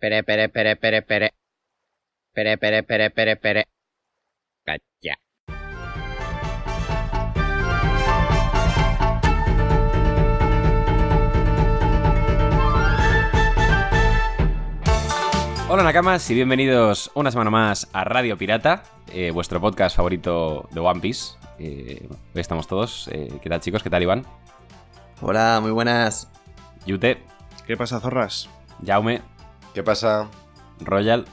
Pere, pere, pere, pere, pere. Pere, pere, pere, pere, pere. Cacha. Hola Nakamas y bienvenidos una semana más a Radio Pirata, eh, vuestro podcast favorito de One Piece. Eh, hoy estamos todos. Eh, ¿Qué tal chicos? ¿Qué tal Iván? Hola, muy buenas. Yute, ¿Qué pasa, zorras? Jaume, ¿Qué pasa? Royal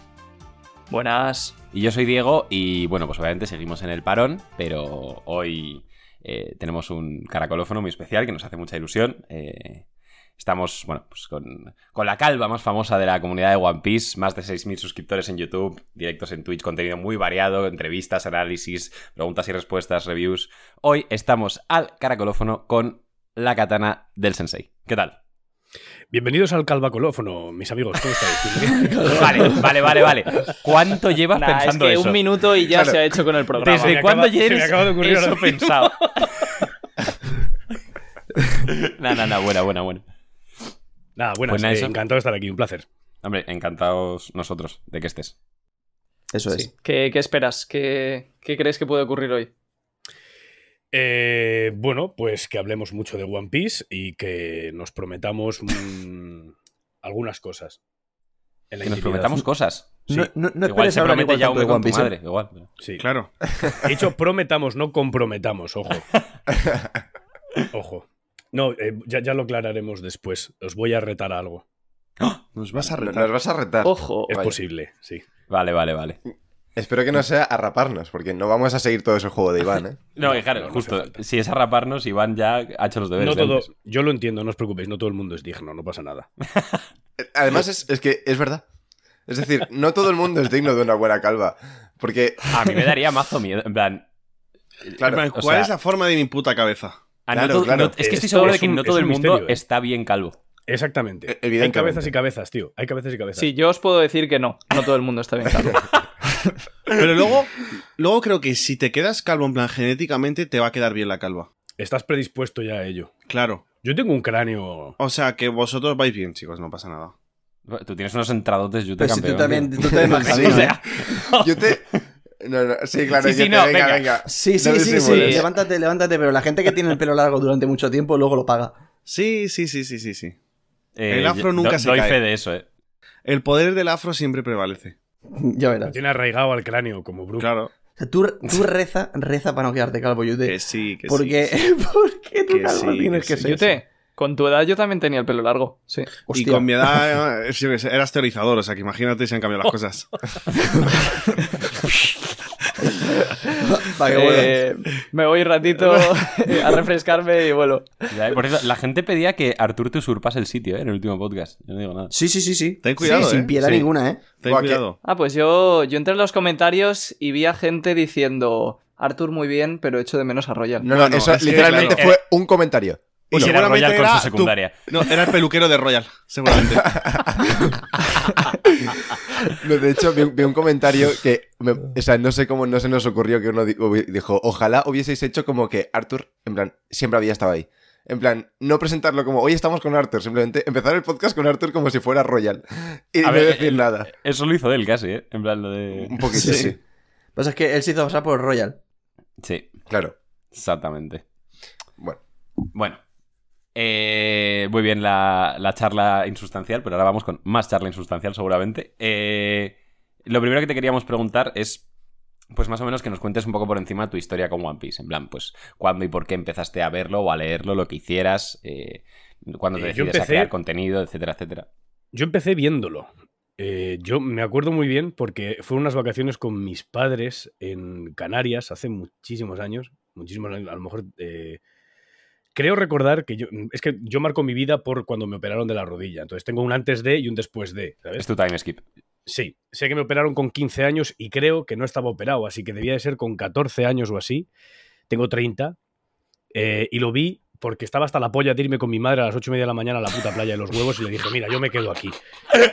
Buenas. y yo soy Diego y bueno, pues obviamente seguimos en el parón, pero hoy eh, tenemos un caracolófono muy especial que nos hace mucha ilusión. Eh, estamos, bueno, pues con, con la calva más famosa de la comunidad de One Piece, más de 6.000 suscriptores en YouTube, directos en Twitch, contenido muy variado, entrevistas, análisis, preguntas y respuestas, reviews. Hoy estamos al caracolófono con la katana del sensei. ¿Qué tal? Bienvenidos al calvacolófono, mis amigos. ¿Cómo estáis? Vale, vale, vale, vale. ¿Cuánto llevas Nah, es pensando que eso? un minuto y ya Claro. se ha hecho con el programa. Desde- cuándo cuando Se me llegues- acaba de ocurrir ahora Eso mismo. pensado. No, no, no, buena, buena, buena. Nada, buenas. Pues nada, eh, eso. encantado de estar aquí, un placer. Hombre, encantados nosotros de que estés. Eso Sí. ¿Qué, qué esperas? ¿Qué, qué crees que puede ocurrir hoy? Eh, bueno, pues que hablemos mucho de One Piece y que nos prometamos mm, algunas cosas. En la Que nos intimidad. prometamos cosas. es. No, no, no igual esperes se hablar promete igual ya tanto un de One con tu Piece. ¿eh? madre, igual. pero- Sí. Claro. De hecho, prometamos, no comprometamos, ojo. Ojo. No, eh, ya, ya lo aclararemos después. Os voy a retar a algo. Nos vas a Nos retar. vas a retar. Ojo. Es Vaya. posible, sí. Vale, vale, vale. Espero que no sea a raparnos, porque no vamos a seguir todo ese juego de Iván, ¿eh? No, No, claro, no, no justo. hace falta. si es a raparnos, Iván ya ha hecho los deberes. No de todo, antes. yo lo entiendo, no os preocupéis, no todo el mundo es digno, no pasa nada. Eh, Además, es, es que es verdad. Es decir, no todo el mundo es digno de una buena calva. Porque, A mí me daría mazo miedo. En plan. Eh, eh, claro, En plan, o ¿Cuál sea, es la forma de mi puta cabeza? a no Claro, todo- claro. no- es que estoy Esto seguro de es que un- no es todo un el mundo misterio, eh. está bien calvo. Exactamente. E- evidentemente. Hay cabezas y cabezas, tío. Hay cabezas y cabezas. Sí, yo os puedo decir que no. No todo el mundo está bien calvo. Pero luego, luego creo que si te quedas calvo, en plan, genéticamente te va a quedar bien la calva. Estás predispuesto ya a ello. Claro. Yo tengo un cráneo. O sea, que vosotros vais bien, chicos, no pasa nada. Tú tienes unos entradotes, yo te Pero si Pues tú también, tú también vas Sí, camino, o sea, yo te. No, no, sí, claro, Sí, sí, yo te- no, venga, venga. venga. ¿eh? Sí, sí, No sí, sí, disimules. Levántate, levántate, pero la gente que tiene el pelo largo durante mucho tiempo luego lo paga. Sí, sí, sí, sí, sí, sí. eh, El afro yo- nunca do- se Doy cae. fe de eso, eh. El poder del afro siempre prevalece. Ya Lo verás. tiene arraigado al cráneo, como Brook. Claro. O sea, tú, tú reza, reza para no quedarte calvo, Yute. Que sí, que sí. Porque, porque tú Que calvo sí, tienes que que sí. ser. Yute, con tu edad yo también tenía el pelo largo. Sí. Y Hostia. con mi edad, eh, yo qué sé, eras teorizador, o sea, que imagínate si han cambiado las cosas. Va, que Ah, bueno. Eh, me voy ratito a refrescarme y vuelo. Ya, eh, Por eso, la gente pedía que Artur te usurpase el sitio, eh, en el último podcast. Yo no digo nada. Sí, sí, sí, sí. Ten cuidado, Sí, ¿eh? sin piedad Sí. ninguna, ¿eh? Ten Buah, que- cuidado. Ah, pues yo, yo entré en los comentarios y vi a gente diciendo Arthur muy bien, pero echo de menos a Royal. No, no, No, no, eso es que, literalmente claro. fue un comentario. Y si era seguramente Royal con su era tu- secundaria. No, era el peluquero de Royal, seguramente. No, de hecho, vi, un- vi un comentario que, me- o sea, no sé cómo no se nos ocurrió que uno di- hubi- dijo, ojalá hubieseis hecho como que Arthur, en plan, siempre había estado ahí. En plan, no presentarlo como, hoy estamos con Arthur, simplemente empezar el podcast con Arthur como si fuera Royal. Y A no ver, decir el- nada. Eso lo hizo él casi, eh. En plan, lo Un de. poquito, sí. Sí. Pues es que él se hizo pasar por Royal. Sí, Claro. exactamente. Bueno, Bueno. Eh, muy bien la, la charla insustancial, pero ahora vamos con más charla insustancial seguramente. Eh, lo primero que te queríamos preguntar es, pues más o menos que nos cuentes un poco por encima tu historia con One Piece. En plan, pues cuándo y por qué empezaste a verlo o a leerlo, lo que hicieras, eh, cuándo te Eh, yo decidiste a empecé- crear contenido, etcétera, etcétera. Yo empecé viéndolo. Eh, yo me acuerdo muy bien porque fueron unas vacaciones con mis padres en Canarias hace muchísimos años. Muchísimos años, a lo mejor. eh, creo recordar que yo. Es que yo marco mi vida por cuando me operaron de la rodilla. Entonces tengo un antes de y un después de. ¿sabes? Es tu time skip. Sí, sé que me operaron con 15 años y creo que no estaba operado, así que debía de ser con 14 años o así. Tengo 30. eh, y lo vi porque estaba hasta la polla de irme con mi madre a las 8 y media de la mañana a la puta playa de los huevos y le dije, mira, yo me quedo aquí.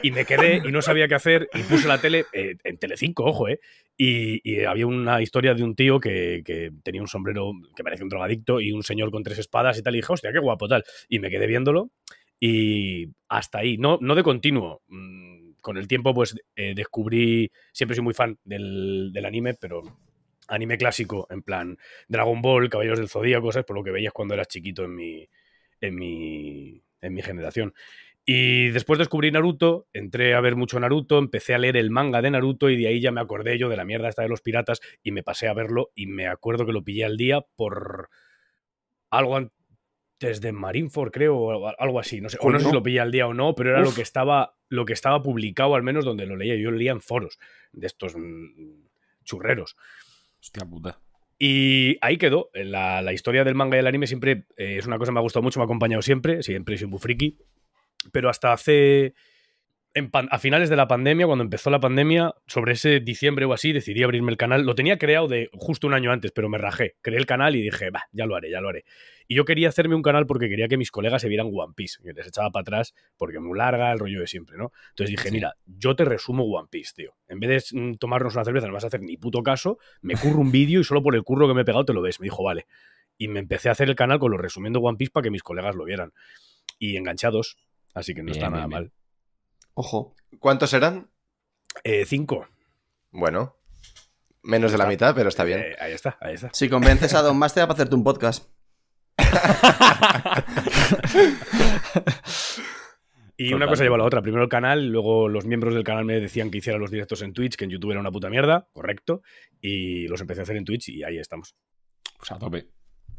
Y me quedé y no sabía qué hacer y puse la tele eh, en Telecinco, ojo, ¿eh? Y, y había una historia de un tío que, que tenía un sombrero que parecía un drogadicto y un señor con tres espadas y tal. Y dije, hostia, qué guapo, tal. Y me quedé viéndolo y hasta ahí, no, no de continuo. mm, con el tiempo, pues eh, descubrí, siempre soy muy fan del, del anime, pero anime clásico, en plan Dragon Ball, Caballeros del Zodíaco, cosas por lo que veías cuando eras chiquito en mi, en mi, en mi generación. Y después descubrí Naruto, entré a ver mucho Naruto, empecé a leer el manga de Naruto y de ahí ya me acordé yo de la mierda esta de los piratas y me pasé a verlo y me acuerdo que lo pillé al día por algo antes de Marineford, creo, o algo así, no sé, o no sé si lo pillé al día o no, pero era lo que estaba lo que estaba publicado al menos donde lo leía, yo lo leía en foros de estos mm, churreros. Hostia puta. Y ahí quedó. La, la historia del manga y del anime siempre eh, es una cosa que me ha gustado mucho, me ha acompañado siempre, siempre soy muy friki. Pero hasta hace. en pan- a finales de la pandemia, cuando empezó la pandemia, sobre ese diciembre o así, decidí abrirme el canal. Lo tenía creado de justo un año antes, pero me rajé. Creé el canal y dije, va, ya lo haré, ya lo haré. Y yo quería hacerme un canal porque quería que mis colegas se vieran One Piece. que les echaba para atrás porque muy larga, el rollo de siempre, ¿no? Entonces dije, mira, yo te resumo One Piece, tío. En vez de mm, tomarnos una cerveza, no vas a hacer ni puto caso, me curro un vídeo y solo por el curro que me he pegado te lo ves. Me dijo, vale. Y me empecé a hacer el canal con lo resumiendo One Piece para que mis colegas lo vieran. Y enganchados, así que no Bien, está nada bien, bien. mal. Ojo. ¿Cuántos eran? Eh, cinco. Bueno. Menos de la mitad, pero está bien. Eh, ahí está, ahí está. Si convences a Don Más, te da para hacerte un podcast. Y una Total. cosa lleva a la otra. Primero el canal, luego los miembros del canal me decían que hiciera los directos en Twitch, que en YouTube era una puta mierda, correcto. Y los empecé a hacer en Twitch y ahí estamos. Pues a tope.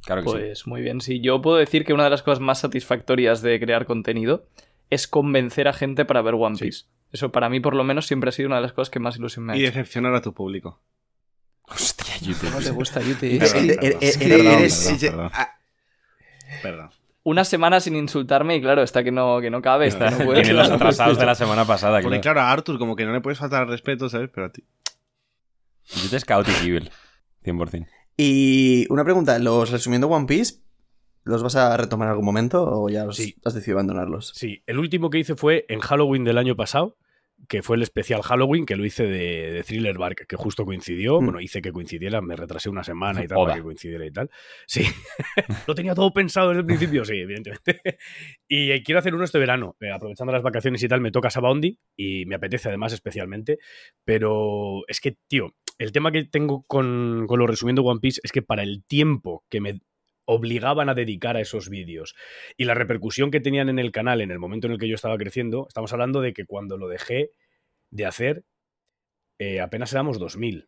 Claro que sí. Pues muy bien, sí. Yo puedo decir que una de las cosas más satisfactorias de crear contenido es convencer a gente para ver One Sí. Piece. Eso para mí, por lo menos, siempre ha sido una de las cosas que más ilusión me ha Y hecho. decepcionar a tu público. Hostia, YouTube. ¿Cómo te gusta, Yuti? Perdón, Eh, perdón. eh, eh, eh, Perdón, eres- perdón, perdón. ah, Perdón. Una semana sin insultarme y claro, está que no, que no cabe, está no puede. Tiene los atrasados de la semana pasada, Porque claro. claro, a Arthur como que no le puedes faltar al respeto, ¿sabes? Pero a ti... YouTube es Chaotic Evil. 100%. Y una pregunta, ¿los resumiendo One Piece? ¿Los vas a retomar en algún momento o ya los- Sí. has decidido abandonarlos? Sí, el último que hice fue en Halloween del año pasado, que fue el especial Halloween, que lo hice de, de Thriller Bark, que justo coincidió. Mm. Bueno, hice que coincidiera, me retrasé una semana y tal Oda. para que coincidiera y tal. Sí, lo tenía todo pensado desde el principio, sí, evidentemente. Y eh, quiero hacer uno este verano, eh, aprovechando las vacaciones y tal, me toca Sabaondi y me apetece además especialmente, pero es que, tío, el tema que tengo con, con lo resumiendo One Piece es que para el tiempo que me obligaban a dedicar a esos vídeos y la repercusión que tenían en el canal en el momento en el que yo estaba creciendo, estamos hablando de que cuando lo dejé de hacer, eh, apenas éramos 2000.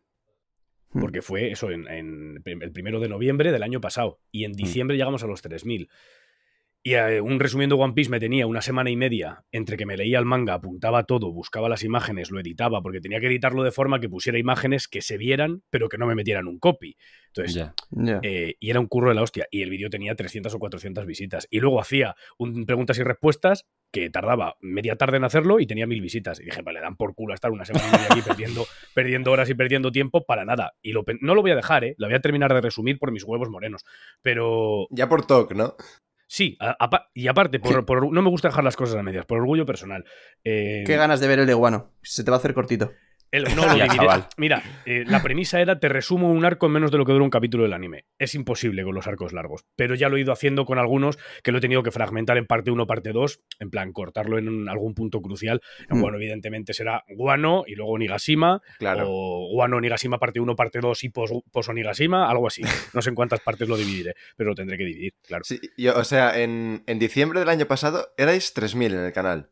Hmm. Porque fue eso en, en prim- el primero de noviembre del año pasado. Y en diciembre llegamos a los 3000. Y eh, un resumiendo One Piece me tenía una semana y media entre que me leía el manga, apuntaba todo, buscaba las imágenes, lo editaba, porque tenía que editarlo de forma que pusiera imágenes que se vieran, pero que no me metieran un copy. Entonces, Ya. Hmm. Ya. eh, y era un curro de la hostia. Y el vídeo tenía 300 o 400 visitas. Y luego hacía un preguntas y respuestas que tardaba media tarde en hacerlo y tenía mil visitas. Y dije, vale, dan por culo a estar una semana y media aquí perdiendo, perdiendo horas y perdiendo tiempo para nada. Y lo, pe- no lo voy a dejar, ¿eh? Lo voy a terminar de resumir por mis huevos morenos. Pero Ya por TOC, ¿no? sí, a- apa- y aparte, por, por- no me gusta dejar las cosas a medias, por orgullo personal. Eh, Qué ganas de ver el Eguano. Se te va a hacer cortito. el- no, lo Ya, dividiré. chaval. Mira, eh, la premisa era te resumo un arco en menos de lo que dura un capítulo del anime. Es imposible con los arcos largos, pero ya lo he ido haciendo con algunos que lo he tenido que fragmentar en parte 1, parte 2, en plan cortarlo en un- algún punto crucial. Mm. Bueno, evidentemente será Guano y luego Onigashima, Claro. o Guano, Onigashima, parte 1, parte 2 y pos, pos Onigashima, algo así. No sé en cuántas partes lo dividiré, pero lo tendré que dividir, claro. Sí, yo- o sea, en, en diciembre del año pasado erais 3.000 en el canal.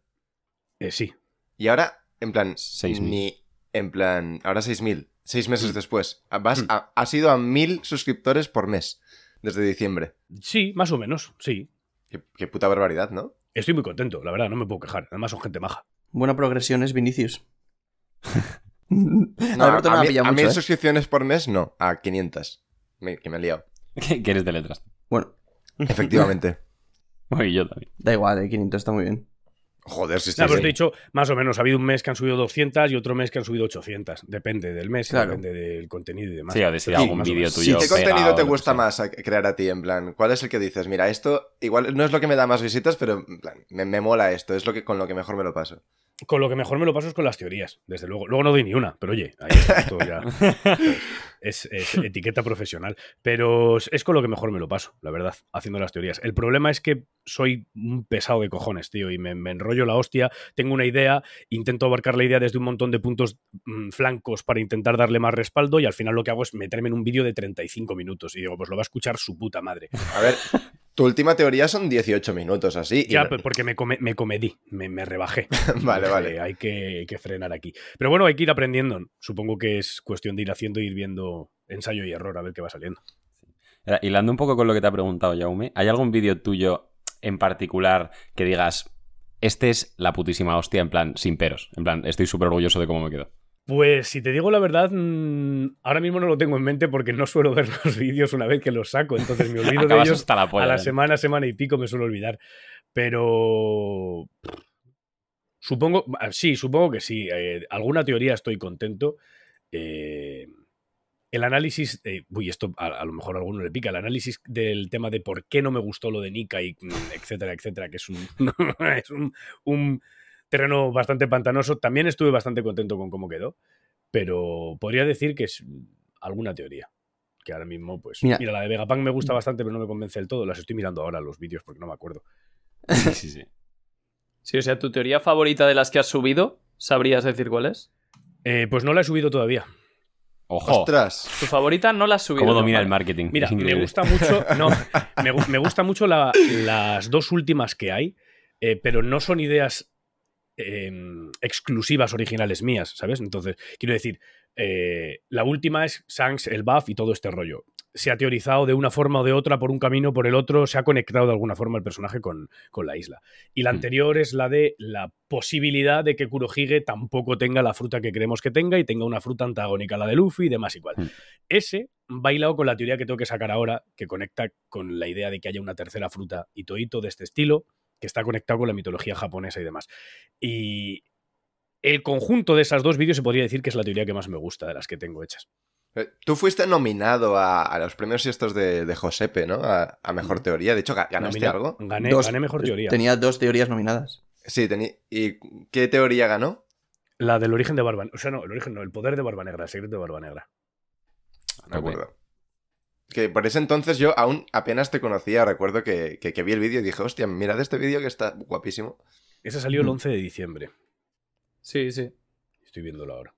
Eh, sí, Y ahora, en plan... 6.000. Ni, en plan, ahora 6.000. Seis Mm. meses después. Ah, Vas a- has ido a 1.000 suscriptores por mes desde diciembre. sí, más o menos, sí. Qué, qué puta barbaridad, ¿no? Estoy muy contento, la verdad, no me puedo quejar. Además son gente maja. Mm. Buena progresión es Vinicius. No, Alberto a, no la mí- pilla a mucho, 1.000 ¿eh? suscripciones por mes, no. A 500. Me- que me he liado. ¿Qué quieres de letras? Bueno, Efectivamente. Bueno, y yo también. da igual, el 500 está muy bien. Joder, si No, estáis... pero te he dicho, más o menos, ha habido un mes que han subido 200 y otro mes que han subido 800. Depende del mes, y Claro. depende del contenido y demás. Sí, o de si Sí, algún más o vídeo menos. tuyo. ¿Qué pega contenido o te lo que gusta sea. más a- crear a ti? En plan, ¿cuál es el que dices? Mira, esto igual no es lo que me da más visitas, pero en plan, me, me mola esto, es lo que con lo que mejor me lo paso. Con lo que mejor me lo paso es con las teorías, desde luego. Luego no doy ni una, pero oye, ahí está todo ya. Es, es etiqueta profesional. Pero es con lo que mejor me lo paso, la verdad, haciendo las teorías. El problema es que soy un pesado de cojones, tío, y me, me enrollo yo la hostia, tengo una idea, intento abarcar la idea desde un montón de puntos mm, flancos para intentar darle más respaldo y al final lo que hago es meterme en un vídeo de 35 minutos y digo, pues lo va a escuchar su puta madre. A ver, tu última teoría son 18 minutos, así. y Ya, no- pe- porque me, come- me comedí, me, me rebajé. Vale, Dije, vale. Hay que, hay que frenar aquí. Pero bueno, hay que ir aprendiendo. Supongo que es cuestión de ir haciendo, e ir viendo ensayo y error a ver qué va saliendo. Ahora, Hilando un poco con lo que te ha preguntado Jaume, ¿hay algún vídeo tuyo en particular que digas, este es la putísima hostia, en plan, sin peros? En plan, estoy súper orgulloso de cómo me quedo. Pues si te digo la verdad, mm, ahora mismo no lo tengo en mente porque no suelo ver los vídeos una vez que los saco, entonces me olvido de Acabas ellos hasta la polla. a la ¿eh? semana, semana y pico me suelo olvidar. Pero supongo, ah, sí, supongo que sí. Eh, alguna teoría estoy contento. Eh, el análisis, eh, uy, esto a, a lo mejor a alguno le pica, el análisis del tema de por qué no me gustó lo de Nika y mm, etcétera, etcétera, que es un, es un, un terreno bastante pantanoso. También estuve bastante contento con cómo quedó, pero podría decir que es alguna teoría. Que ahora mismo, pues. Mira, Mira. la de Vegapunk me gusta bastante, pero no me convence del todo. Las estoy mirando ahora los vídeos porque no me acuerdo. Sí, sí, sí. Sí, o sea, tu teoría favorita de las que has subido, ¿sabrías decir cuál es? Eh, pues no la he subido todavía. Ojo, Ostras. Tu favorita no la has subido. cómo ¿no? domina el Vale. marketing. Mira, Es me increíble. gusta mucho. No, me, gu- me gusta mucho la- las dos últimas que hay, eh, pero no son ideas eh, exclusivas, originales mías, ¿sabes? Entonces, quiero decir, eh, la última es Sans, el buff y todo este rollo. Se ha teorizado de una forma o de otra, por un camino, por el otro, se ha conectado de alguna forma el personaje con, con la isla. Y la Mm. anterior es la de la posibilidad de que Kurohige tampoco tenga la fruta que creemos que tenga y tenga una fruta antagónica a la de Luffy y demás igual. Mm. Ese bailado con la teoría que tengo que sacar ahora, que conecta con la idea de que haya una tercera fruta y toito de este estilo, que está conectado con la mitología japonesa y demás. Y el conjunto de esas dos vídeos se podría decir que es la teoría que más me gusta de las que tengo hechas. Eh, Tú fuiste nominado a, a los premios estos de, de Josepe, ¿no? A, a Mm. mejor teoría. De hecho, ga- ¿ganaste Nomina- algo? Gané, Dos- Pues gané mejor teoría. Tenía dos teorías nominadas. Sí, tenía. ¿Y qué teoría ganó? La del origen de Barba O sea, no, el origen no, el poder de Barba Negra, el secreto de Barba Negra. No me acuerdo. Que por ese entonces yo aún apenas te conocía. Recuerdo que, que- que vi el vídeo y dije, hostia, mirad este vídeo que está guapísimo. Esa salió el 11 de diciembre. Sí, sí. Estoy viéndolo ahora.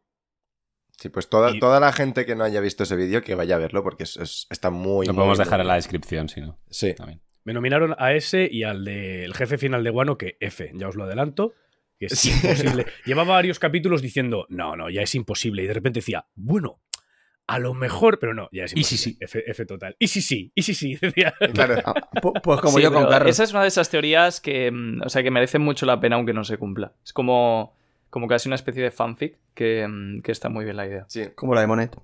Sí, pues toda, Y- toda la gente que no haya visto ese vídeo que vaya a verlo porque es- es- está muy. Lo muy podemos bien. dejar en la descripción, si no. Sí. También. Me nominaron a ese y al del jefe final de Guano, que F, ya os lo adelanto, que es Sí. imposible. Llevaba varios capítulos diciendo, no, no, ya es imposible. Y de repente decía, bueno, a lo mejor, pero no, ya es Y sí, imposible. F, F total. Y sí, sí, y sí, sí. Decía, Claro. Ah, pu- pues como Sí, yo con pero Carlos. Esa es una de esas teorías que, mm, o sea, que merecen mucho la pena aunque no se cumpla. Es como, como casi una especie de fanfic que, mm, que está muy bien la idea. Sí. Como la de Monet.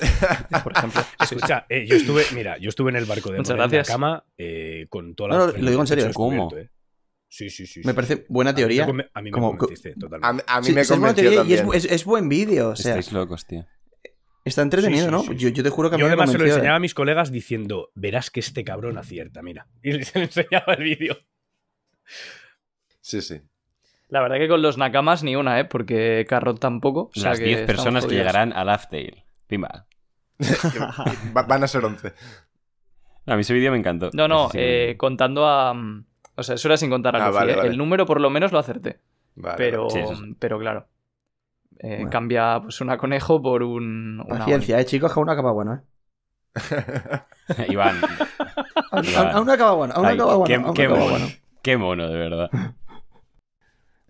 Por ejemplo. escucha, eh, yo estuve, mira, yo estuve en el barco de Muchas Monet en la gracias. cama eh, con toda la. No, no, lo digo en serio. descubierto, ¿Cómo? eh. Sí, sí, sí. Me sí. parece buena A mí me teoría. conven- A mí me como- convenciste, totalmente. A, mí- a mí Sí, me es buena convenció teoría y es también. bu- es, es buen vídeo. O sea, Estáis locos, tío. está entretenido, Sí, sí, ¿no? sí, sí. Yo, yo te juro que a mí Yo me además se lo convenció, ¿eh? enseñaba a mis colegas diciendo, verás que este cabrón acierta, mira. Y les enseñaba el vídeo. Sí, sí. La verdad que con los nakamas ni una, ¿eh? Porque Carrot tampoco. o sea Las que 10 estamos personas que jodidos. llegarán a Laughtale. Pimba. Va- van a ser 11. No, a mí ese vídeo me encantó. No, no, Ese sí me- eh, contando a... mm, O sea, eso era sin contar a Ah, Luffy, vale, ¿eh? vale. El número por lo menos lo acerté. Vale, pero, sí, eso sí. pero claro. eh, Bueno. Cambia pues una conejo por un... una Paciencia, eh, chicos, que aún no acaba bueno, ¿eh? vale. eh, Iván, Aún, Claro. aún- aún no acaba bueno, aún no Ay, acaba bueno. qué- aún no qué acaba mono. bueno. qué mono, de verdad.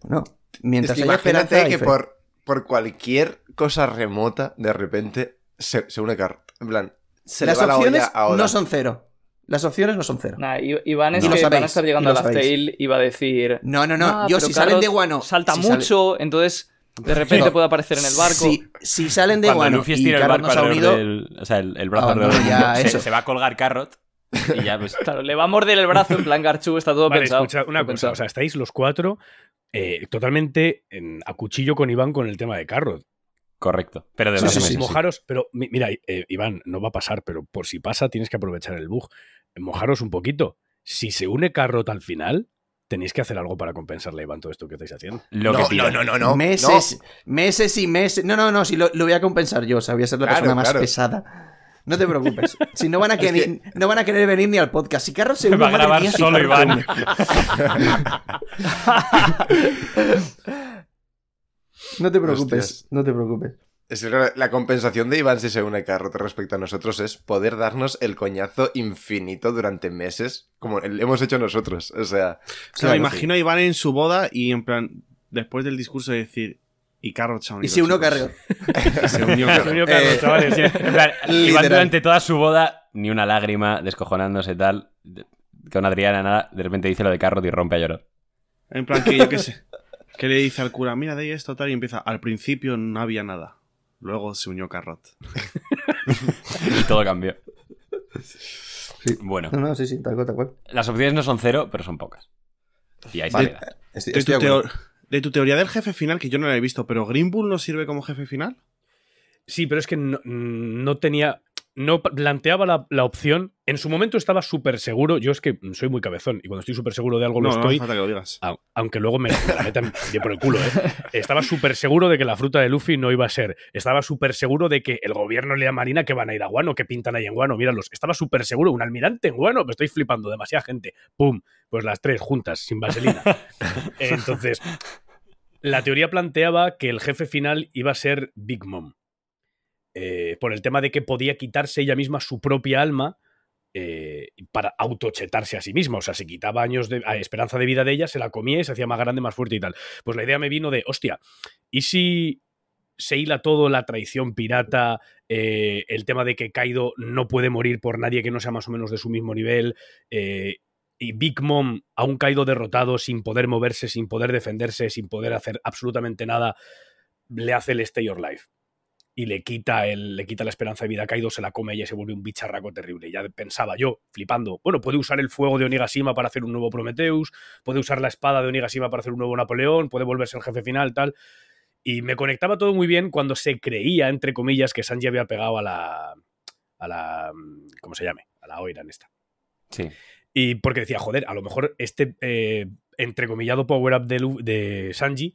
No, Es mientras que haya esperanza, imagínate que hay fe. por, por cualquier cosa remota, de repente, se, se une Carrot. En plan, se Las le va la opciones olla a Oda. no son cero. Las opciones no son cero. Nah, I- Iván es Y lo que van a sabéis, estar y llegando a lo la sabéis. Tail y va a decir... No, no, no. "Ah, yo pero si salen de Carrot guano. Salta si salen- mucho, entonces de repente No. puede aparecer en el barco. Si, si salen de Cuando guano Luffy y estira el Carlos barco nos ha unido, alrededor del... O sea, el, el brazo Ah, alrededor no, del ya, mundo, se, eso. se va a colgar Carrot y ya pues... Claro, le va a morder el brazo en plan Garchú, está todo Vale, pensado. escuchad una cosa. todo pensado. O sea, estáis los cuatro eh, totalmente en- a cuchillo con Iván con el tema de Carrot. Correcto. Pero de O sea, verdad sí, que sí, me- Mojaros, pero mi- mira, eh, Iván, no va a pasar, pero por si pasa tienes que aprovechar el bug. Mojaros un poquito. Si se une Carrot al final, tenéis que hacer algo para compensarle a Iván todo esto que estáis haciendo. Lo no, que pida. no, no, no, no. meses, meses y meses. No, no, no. Si lo, lo voy a compensar yo. O sea, voy a ser la Claro, persona más claro. pesada. No te preocupes. Si no van a querer, no van a querer venir ni al podcast. Si Carlos se Va a grabar solo Iván. No te preocupes, Hostias. no te preocupes. Es que, claro, la compensación de Iván si se une a Carrot respecto a nosotros es poder darnos el coñazo infinito durante meses, como el- hemos hecho nosotros. O sea, O sea, me imagino a Iván en su boda y en plan, después del discurso de decir, y Carrot se ha unido, Y si uno chicos". carga. Y se unió Lo Carrot. único que hago, Eh, chavales. Sí, en plan, Iván Literal. durante toda su boda, ni una lágrima, descojonándose tal, de- con Adriana nada, de repente dice lo de Carrot y rompe a llorar. En plan, que yo qué sé. Que le dice al cura, mira, de ahí esto tal, y empieza, al principio no había nada. Luego se unió Carrot. Y todo cambió. Bueno, No, no, sí, sí, tal cual, tal cual. las opciones no son cero, pero son pocas. Y ahí Vale. se queda. De Estoy- tu, estoy de acuerdo. teo- de tu teoría del jefe final, que yo no la he visto, pero Green Bull no sirve como jefe final. Sí, pero es que no, no tenía. No pa- planteaba la, la opción. En su momento estaba súper seguro. Yo es que soy muy cabezón. Y cuando estoy súper seguro de algo, no, lo no estoy. hace falta que lo digas. Au- Aunque luego me me la metan de por el culo, ¿eh? Estaba súper seguro de que la fruta de Luffy no iba a ser. Estaba súper seguro de que el gobierno le da Marina que van a ir a Guano, que pintan ahí en Guano, míralos. Estaba súper seguro, un almirante en Guano, me estoy flipando, demasiada gente. ¡Pum! Pues las tres juntas, sin vaselina. Entonces, la teoría planteaba que el jefe final iba a ser Big Mom. Eh, por el tema de que podía quitarse ella misma su propia alma eh, para autochetarse a sí misma. O sea, se quitaba años de a- esperanza de vida de ella, se la comía y se hacía más grande, más fuerte y tal. Pues la idea me vino de, hostia, ¿y si se hila todo la traición pirata, eh, el tema de que Kaido no puede morir por nadie que no sea más o menos de su mismo nivel? eh, y Big Mom, a un Kaido derrotado, sin poder moverse, sin poder defenderse, sin poder hacer absolutamente nada, le hace el Stay Your Life y le quita, el, le quita la esperanza de vida a Kaido, se la come y ya se vuelve un bicharraco terrible. Ya pensaba yo, flipando, bueno, puede usar el fuego de Onigashima para hacer un nuevo Prometheus, puede usar la espada de Onigashima para hacer un nuevo Napoleón, puede volverse el jefe final, tal. Y me conectaba todo muy bien cuando se creía, entre comillas, que Sanji había pegado a la... a la... mm, ¿cómo se llame? A la este Oiran esta. Sí. Y porque decía, joder, a lo mejor este eh, entrecomillado power-up de, Lu- de Sanji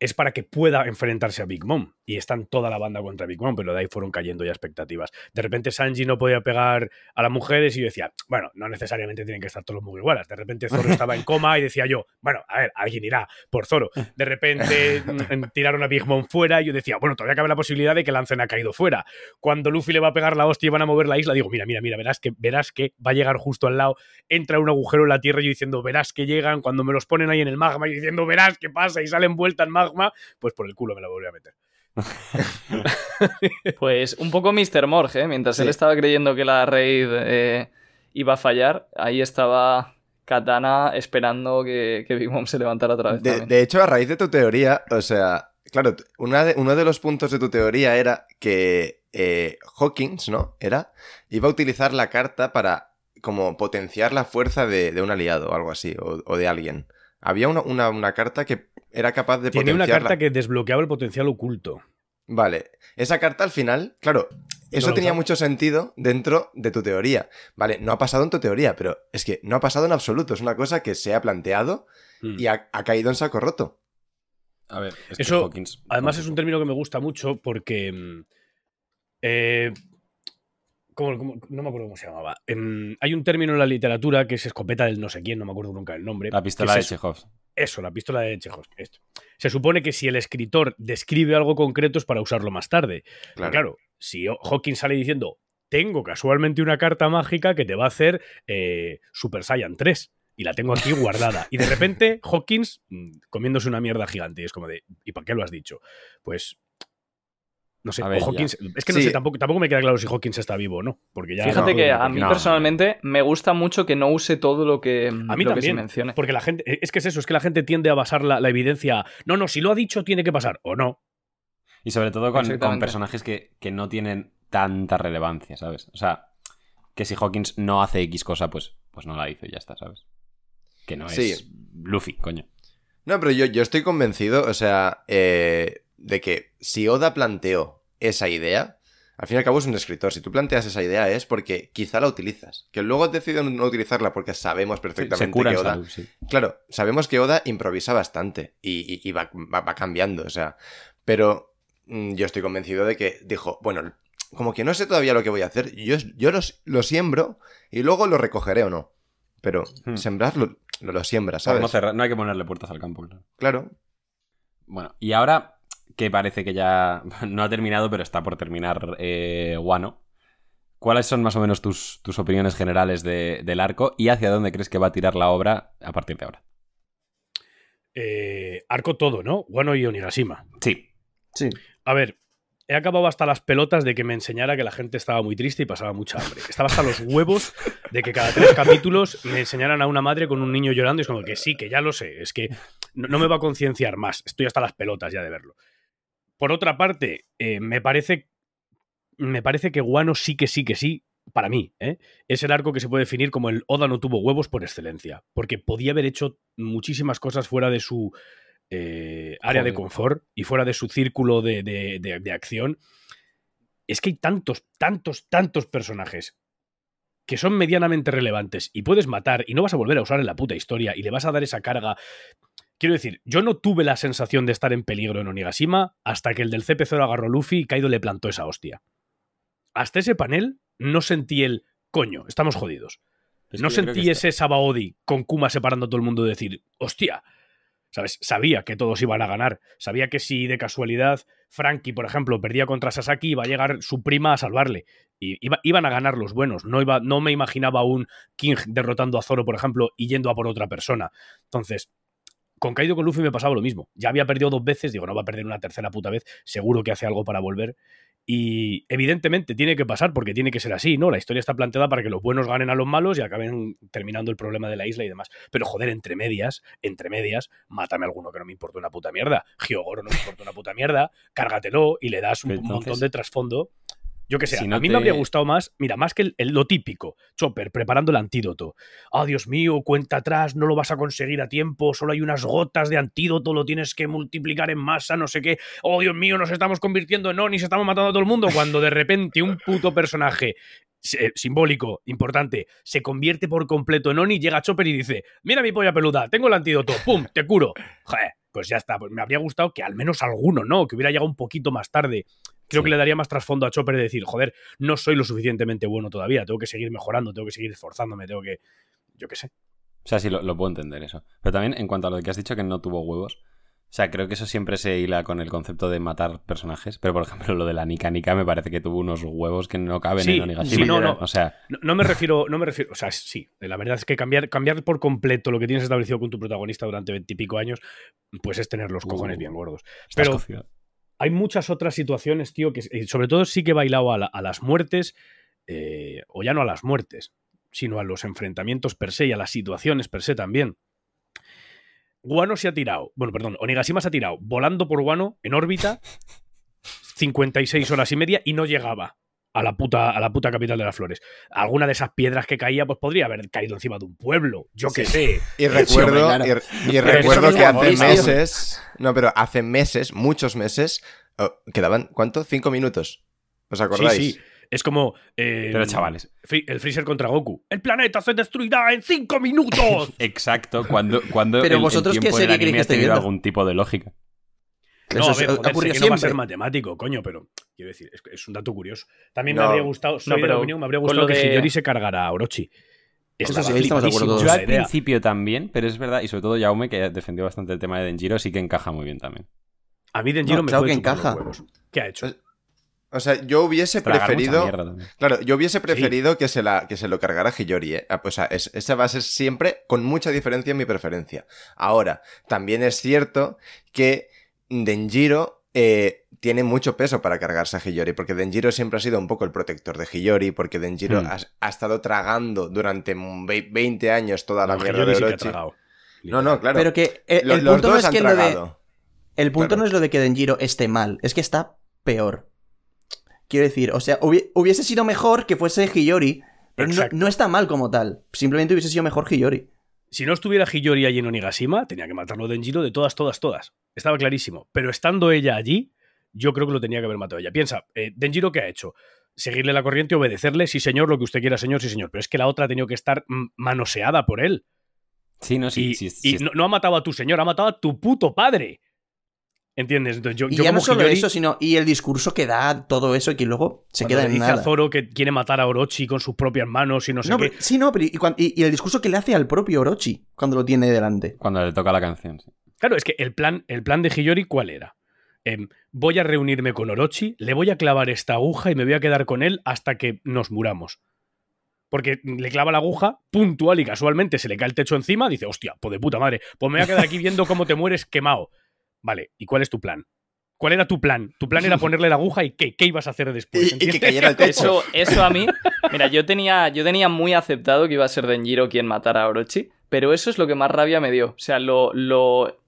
es para que pueda enfrentarse a Big Mom. Y están toda la banda contra Big Mom, pero de ahí fueron cayendo ya expectativas. De repente Sanji no podía pegar a las mujeres y yo decía, bueno, no necesariamente tienen que estar todos los Mugiwaras. De repente Zoro estaba en coma y decía yo, bueno, a ver, alguien irá por Zoro. De repente mm, tiraron a Big Mom fuera y yo decía, bueno, todavía cabe la posibilidad de que Lancen ha caído fuera cuando Luffy le va a pegar la hostia y van a mover la isla, digo, mira, mira, mira, verás que, verás que va a llegar justo al lado, entra un agujero en la tierra y yo diciendo, verás que llegan, cuando me los ponen ahí en el magma, y diciendo, verás que pasa y sale envuelta en magma, pues por el culo me la volví a meter. Pues un poco Mr. Morge, ¿eh? mientras él Sí. estaba creyendo que la raid eh, iba a fallar, ahí estaba Katana esperando que, que Big Mom se levantara otra vez. De, también. de hecho, a raíz de tu teoría, o sea, claro, t- una de- uno de los puntos de tu teoría era que eh, Hawkins, ¿no? Era, iba a utilizar la carta para como potenciar la fuerza de, de un aliado o algo así, o, o de alguien. Había una, una- una carta que era capaz de Tiene una potenciar la- carta que desbloqueaba el potencial oculto. Vale, esa carta al final, claro, eso la tenía usamos. mucho sentido dentro de tu teoría. Vale, no ha pasado en tu teoría, pero es que no ha pasado en absoluto. Es una cosa que se ha planteado Mm. y ha, ha caído en saco roto. A ver, es que Eso, Además, es un término que me gusta mucho porque. mm, eh, ¿cómo- cómo- no me acuerdo cómo se llamaba. Em, hay un término en la literatura que es escopeta del no sé quién, no me acuerdo nunca el nombre. La que pistola se de Chekhov. Eso, la pistola de Chekhov. Esto. Se supone que si el escritor describe algo concreto es para usarlo más tarde. Pero Claro. Claro, si O- Hawking sale diciendo, tengo casualmente una carta mágica que te va a hacer eh, Super Saiyan 3 y la tengo aquí guardada. Y de repente Hawkins mm, comiéndose una mierda gigante y es como de, ¿y para qué lo has dicho? Pues... No sé, A ver, o Hawkins, es que no Sí. sé, tampoco, tampoco me queda claro si Hawkins está vivo o no, porque ya... Fíjate no, que no, a mí no. personalmente me gusta mucho que no use todo lo que, A mí lo que se también, mencione. Porque la gente, es que es eso, es que la gente tiende a basar la, la evidencia, a, no, no, si lo ha dicho tiene que pasar, o no. Y sobre todo con, con Exactamente. personajes que, que no tienen tanta relevancia, ¿sabes? O sea, que si Hawkins no hace X cosa, pues, pues no la hizo y ya está, ¿sabes? Que no es Sí. Luffy, coño. No, pero yo, yo estoy convencido, o sea, eh, de que si Oda planteó esa idea, al fin y al cabo es un escritor. Si tú planteas esa idea es porque quizá la utilizas. Que luego deciden no utilizarla porque sabemos perfectamente Se cura que en Oda. salud, sí. Claro, sabemos que Oda improvisa bastante y, y- y va, va- va cambiando, o sea, pero mm, yo estoy convencido de que dijo, bueno, como que no sé todavía lo que voy a hacer. Yo, yo los- lo siembro y luego lo recogeré o no. Pero Hmm. sembrarlo lo, lo siembras, Para ¿sabes? No, cerrar- no hay que ponerle puertas al campo. claro. Claro. Bueno, y ahora que parece que ya no ha terminado, pero está por terminar eh, Guano, ¿cuáles son más o menos tus, tus opiniones generales de- del arco y hacia dónde crees que va a tirar la obra a partir de ahora? Eh, arco todo, ¿no? Guano y Onigashima. Sí, Sí. A ver, he acabado hasta las pelotas de que me enseñara que la gente estaba muy triste y pasaba mucha hambre. Estaba hasta los huevos de que cada tres capítulos me enseñaran a una madre con un niño llorando y es como que sí, que ya lo sé, es que no, no me va a concienciar más, estoy hasta las pelotas ya de verlo. Por otra parte, eh, me parece me parece que Guano sí que sí que sí, para mí, ¿eh? es el arco que se puede definir como el Oda no tuvo huevos por excelencia, porque podía haber hecho muchísimas cosas fuera de su eh, área de Joder. confort y fuera de su círculo de, de- de- de acción. Es que hay tantos, tantos, tantos personajes que son medianamente relevantes y puedes matar y no vas a volver a usar en la puta historia y le vas a dar esa carga. Quiero decir, yo no tuve la sensación de estar en peligro en Onigashima hasta que el del CP0 agarró a Luffy y Kaido le plantó esa hostia hasta ese panel no sentí el coño, estamos jodidos. Es que no yo creo que sentí está- ese Sabaody con Kuma separando a todo el mundo de decir, hostia, ¿sabes? Sabía que todos iban a ganar. Sabía que si de casualidad Frankie, por ejemplo, perdía contra Sasaki, iba a llegar su prima a salvarle. Y iba- iban a ganar los buenos. No, iba, no me imaginaba un King derrotando a Zoro, por ejemplo, y yendo a por otra persona. Entonces, con Kaido con Luffy me pasaba lo mismo. Ya había perdido dos veces, digo, no va a perder una tercera puta vez, seguro que hace algo para volver. Y evidentemente tiene que pasar porque tiene que ser así, ¿no? La historia está planteada para que los buenos ganen a los malos y acaben terminando el problema de la isla y demás. Pero joder, entre medias, entre medias, mátame a alguno que no me importa una puta mierda. Giogoro no me importa una puta mierda, cárgatelo y le das un Pero entonces- montón de trasfondo. Yo qué sé, Si no a mí me habría te- gustado más, mira, más que el- el- lo típico, Chopper preparando el antídoto. Ah, Dios mío, cuenta atrás, no lo vas a conseguir a tiempo, solo hay unas gotas de antídoto, lo tienes que multiplicar en masa, no sé qué. Oh, Dios mío, nos estamos convirtiendo en Onis, estamos matando a todo el mundo, cuando de repente un puto personaje se- eh, simbólico, importante, se convierte por completo en Oni, llega Chopper y dice, mira mi polla peluda, tengo el antídoto, pum, te curo. Joder, pues ya está, pues me habría gustado que al menos alguno, ¿no? Que hubiera llegado un poquito más tarde. Creo que le daría más trasfondo a Chopper de decir, joder, no soy lo suficientemente bueno todavía, tengo que seguir mejorando, tengo que seguir esforzándome, tengo que... Yo qué sé. O sea, sí, lo, lo puedo entender eso. Pero también en cuanto a lo que has dicho que no tuvo huevos. O sea, creo que eso siempre se hila con el concepto de matar personajes. Pero, por ejemplo, lo de la Nika Nika me parece que tuvo unos huevos que no caben Sí, en Onigashima. sí, no, no. O sea, No, no me refiero, no me refiero, o sea, sí, la verdad es que cambiar, cambiar por completo lo que tienes establecido con tu protagonista durante veintipico años, pues es tener los cojones Uh. bien gordos. estás Pero- cocido. hay muchas otras situaciones, tío, que y sobre todo sí que he bailado a, la- a las muertes, eh, o ya no a las muertes, sino a los enfrentamientos per se y a las situaciones per se también. Guano se ha tirado, bueno, perdón, Onigashima se ha tirado volando por Guano en órbita 56 horas y media y no llegaba a la puta, a la puta capital de las flores. Alguna de esas piedras que caía, pues podría haber caído encima de un pueblo, yo qué sé. Y hombre, recuerdo, claro. y re- y Pero recuerdo eso que no es hace guapo, tío. meses, no, pero hace meses, muchos meses, oh, quedaban, ¿cuánto? Cinco minutos. ¿Os Sí, acordáis? sí. Es como. eh, Pero, chavales. Fri- El Freezer contra Goku. ¡El planeta se destruirá en cinco minutos! Exacto, cuando, cuando Pero el- el vosotros, ¿qué tiempo del serie creéis anime ha que estoy tenido viendo? algún tipo de lógica. Que No, eso a se- ver, joder, sé ocurrió que no va a siempre. ser matemático, coño, pero quiero decir, es, es un dato curioso. También me No. habría gustado, soy No, de la pero opinión, me habría con gustado lo que de- Hiyori se cargara a Orochi. Estaba sí, ahí estamos de acuerdo flipadísimo todos. Yo con esa al idea. principio también, pero es verdad, y sobre todo Yaume, que defendió bastante el tema de Denjiro, sí que encaja muy bien también. A mí Denjiro No, me claro puede que chupar los encaja. huevos. ¿Qué ha hecho? Es- O sea, yo hubiese Tragar mucha preferido. mierda también. Claro, yo hubiese preferido que, se la, que se lo cargara Hiyori, ¿eh? Ah, pues, O sea, es- esa va a ser siempre, con mucha diferencia, mi preferencia. Ahora, también es cierto que Denjiro eh, tiene mucho peso para cargarse a Hiyori, porque Denjiro siempre ha sido un poco el protector de Hiyori, porque Denjiro Hmm. ha, ha estado tragando durante ve- 20 años toda la No, mierda Hiyori de sí que ha Orochi. tragado. no, no, claro. Pero que eh, el, Lo- el los punto no dos es han que lo de. tragado. El punto Claro. no es lo de que Denjiro esté mal, es que está peor. Quiero decir, o sea, hubi- hubiese sido mejor que fuese Hiyori, pero no, Exacto. no está mal como tal. Simplemente hubiese sido mejor Hiyori. Si no estuviera Hiyori allí en Onigashima, tenía que matarlo Denjiro de todas, todas, todas. Estaba clarísimo. Pero estando ella allí, yo creo que lo tenía que haber matado ella. Piensa, eh, Denjiro, ¿qué ha hecho? Seguirle la corriente, obedecerle, sí señor, lo que usted quiera, señor, sí señor. Pero es que la otra ha tenido que estar mm, manoseada por él. Sí, no, sí, y sí, y sí, no, no ha matado a tu señor, ha matado a tu puto padre. ¿Entiendes? Entonces yo, Y yo ya no como solo Hiyori, eso, sino y el discurso que da todo eso y que luego se cuando queda le en dice nada. a Zoro que quiere matar a Orochi con sus propias manos y no sé No, qué. pero- sí, no, pero y, cuan- y- y el discurso que le hace al propio Orochi cuando lo tiene delante. Cuando le toca la canción. sí. Claro, es que el plan, el plan de Hiyori, ¿cuál era? Em, voy a reunirme con Orochi, le voy a clavar esta aguja y me voy a quedar con él hasta que nos muramos. Porque le clava la aguja, puntual y casualmente se le cae el techo encima, dice, hostia, pues de puta madre, pues me voy a quedar aquí viendo cómo te mueres quemado. Vale, ¿y cuál es tu plan? ¿Cuál era tu plan? Tu plan era ponerle la aguja y qué, qué ibas a hacer después. Y- y que ¿Entiendes? cayera el techo. Eso, eso a mí. Mira, yo tenía, yo tenía muy aceptado que iba a ser Denjiro quien matara a Orochi, pero eso es lo que más rabia me dio. O sea, lo. lo,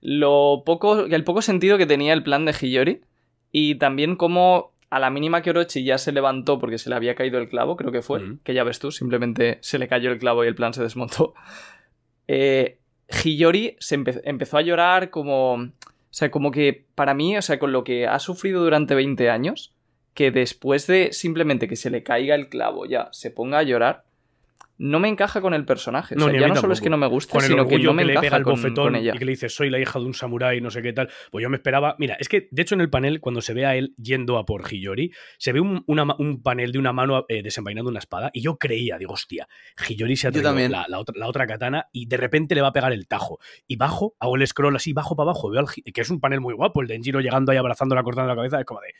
lo poco. El poco sentido que tenía el plan de Hiyori. Y también como a la mínima que Orochi ya se levantó porque se le había caído el clavo, creo que fue. Mm. Que ya ves tú, simplemente se le cayó el clavo y el plan se desmontó. Eh, Hiyori se empe- empezó a llorar como. O sea, como que para mí, o sea, con lo que ha sufrido durante 20 años, que después de simplemente que se le caiga el clavo ya se ponga a llorar, no me encaja con el personaje. O No, sea, ni a ya mí no solo es tampoco. que no me gusta, con el sino que orgullo no que, me le pega encaja el con, ¿eh? bofetón con ella. y que le dice soy la hija de un samurái, no sé qué tal. Pues yo me esperaba. Mira, es que de hecho en el panel, cuando se ve a él yendo a por Hiyori, se ve un, una ma- un panel de una mano eh, desenvainando una espada. Y yo creía, digo, hostia, Hiyori se ha Yo traído también. la, la otra, la otra katana y de repente le va a pegar el tajo. Y bajo, hago el scroll así, bajo para abajo, veo al Hi- que es un panel muy guapo, el Denjiro llegando ahí abrazándola, cortando la cabeza. Es como de.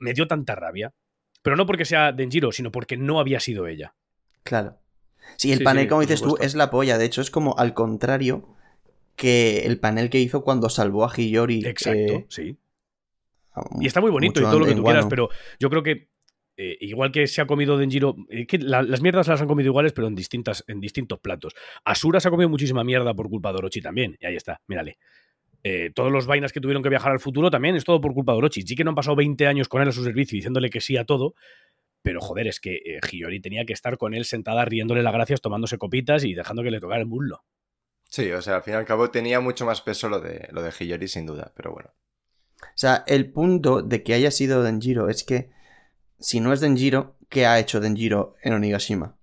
Me dio tanta rabia. Pero no porque sea Denjiro, sino porque no había sido ella. Claro. Sí, el Sí, panel, sí, como por dices tú, supuesto. es la polla. De hecho, es como al contrario que el panel que hizo cuando salvó a Hiyori. Exacto, eh, sí. a- Y está muy bonito y mucho todo lo que en tú quieras, Wano. pero yo creo que eh, igual que se ha comido Denjiro, eh, que la- las mierdas las han comido iguales, pero en, distintas, en distintos platos. Asura se ha comido muchísima mierda por culpa de Orochi también, y ahí está, mírale. Eh, todos los vainas que tuvieron que viajar al futuro también es todo por culpa de Orochi. Sí que no han pasado 20 años con él a su servicio diciéndole que sí a todo, pero joder, es que eh, Hiyori tenía que estar con él sentada riéndole las gracias, tomándose copitas y dejando que le tocara el muslo. Sí, o sea, al fin y al cabo tenía mucho más peso lo de, lo de Hiyori, sin duda, pero bueno. O sea, el punto de que haya sido Denjiro es que si no es Denjiro, ¿qué ha hecho Denjiro en Onigashima?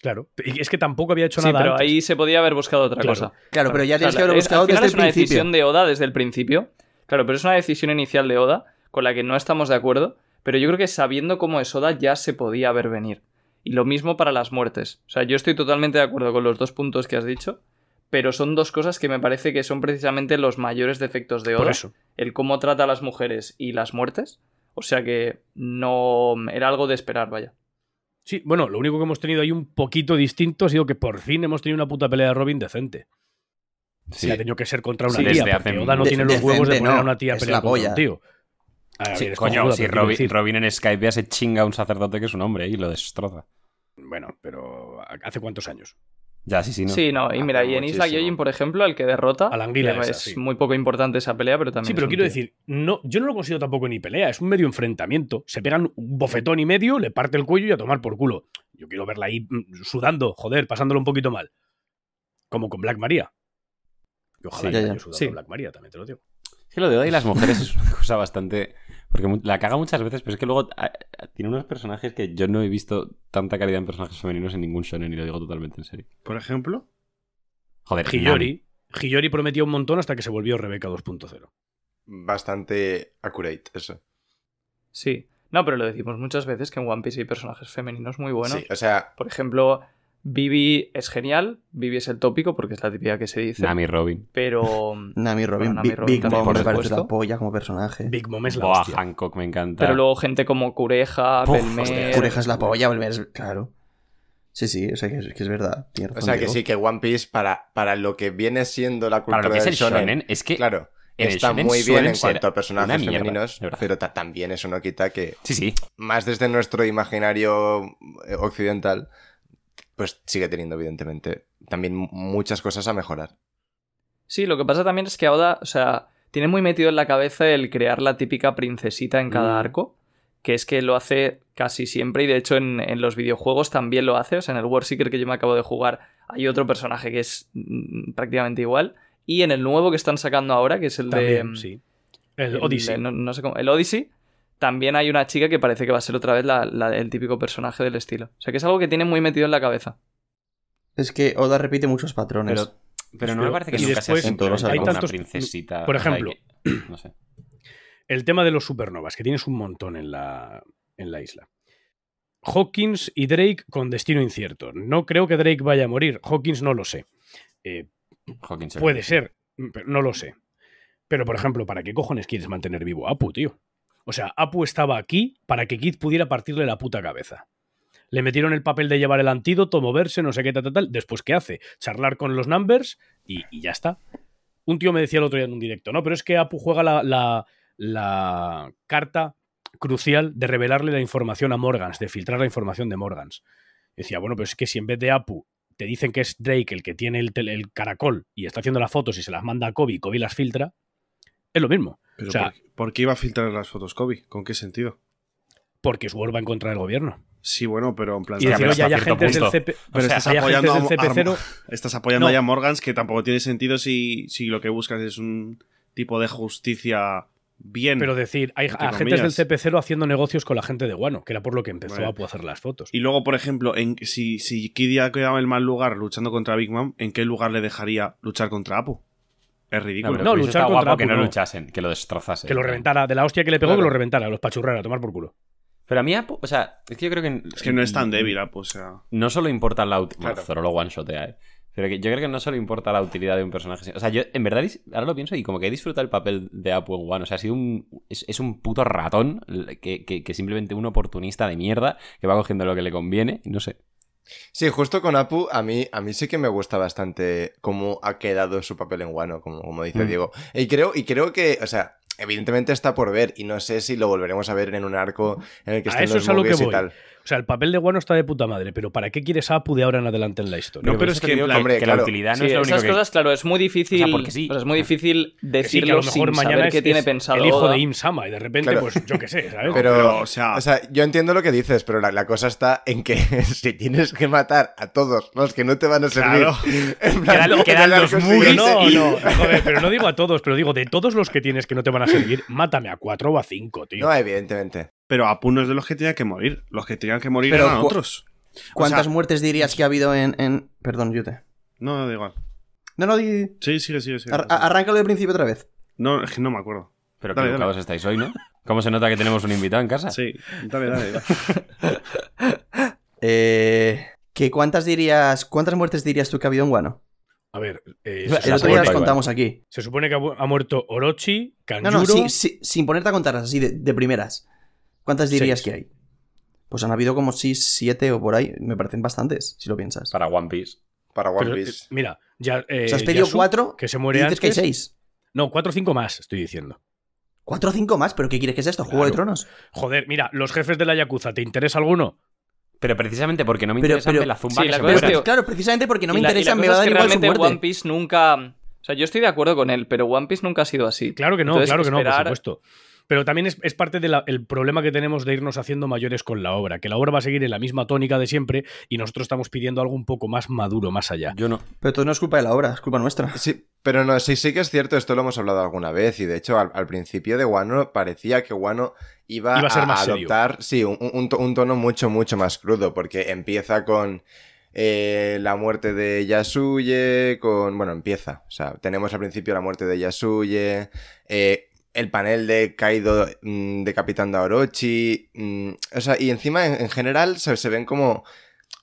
Claro, y es que tampoco había hecho Sí, nada. pero antes. ahí se podía haber buscado otra Claro. cosa. Claro, pero ya O sea, tienes que haber es- buscado al final desde es el una principio. decisión de Oda desde el principio. Claro, pero es una decisión inicial de Oda con la que no estamos de acuerdo. Pero yo creo que sabiendo cómo es Oda ya se podía ver venir. Y lo mismo para las muertes. O sea, yo estoy totalmente de acuerdo con los dos puntos que has dicho. Pero son dos cosas que me parece que son precisamente los mayores defectos de Oda Por eso. el cómo trata a las mujeres y las muertes. O sea que no era algo de esperar, vaya. Sí, bueno, lo único que hemos tenido ahí un poquito distinto ha sido que por fin hemos tenido una puta pelea de Robin decente. Sí. Y ha tenido que ser contra una Sí, tía, desde porque hace Oda no mucho tiene los tiempo. huevos de Decente poner a no, una tía a es pelear la contra un polla. tío. A ver, Sí, es Coño, cojonuda, si te quiero Robin, decir. Robin en Skype ya se chinga a un sacerdote que es un hombre y lo destroza. Bueno, pero ¿hace cuántos años? Ya, sí, sí, no. Sí, no, y hace Ah, mira, y en Isla muchísimo. Gyojin, por ejemplo, al que derrota, A la anguila que esa, es sí. muy poco importante esa pelea, pero también. Sí, es pero un quiero tío. decir, no, yo no lo considero tampoco ni pelea, es un medio enfrentamiento. Se pegan un bofetón y medio, le parte el cuello y a tomar por culo. Yo quiero verla ahí mm, sudando, joder, pasándolo un poquito mal. Como con Black Maria. Y ojalá Sí, haya ya, yo ya. sudado Sí. Black Maria, también te lo digo. Es que lo de Oda y las mujeres es una cosa bastante. Porque mu- la caga muchas veces, pero es que luego ah, ah, tiene unos personajes que yo no he visto tanta calidad en personajes femeninos en ningún shonen y lo digo totalmente en serio. Por ejemplo, Joder, Nami. Hiyori, Hiyori prometió un montón hasta que se volvió Rebeca 2.0. Bastante accurate, eso. Sí. No, pero lo decimos muchas veces que en One Piece hay personajes femeninos muy buenos. Sí, o sea, Por ejemplo, Vivi es genial, Vivi es el tópico porque es la típica que se dice. Nami Robin. Pero. Nami Robin, Bueno, Nami Big- Robin Big también, Mom por me parece supuesto. la polla como personaje. Big Mom es la Boa hostia. Hancock me encanta. Pero luego gente como Cureja, Puf, Belmer. Cureja es la polla, Belmer es... Claro. Sí, sí, o sea que es, que es verdad. tienes o razón, sea que Diego. sí, que One Piece para, para lo que viene siendo la cultura Para lo que es del el shonen, es que. claro, en el está shonen muy bien suelen en cuanto ser a personajes una mierda, femeninos, de verdad. pero ta- también eso no quita que Sí, sí. más desde nuestro imaginario eh, occidental, pues sigue teniendo evidentemente también mu- muchas cosas a mejorar. Sí, lo que pasa también es que Oda, o sea, tiene muy metido en la cabeza el crear la típica princesita en cada Mm. arco, que es que lo hace casi siempre y de hecho en, en los videojuegos también lo hace, o sea, en el War Seeker que yo me acabo de jugar hay otro personaje que es mm, prácticamente igual, y en el nuevo que están sacando ahora, que es el También, de... mm, sí. El Odyssey. de- no, no sé cómo- el Odyssey. También hay una chica que parece que va a ser otra vez la- la- el típico personaje del estilo. O sea que es algo que tiene muy metido en la cabeza. Es que Oda repite muchos patrones. Pero Pero no me Pero- parece que y nunca después sea todos simplemente hay como tantos- una princesita. por o sea, ejemplo. hay que- no sé. El tema de los supernovas, que tienes un montón en la, en la isla. Hawkins y Drake con destino incierto. No creo que Drake vaya a morir. Hawkins no lo sé. Eh, Hawking se- puede ser, mm, pero no lo sé. Pero, por ejemplo, ¿para qué cojones quieres mantener vivo a Apu, tío? O sea, Apu estaba aquí para que Kid pudiera partirle la puta cabeza. Le metieron el papel de llevar el antídoto, moverse, no sé qué, tal, tal, tal. Después, ¿qué hace? Charlar con los numbers y, y ya está. Un tío me decía el otro día en un directo, no, pero es que Apu juega la, la- la carta crucial de revelarle la información a Morgans, de filtrar la información de Morgans. Decía, bueno, pero es que si en vez de Apu te dicen que es Drake el que tiene el, tele- el caracol y está haciendo las fotos y se las manda a Kobe y Kobe las filtra, es lo mismo. Pero O sea- ¿por, por qué iba a filtrar las fotos Kobe? ¿Con qué sentido? Porque Sword va en contra del gobierno. Sí, bueno, pero en plan. Y sea, decir, pero oye, hay hasta cierto agentes del, punto. CP... Pero o sea, estás hay agentes apoyando del a- CP0 Estás apoyando No. ahí a Morgans, que tampoco tiene sentido si, si lo que buscas es un tipo de justicia bien. Pero decir, hay Entre agentes comillas. del CP0 haciendo negocios con la gente de Guano, que era por lo que empezó Vale. a poder hacer las fotos. Y luego, por ejemplo, en, si, si Kidia quedaba en el mal lugar luchando contra Big Mom, ¿en qué lugar le dejaría luchar contra Apu? Es No, ridículo. pero No, hubiese luchar estado contra guapo que Apu, no no. luchasen, que lo destrozasen. que lo reventara, de la hostia que le pegó, Claro. que lo reventara, los pachurrara, a tomar por culo. Pero a mí Apu, o sea, es que yo creo que... Es que no es tan débil Apu, o sea. No solo importa la utilidad... Claro. lo one-shotea, eh. Pero que yo creo que no solo importa la utilidad de un personaje. O sea, yo en verdad dis- ahora lo pienso y como que he disfrutado el papel de Apu en One. O sea, ha sido un. Es, es un puto ratón que, que, que simplemente un oportunista de mierda que va cogiendo lo que le conviene. y No sé. Sí, justo con Apu, a mí, a mí sí que me gusta bastante cómo ha quedado su papel en Guano, como, como dice Mm. Diego. Y creo, y creo que, o sea, evidentemente está por ver y no sé si lo volveremos a ver en un arco en el que A estén eso los es a lo que movies y voy. tal. O sea, el papel de Guano está de puta madre, pero ¿para qué quieres a Apu de ahora en adelante en la historia? No, pero es eso te que en digo plan- Hombre, que claro. la utilidad no Sí, es lo único esas que. cosas, claro, es muy difícil. O sea, porque sí. o sea, es muy difícil Que sí, que a decirlo lo mejor sin mañana saber es, qué tiene es pensado. el hijo Oda. de Im Sama y de repente, Claro. pues yo qué sé, ¿sabes? Pero, pero, o sea- o sea, yo entiendo lo que dices, pero la, la cosa está en que si tienes que matar a todos los que no te van a servir, Claro. en Quedan- luego quedan en el los arco muy- Pero siguiente- no, no, joder, pero no digo a todos, pero digo de todos los que tienes que no te van a servir, mátame a cuatro o a cinco, tío. No, evidentemente. Pero Apu no es de los que tenía que morir. Los que tenían que morir Pero eran cu- otros. ¿Cuántas O sea- muertes dirías que ha habido en. en- Perdón, Yute. No, no, da igual. No, no, di- di- Sí, sigue, sigue, sigue. ar- a- arráncalo del principio otra vez. No, es que no me acuerdo. Pero qué Dale, dale. educados estáis hoy, ¿no? ¿Cómo se nota que tenemos un invitado en casa? Sí, dale, dale. dale. Eh, ¿que ¿Cuántas dirías. ¿Cuántas muertes dirías tú que ha habido en Guano? A ver, eh, Las se, El otro muertes, día las igual. contamos aquí. ¿eh? se supone que ha, mu- ha muerto Orochi, No, Kanjuro... no, sí- sí- sin ponerte a contarlas así de, de primeras. ¿Cuántas dirías Seis. que hay? Pues han habido como sí, siete o por ahí. Me parecen bastantes, si lo piensas. Para One Piece. Para One pero, eh, Piece. mira, ya... eh, o sea, has pedido Yasu, cuatro Que se y muere dices que hay antes. seis. No, cuatro o cinco más, estoy diciendo. Cuatro o cinco más, pero ¿qué quieres que sea esto? ¿Juego de Claro. Tronos? Joder, mira, los jefes de la Yakuza, ¿te interesa alguno? Pero precisamente porque no me Pero- interesa pero- la zumba Sí, que la se cosa es muera. Pero, claro, precisamente porque no me Y la- y la interesa, me cosa va a es dar que igual su realmente muerte. One Piece nunca. O sea, yo estoy de acuerdo con él, pero One Piece nunca ha sido así. Claro que no, Entonces, claro que no, esperar- por supuesto. Pero también es, es parte del problema que tenemos de irnos haciendo mayores con la obra, que la obra va a seguir en la misma tónica de siempre y nosotros estamos pidiendo algo un poco más maduro, más allá. Yo no. Pero todo no es culpa de la obra, es culpa nuestra. Sí, pero no, sí, sí que es cierto, esto lo hemos hablado alguna vez, y de hecho al, al principio de Wano parecía que Wano iba, Iba a ser más serio. adoptar sí, un, un to- un tono mucho, mucho más crudo, porque empieza con eh, la muerte de Yasuye, con... Bueno, empieza, o sea, tenemos al principio la muerte de Yasuye, eh, el panel de Kaido mm, decapitando a Orochi, mm, o sea, y encima en, en general se, se ven como...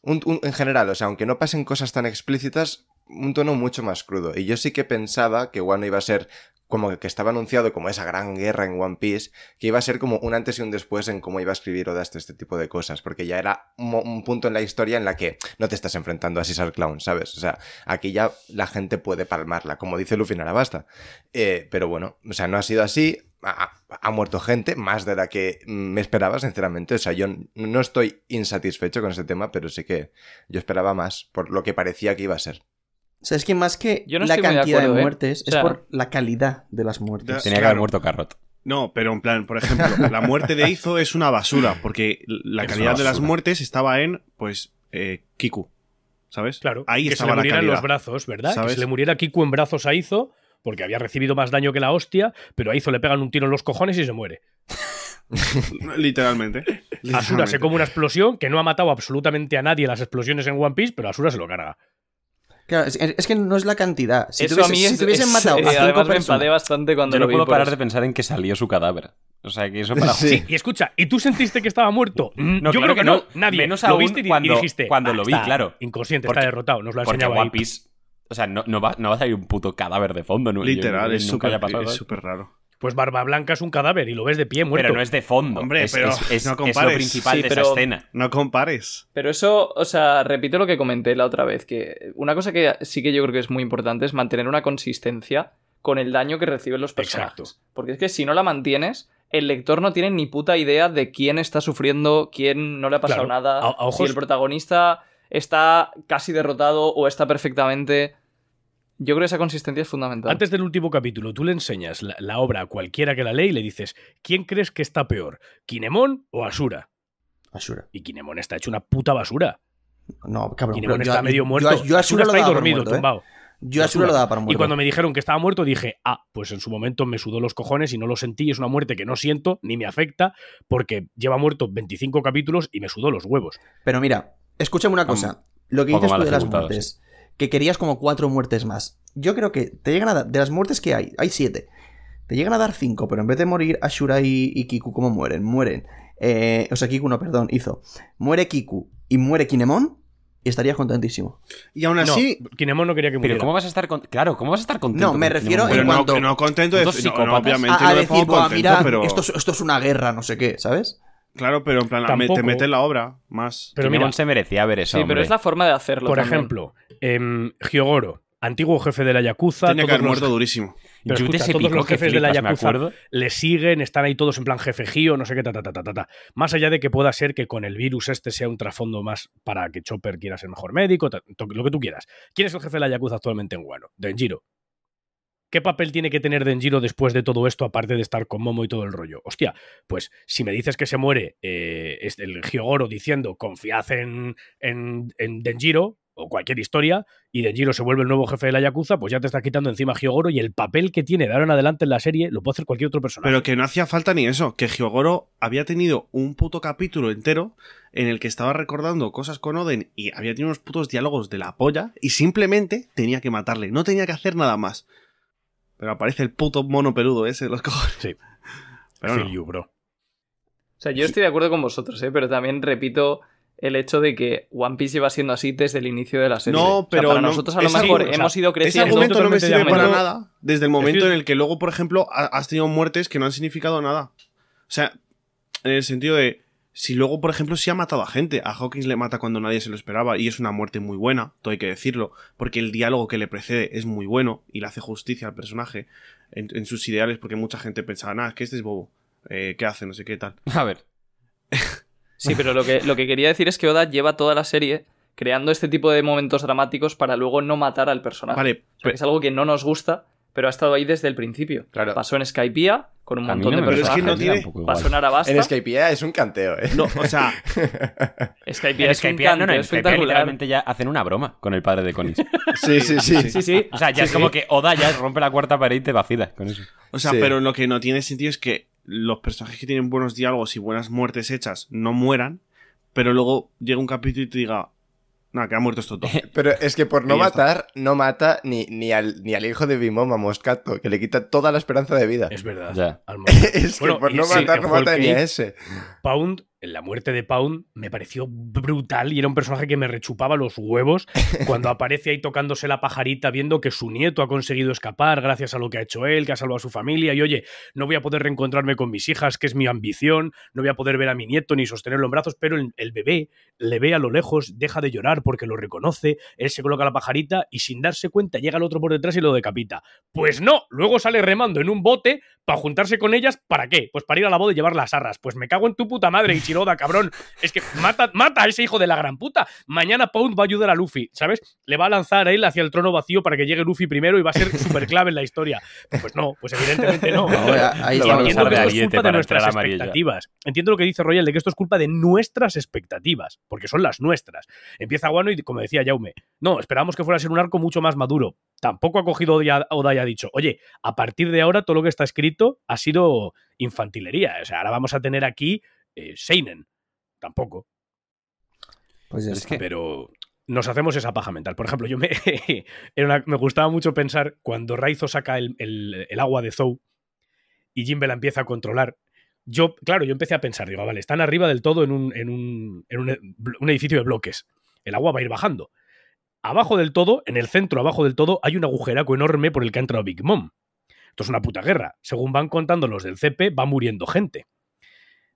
un- un- en general, o sea, aunque no pasen cosas tan explícitas, un tono mucho más crudo. Y yo sí que pensaba que Wano iba a ser como que estaba anunciado como esa gran guerra en One Piece, que iba a ser como un antes y un después en cómo iba a escribir Oda este, este tipo de cosas, porque ya era un, mo- un punto en la historia en la que no te estás enfrentando a Caesar Clown, ¿sabes? O sea, aquí ya la gente puede palmarla, como dice Luffy en Arabasta. Eh, pero bueno, o sea, no ha sido así, ha, ha muerto gente, más de la que mm, me esperaba, sinceramente. O sea, yo n- no estoy insatisfecho con este tema, pero sí que yo esperaba más por lo que parecía que iba a ser. O sea, es que más que Yo no la estoy muy de cantidad de, acuerdo, ¿eh? muertes, O sea- es por la calidad de las muertes. Tenía que Claro. haber muerto Carrot. No, pero en plan, por ejemplo, la muerte de Izo es una basura, porque la Es calidad una de las basura. muertes estaba en, pues, eh, Kiku. ¿Sabes? Claro, Ahí que se le estaba la murieran calidad. los brazos, ¿verdad? ¿Sabes? Que se le muriera Kiku en brazos a Izo, porque había recibido más daño que la hostia, pero a Izo le pegan un tiro en los cojones y se muere. Literalmente. Asura se Literalmente. come una explosión que no ha matado absolutamente a nadie en las explosiones en One Piece, pero Asura se lo carga. Claro, es, es que no es la cantidad. Si, Eso tuviese- a mí si es, te hubiesen es- matado eh, a cinco además me enfadé personas. bastante cuando Yo no lo vi pues- puedo por parar eso. de pensar en que salió su cadáver. O sea, que eso para... Sí. Y escucha, ¿y tú sentiste que estaba muerto? Mm, No, Yo claro creo que que no. no. Nadie. Menos lo aún viste y, di- y cuando- dijiste. cuando "Ah, lo vi, está claro". Inconsciente, Porque- está derrotado. Nos lo Porque One enseñaba ahí. Piece... O sea, no, no va, no va a salir un puto cadáver de fondo. No, Literal, Yo- es nunca súper haya pasado. es súper raro. Pues Barba Blanca es un cadáver y lo ves de pie muerto. Pero no es de fondo. Hombre, es, pero es- es- no es lo compares. principal Sí, de pero- esa escena. No compares. Pero eso, o sea, repito lo que comenté la otra vez, que una cosa que sí que yo creo que es muy importante es mantener una consistencia con el daño que reciben los personajes. Exacto. Porque es que si no la mantienes, el lector no tiene ni puta idea de quién está sufriendo, quién no le ha pasado Claro. nada, A- a ojos- si el protagonista está casi derrotado o está perfectamente... Yo creo que esa consistencia es fundamental. Antes del último capítulo, tú le enseñas la, la obra a cualquiera que la lee y le dices, ¿quién crees que está peor? ¿Kinemon o Asura? Ashura. Y Kinemon está hecho una puta basura. No, cabrón. Kinemon pero yo- está yo- medio yo- muerto. Yo, Ashura está lo ahí daba por dormido, muerto, ¿eh? tumbado. Yo Ashura lo daba para Y muerto. cuando me dijeron que estaba muerto, dije, ah, pues en su momento me sudó los cojones y no lo sentí. Es una muerte que no siento ni me afecta porque lleva muerto 25 capítulos y me sudó los huevos. Pero mira, escúchame una cosa. Lo que poco dices tú mal de las ejecutado, muertes, que querías como cuatro muertes más. Yo creo que te llegan a dar, de las muertes que hay, hay siete. Te llegan a dar cinco, pero en vez de morir Ashura y, y Kiku, ¿cómo mueren? Mueren. eh, o sea, Kiku no, perdón, hizo. Muere Kiku y muere Kinemon y estarías contentísimo. Y aún así, Kinemon no quería que muriera. Pero ¿cómo vas a estar con... Claro, ¿cómo vas a estar contento? No, me con este refiero Kinemon? pero en no, cuanto- no contento de dos no, no, psicópatas. obviamente A, a no me decir, pongo "Buah, contento, mira, pero esto, es, esto es una guerra, no sé qué, ¿sabes? claro, pero en plan a me- te Tampoco. mete en la obra más. Pero Kinemon mira, se merecía ver eso, sí, pero hombre. es la forma de hacerlo. por también. ejemplo, em, Hyogoro, antiguo jefe de la Yakuza, Tenía que todos haber los muerto durísimo. Pero Yute escucha, se todos picó los que jefes de la flipas, me Yakuza acuerdo. le siguen, están ahí todos en plan jefe Gio, no sé qué, ta, ta, ta, ta, ta, ta. Más allá de que pueda ser que con el virus este sea un trasfondo más para que Chopper quiera ser mejor médico, ta- to- lo que tú quieras. ¿Quién es el jefe de la Yakuza actualmente en Wano? Denjiro. ¿Qué papel tiene que tener Denjiro después de todo esto, aparte de estar con Momo y todo el rollo? Hostia, pues si me dices que se muere eh, este- el Hyogoro diciendo confiad en, en, en Denjiro o cualquier historia, y Denjiro se vuelve el nuevo jefe de la Yakuza, pues ya te está quitando encima a Hyogoro y el papel que tiene de ahora en adelante en la serie lo puede hacer cualquier otro personaje. Pero que no hacía falta ni eso, que Hyogoro había tenido un puto capítulo entero en el que estaba recordando cosas con Oden y había tenido unos putos diálogos de la polla y simplemente tenía que matarle, no tenía que hacer nada más. Pero aparece el puto mono peludo ese de los cojones. Sí. Pero Feel no. you, bro. O sea, yo estoy de acuerdo con vosotros, ¿eh? pero también repito el hecho de que One Piece lleva siendo así desde el inicio de la serie. No, O sea, pero para no- nosotros a lo es que- mejor o sea, hemos ido Ese creciendo. argumento no me totalmente sirve de para acuerdo. nada desde el momento Estoy- en el que luego, por ejemplo, ha- has tenido muertes que no han significado nada. O sea, en el sentido de, si luego, por ejemplo, sí ha matado a gente, a Hawkins le mata cuando nadie se lo esperaba y es una muerte muy buena, todo hay que decirlo, porque el diálogo que le precede es muy bueno y le hace justicia al personaje en, en sus ideales, porque mucha gente pensaba, nada, es que este es bobo, eh, ¿qué hace? No sé qué tal. A ver, Sí, pero lo que, lo que quería decir es que Oda lleva toda la serie creando este tipo de momentos dramáticos para luego no matar al personaje. Vale, O sea, que es algo que no nos gusta, pero ha estado ahí desde el principio. Claro. Pasó en Skypiea con un a mí no montón me de pero es personajes. que no tiene- Pasó en Arabasta. En Skypiea es un canteo, ¿eh? no, o sea, Skypiea En es un Skypiea, canto, no, no, en es Skypiea espectacular. literalmente ya hacen una broma con el padre de Conis. Sí, sí, sí. Sí, sí. O sea, ya es como que Oda ya rompe la cuarta pared y te vacila con eso. O sea, Sí. pero lo que no tiene sentido es que los personajes que tienen buenos diálogos y buenas muertes hechas no mueran, pero luego llega un capítulo y te diga, nada, que han muerto estos dos. Pero es que por no Y ya está. matar, no mata ni, ni, al, ni al hijo de Bimoma Moscato, que le quita toda la esperanza de vida. Es verdad. Ya. Al momento. Es que Bueno, por y no sí, matar, en no mata Whole ni a Cake- ese. Pound, la muerte de Pound me pareció brutal y era un personaje que me rechupaba los huevos cuando aparece ahí tocándose la pajarita viendo que su nieto ha conseguido escapar gracias a lo que ha hecho él, que ha salvado a su familia y oye, no voy a poder reencontrarme con mis hijas, que es mi ambición, no voy a poder ver a mi nieto ni sostenerlo en brazos, pero el, el bebé le ve a lo lejos, deja de llorar porque lo reconoce, él se coloca la pajarita y sin darse cuenta llega el otro por detrás y lo decapita. Pues no, luego sale remando en un bote para juntarse con ellas, ¿para qué? Pues para ir a la boda y llevar las arras. Pues me cago en tu puta madre, Ichiroda, cabrón. Es que mata, mata a ese hijo de la gran puta. Mañana Pound va a ayudar a Luffy, ¿sabes? Le va a lanzar a él hacia el trono vacío para que llegue Luffy primero y va a ser súper clave en la historia. Pues no, pues evidentemente no. No, eh, ahí Lo Y van a usar entiendo estamos. que esto es ariete culpa de para nuestras entrar amarilla. expectativas. Entiendo lo que dice Royal, de que esto es culpa de nuestras expectativas, porque son las nuestras. Empieza Guano y, como decía Jaume, no, esperábamos que fuera a ser un arco mucho más maduro. Tampoco ha cogido Oda Oda y ha dicho, oye, a partir de ahora todo lo que está escrito ha sido infantilería. O sea, ahora vamos a tener aquí eh, Seinen. Tampoco. Pues ya Es está. que- Pero nos hacemos esa paja mental. Por ejemplo, yo me, era una- me gustaba mucho pensar cuando Raizo saca el, el- el agua de Zou y Jimbe la empieza a controlar. Yo, claro, yo empecé a pensar, digo, "Ah, vale, están arriba del todo en un, en un- en un e- blo- un edificio de bloques. El agua va a ir bajando. Abajo del todo, en el centro, abajo del todo, hay un agujeraco enorme por el que ha entrado Big Mom. Esto es una puta guerra. Según van contando los del CP, va muriendo gente.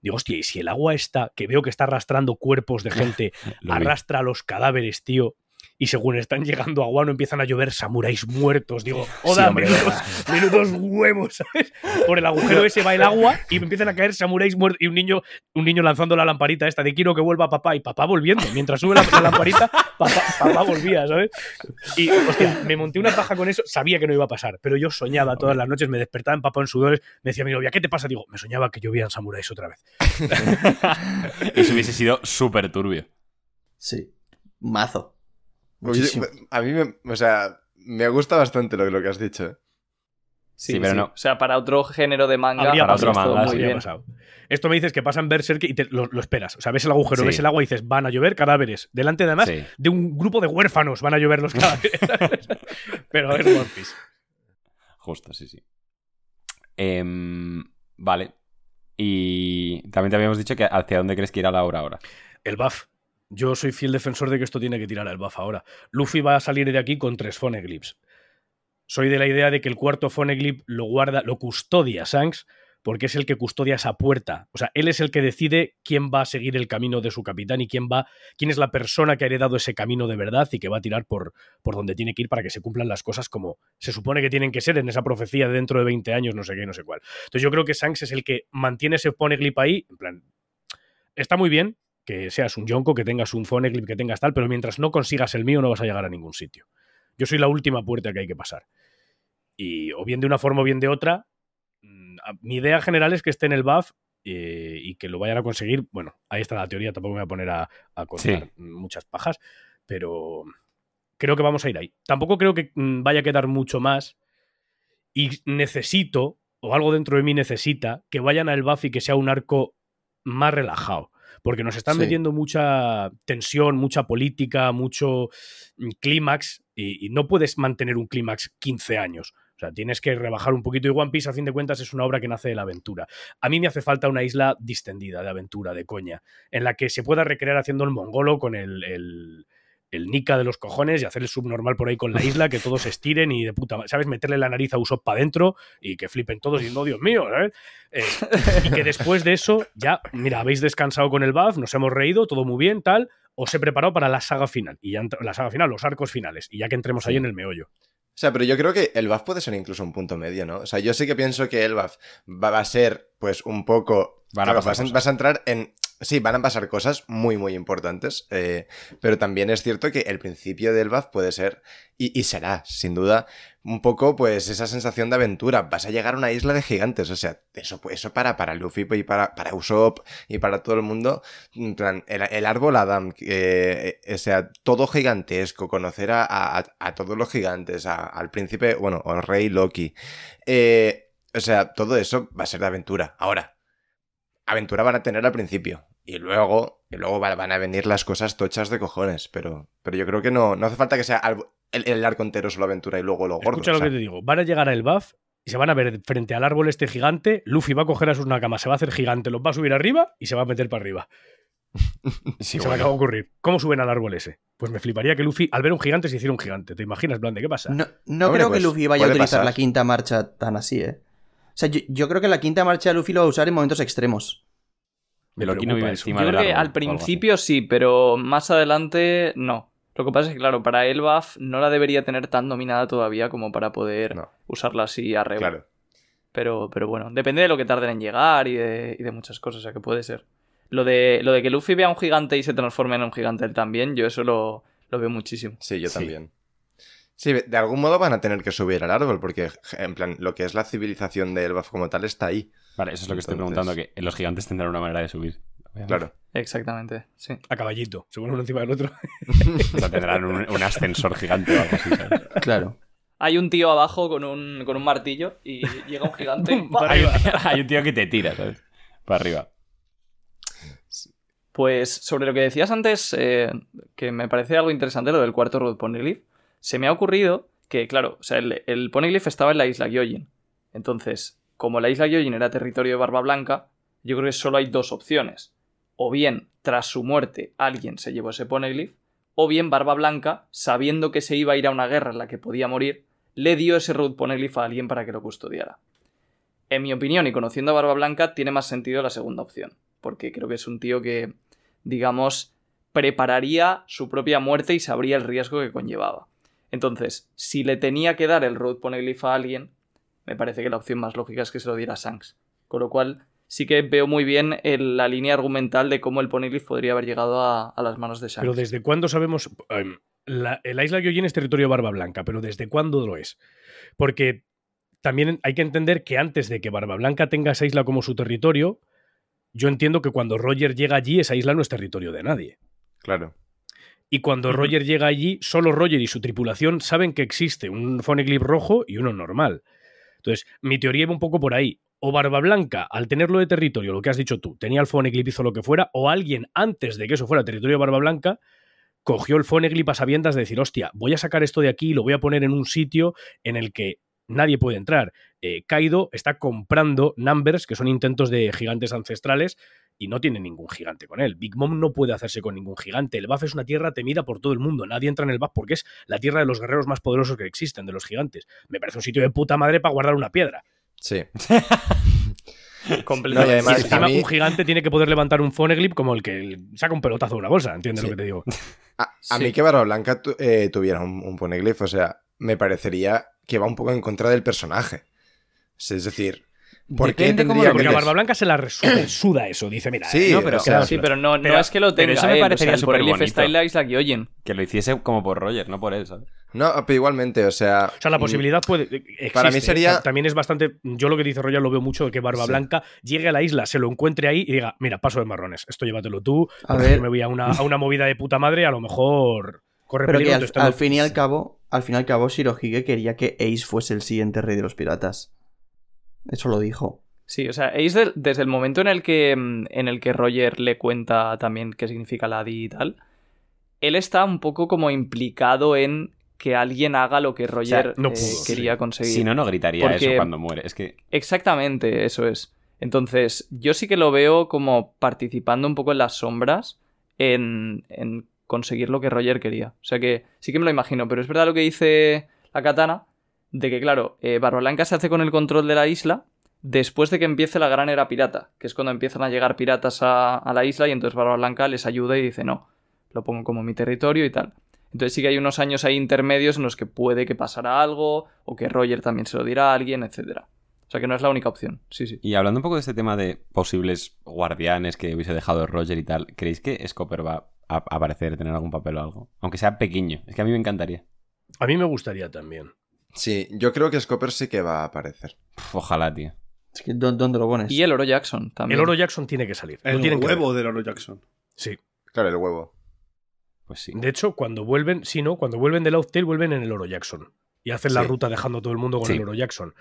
Digo, hostia, y si el agua está, que veo que está arrastrando cuerpos de gente Lo vi. arrastra los cadáveres, tío. Y según están llegando a Guano empiezan a llover samuráis muertos. Digo, Sí, Oda, hombre, menudos, menudos huevos, ¿sabes? Por el agujero ese va el agua y empiezan a caer samuráis muertos. Y un niño, un niño lanzando la lamparita esta de quiero que vuelva papá y papá volviendo. Mientras sube la, la lamparita, papá, papá volvía, ¿sabes? Y, hostia, me monté una paja con eso. Sabía que no iba a pasar, pero yo soñaba todas las noches, me despertaba empapado en sudores. Me decía mi novia, ¿qué te pasa? Digo, me soñaba que llovían samuráis otra vez. Eso hubiese sido súper turbio. Sí. Mazo. Oye, Muchísimo. a mí me, o sea, me gusta bastante lo, lo que has dicho. ¿eh? Sí, pero no. O sea, para otro género de manga, Habría para pasado, otro esto manga, muy habría bien. pasado. Esto me dices que pasan Berserk y te lo, lo esperas. O sea, ves el agujero, Sí. ves el agua y dices, van a llover cadáveres. Delante, además, Sí. de un grupo de huérfanos van a llover los cadáveres. Pero es One Piece. Justo, sí, sí. Em, vale. Y también te habíamos dicho que hacia dónde crees que irá la obra ahora. El buff. Yo soy fiel defensor de que esto tiene que tirar al buff ahora. Luffy va a salir de aquí con tres Phoneglyphs. Soy de la idea de que el cuarto Phoneglyph lo guarda, lo custodia Shanks, porque es el que custodia esa puerta. O sea, él es el que decide quién va a seguir el camino de su capitán y quién va, quién es la persona que ha heredado ese camino de verdad y que va a tirar por, por donde tiene que ir para que se cumplan las cosas como se supone que tienen que ser en esa profecía de dentro de 20 años, no sé qué, no sé cuál. Entonces yo creo que Shanks es el que mantiene ese Phoneglyph ahí, en plan, está muy bien, que seas un yonko, que tengas un foneclip, que tengas tal, pero mientras no consigas el mío no vas a llegar a ningún sitio. Yo soy la última puerta que hay que pasar. Y o bien de una forma o bien de otra, mm, a- mi idea general es que esté en el buff eh, y que lo vayan a conseguir. Bueno, ahí está la teoría, tampoco me voy a poner a, a contar Sí. muchas pajas, pero creo que vamos a ir ahí. Tampoco creo que mm, vaya a quedar mucho más y necesito, o algo dentro de mí necesita, que vayan al buff y que sea un arco más relajado. Porque nos están Sí. metiendo mucha tensión, mucha política, mucho mm, clímax. Y, y no puedes mantener un clímax 15 años. O sea, tienes que rebajar un poquito. Y One Piece, a fin de cuentas, es una obra que nace de la aventura. A mí me hace falta una isla distendida, de aventura, de coña, en la que se pueda recrear haciendo el mongolo con el, el, el nica de los cojones y hacer el subnormal por ahí con la isla, que todos se estiren y de puta ma- ¿sabes? Meterle la nariz a Usopp para adentro y que flipen todos y no, Dios mío, ¿sabes? Eh, y que después de eso, ya, mira, habéis descansado con el buff, nos hemos reído, todo muy bien, tal. Os he preparado para la saga final. Y ya entra- la saga final, los arcos finales. Y ya que entremos ahí en el meollo. O sea, pero yo creo que el buff puede ser incluso un punto medio, ¿no? O sea, yo sí que pienso que el buff va, va a ser, pues, un poco. Van a Claro, pasar vas, cosas. vas a entrar en. Sí, van a pasar cosas muy, muy importantes. eh, pero también es cierto que el principio del buff puede ser, y, y será, sin duda, un poco, pues, esa sensación de aventura. Vas a llegar a una isla de gigantes. O sea, eso, eso para, para Luffy y para, para Usopp y para todo el mundo. En plan, el, el árbol Adam, que, eh, o sea, todo gigantesco, conocer a, a- a todos los gigantes, a- al príncipe, bueno, al rey Loki. Eh, o sea, todo eso va a ser de aventura. Ahora, aventura van a tener al principio. Y luego, y luego va- van a venir las cosas tochas de cojones. Pero, pero yo creo que no, no hace falta que sea al- el, el arco entero solo aventura y luego lo gordo. Escucha lo o sea. que te digo. Van a llegar al buff y se van a ver frente al árbol este gigante. Luffy va a coger a sus nakamas, se va a hacer gigante, los va a subir arriba y se va a meter para arriba. Sí, Y se me acaba de ocurrir. ¿Cómo suben al árbol ese? Pues me fliparía que Luffy, al ver un gigante, se hiciera un gigante. ¿Te imaginas, en plan, de qué pasa? No, no Hombre, creo pues, que Luffy vaya a puede utilizar pasar. la quinta marcha tan así, ¿eh? O sea, yo, yo creo que la quinta marcha de Luffy lo va a usar en momentos extremos. Me Pero aquí no preocupa vive eso. encima Yo del creo que árbol, al o algo así. principio sí, pero más adelante no. Lo que pasa es que, claro, para el buff no la debería tener tan dominada todavía como para poder No. usarla así a reo. Claro. Pero, pero bueno, depende de lo que tarden en llegar y de, y de muchas cosas, o sea que puede ser. Lo de, lo de que Luffy vea un gigante y se transforme en un gigante él también, yo eso lo, lo veo muchísimo. Sí, yo Sí. también. Sí, de algún modo van a tener que subir al árbol, porque en plan, lo que es la civilización de Elbaf como tal está ahí. Vale, eso es lo que estoy Entonces- preguntando, que los gigantes tendrán una manera de subir. obviamente. Claro. Exactamente, sí. A caballito, se ponen uno encima del otro. O sea, tendrán un, un ascensor gigante o algo así, ¿sabes? Claro. Hay un tío abajo con un, con un martillo y llega un gigante. y Pum, ¡pa! para Hay arriba. un, tío, hay un tío que te tira, ¿sabes? Para arriba. Pues sobre lo que decías antes, eh, que me parece algo interesante lo del cuarto road poneglyph, se me ha ocurrido que, claro, o sea, el, el poneglyph estaba en la isla Gyojin. Entonces, como la isla Gyojin era territorio de Barba Blanca, yo creo que solo hay dos opciones. O bien, tras su muerte, alguien se llevó ese poneglyph, o bien Barba Blanca, sabiendo que se iba a ir a una guerra en la que podía morir, le dio ese road poneglyph a alguien para que lo custodiara. En mi opinión, y conociendo a Barba Blanca, tiene más sentido la segunda opción, porque creo que es un tío que, digamos, prepararía su propia muerte y sabría el riesgo que conllevaba. Entonces, si le tenía que dar el road poneglyph a alguien, me parece que la opción más lógica es que se lo diera a Shanks. Con lo cual, sí que veo muy bien el- la línea argumental de cómo el poneglyph podría haber llegado a, a las manos de Shanks. Pero ¿desde cuándo sabemos? em, la, la isla Gyojin es territorio de Barba Blanca, pero ¿desde cuándo lo es? Porque también hay que entender que antes de que Barba Blanca tenga esa isla como su territorio, yo entiendo que cuando Roger llega allí, esa isla no es territorio de nadie. Claro. Y cuando Roger llega allí, solo Roger y su tripulación saben que existe un foneglyph rojo y uno normal. Entonces, mi teoría va un poco por ahí. O Barba Blanca, al tenerlo de territorio, lo que has dicho tú, tenía el foneglyph, hizo lo que fuera, o alguien antes de que eso fuera territorio de Barba Blanca, cogió el foneglyph a sabiendas de decir, hostia, voy a sacar esto de aquí y lo voy a poner en un sitio en el que nadie puede entrar. Eh, Kaido está comprando numbers, que son intentos de gigantes ancestrales, y no tiene ningún gigante con él. Big Mom no puede hacerse con ningún gigante. El Buff es una tierra temida por todo el mundo. Nadie entra en el Buff porque es la tierra de los guerreros más poderosos que existen, de los gigantes. Me parece un sitio de puta madre para guardar una piedra. Sí. Completamente. No, y además- y encima a mí- un gigante tiene que poder levantar un Foneglyph como el que el- saca un pelotazo de una bolsa, ¿entiendes Sí. lo que te digo? A, a mí que Barba Blanca tu- eh, tuviera un, un poneglyph, o sea, me parecería que va un poco en contra del personaje. O sea, Es decir, ¿por Depende qué cómo tendría lo Porque que a mires. Barba Blanca se la resuda, suda eso, dice, mira, eh, Sí, no, pero- o sea, Sí, pero no, no Pero- es que lo pero tenga. eso me eh, parecería o sea, el poneglyph superbonito. está en la isla Gyojin. Que lo hiciese como por Roger, no por él, ¿sabes? no, pero igualmente, o sea... O sea, la mm, posibilidad puede. existe. Para mí sería- También es bastante. Yo lo que dice Royal lo veo mucho: de que Barba Sí. Blanca llegue a la isla, se lo encuentre ahí y diga, mira, paso de marrones, esto llévatelo tú. A porque ver. yo Pues me voy a una, a una movida de puta madre, a lo mejor corre Pero que peligro. al, entonces tengo- al fin y al cabo, al fin y al cabo, Shirohige quería que Ace fuese el siguiente rey de los piratas. Eso lo dijo. Sí, o sea, Ace del- desde el momento en el que mm, en el que Roger le cuenta también qué significa la D y tal, él está un poco como implicado en que alguien haga lo que Roger no eh, pudo, quería conseguir. Si no, no gritaría Porque- eso cuando muere. Es que Exactamente, eso es. Entonces, yo sí que lo veo como participando un poco en las sombras en, en conseguir lo que Roger quería. O sea que sí que me lo imagino, pero es verdad lo que dice la katana, de que claro, eh, Barba Blanca se hace con el control de la isla después de que empiece la gran era pirata, que es cuando empiezan a llegar piratas a, a la isla y entonces Barba Blanca les ayuda y dice, no, lo pongo como mi territorio y tal. Entonces sí que hay unos años ahí intermedios en los que puede que pasara algo o que Roger también se lo dirá a alguien, etcétera. O sea que no es la única opción. Sí, sí. Y hablando un poco de este tema de posibles guardianes que hubiese dejado Roger y tal, ¿creéis que Scopper va a aparecer, tener algún papel o algo? Aunque sea pequeño, es que a mí me encantaría. A mí me gustaría también. Sí, yo creo que Scopper sí que va a aparecer. Pf, ojalá, tío. Es que, ¿dó- ¿Dónde lo pones? Y el Oro Jackson también. El Oro Jackson tiene que salir. lo El tienen que huevo ver. del Oro Jackson. Sí. Claro, el huevo. Pues sí. De hecho, cuando vuelven, si no, cuando vuelven del Outtail, vuelven en el Oro Jackson. Y hacen la Sí. ruta dejando a todo el mundo con Sí. el Oro Jackson.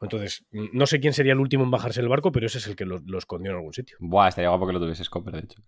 Entonces, mm, no sé quién sería el último en bajarse el barco, pero ese es el que lo, lo escondió en algún sitio. Buah, estaría guapo que lo tuviese Scopper, de hecho.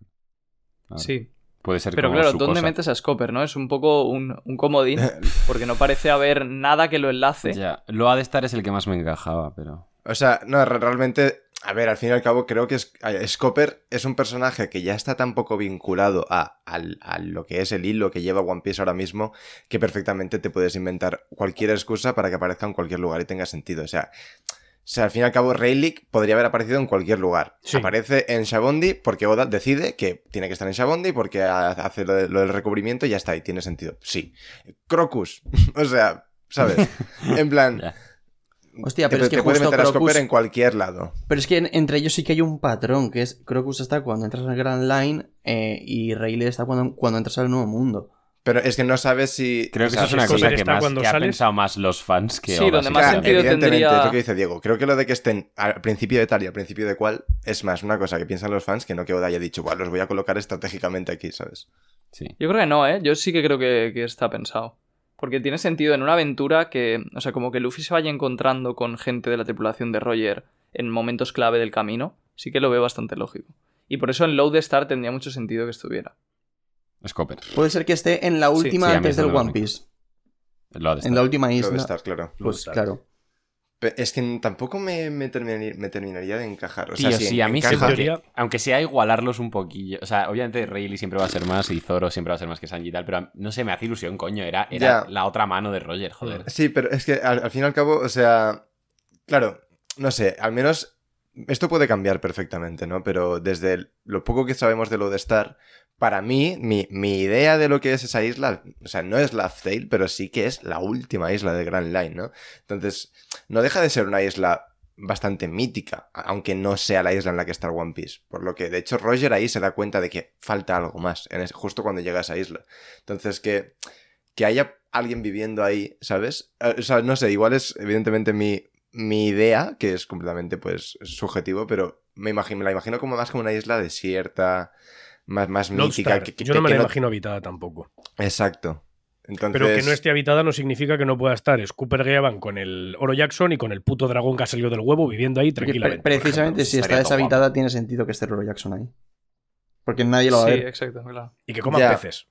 A ver, Sí. Puede ser Pero como claro, su ¿dónde cosa. metes a Scopper, no? Es un poco un, un comodín, porque no parece haber nada que lo enlace. Ya, lo ha de estar es el que más me encajaba, pero. O sea, no, re- realmente, a ver, al fin y al cabo creo que es- a- Scopper es un personaje que ya está tan poco vinculado a, al- a lo que es el hilo que lleva One Piece ahora mismo, que perfectamente te puedes inventar cualquier excusa para que aparezca en cualquier lugar y tenga sentido. O sea, o sea al fin y al cabo Rayleigh podría haber aparecido en cualquier lugar. Sí. Aparece en Shabondi porque Oda decide que tiene que estar en Shabondi porque ha- hace lo, de- lo del recubrimiento y ya está, y tiene sentido. Sí. Crocus, o sea, ¿sabes? En plan... Ya. Te, Hostia, pero es que te puede justo meter a Scopper Crocus... en cualquier lado. Pero es que en- entre ellos sí que hay un patrón, que es Crocus está cuando entras al Grand Line eh, y Rayleigh está cuando, cuando entras al Nuevo Mundo. Pero es que no sabes si. Creo o que sea, eso es una Scopper cosa que, está más, cuando que ha sales- pensado más los fans que. Sí, Oda, donde o sea, más sinceramente. sentido evidentemente, tendría- es lo que dice Diego. Creo que lo de que estén al principio de tal y al principio de cual es más una cosa que piensan los fans que no que Oda haya dicho, bueno, los voy a colocar estratégicamente aquí, ¿sabes? Sí. Yo creo que no, ¿eh? Yo sí que creo que, que está pensado. Porque tiene sentido en una aventura que, o sea, como que Luffy se vaya encontrando con gente de la tripulación de Roger en momentos clave del camino, sí que lo veo bastante lógico. Y por eso en Load Star tendría mucho sentido que estuviera. Scoper. Puede ser que esté en la Sí, última sí, a mí antes eso del no me One Piece. Lo ha de En la estar. última Lo de isla. estar, claro. Pues claro. Pe- Es que tampoco me, me, terminari- me terminaría de encajar. O sea, Tío, sí, sí, a mí sí, encaja. porque- Teoría- aunque sea igualarlos un poquillo. O sea, obviamente Rayleigh siempre va a ser más y Zoro siempre va a ser más que Sanji y tal, pero a- no sé, me hace ilusión, coño. Era, era Ya. la otra mano de Roger, joder. Sí, pero es que al, al fin y al cabo, o sea, claro, no sé, al menos esto puede cambiar perfectamente, ¿no? Pero desde el- lo poco que sabemos de lo de Star, para mí, mi, mi idea de lo que es esa isla, o sea, no es Laugh Tale, pero sí que es la última isla de Grand Line, ¿no? Entonces, no deja de ser una isla bastante mítica, a- aunque no sea la isla en la que está One Piece. Por lo que, de hecho, Roger ahí se da cuenta de que falta algo más, en ese- justo cuando llega a esa isla. Entonces, que que haya alguien viviendo ahí, ¿sabes? Eh, O sea, no sé, igual es evidentemente mi, mi idea, que es completamente pues subjetivo, pero me, imagino, me la imagino como más como una isla desierta, más, más mítica. Lodestar. Que, que- Yo no me que la imagino habitada tampoco. Exacto. Entonces, Pero que no esté habitada no significa que no pueda estar Scooper Geaban con el Oro Jackson y con el puto dragón que ha salido del huevo viviendo ahí Porque pre- tranquilamente. por precisamente ejemplo. si está Estaría todo deshabitada, tiene sentido que esté Loro Jackson ahí. Porque nadie lo va Sí, a ver. exacto, claro. Y que coman Ya. peces.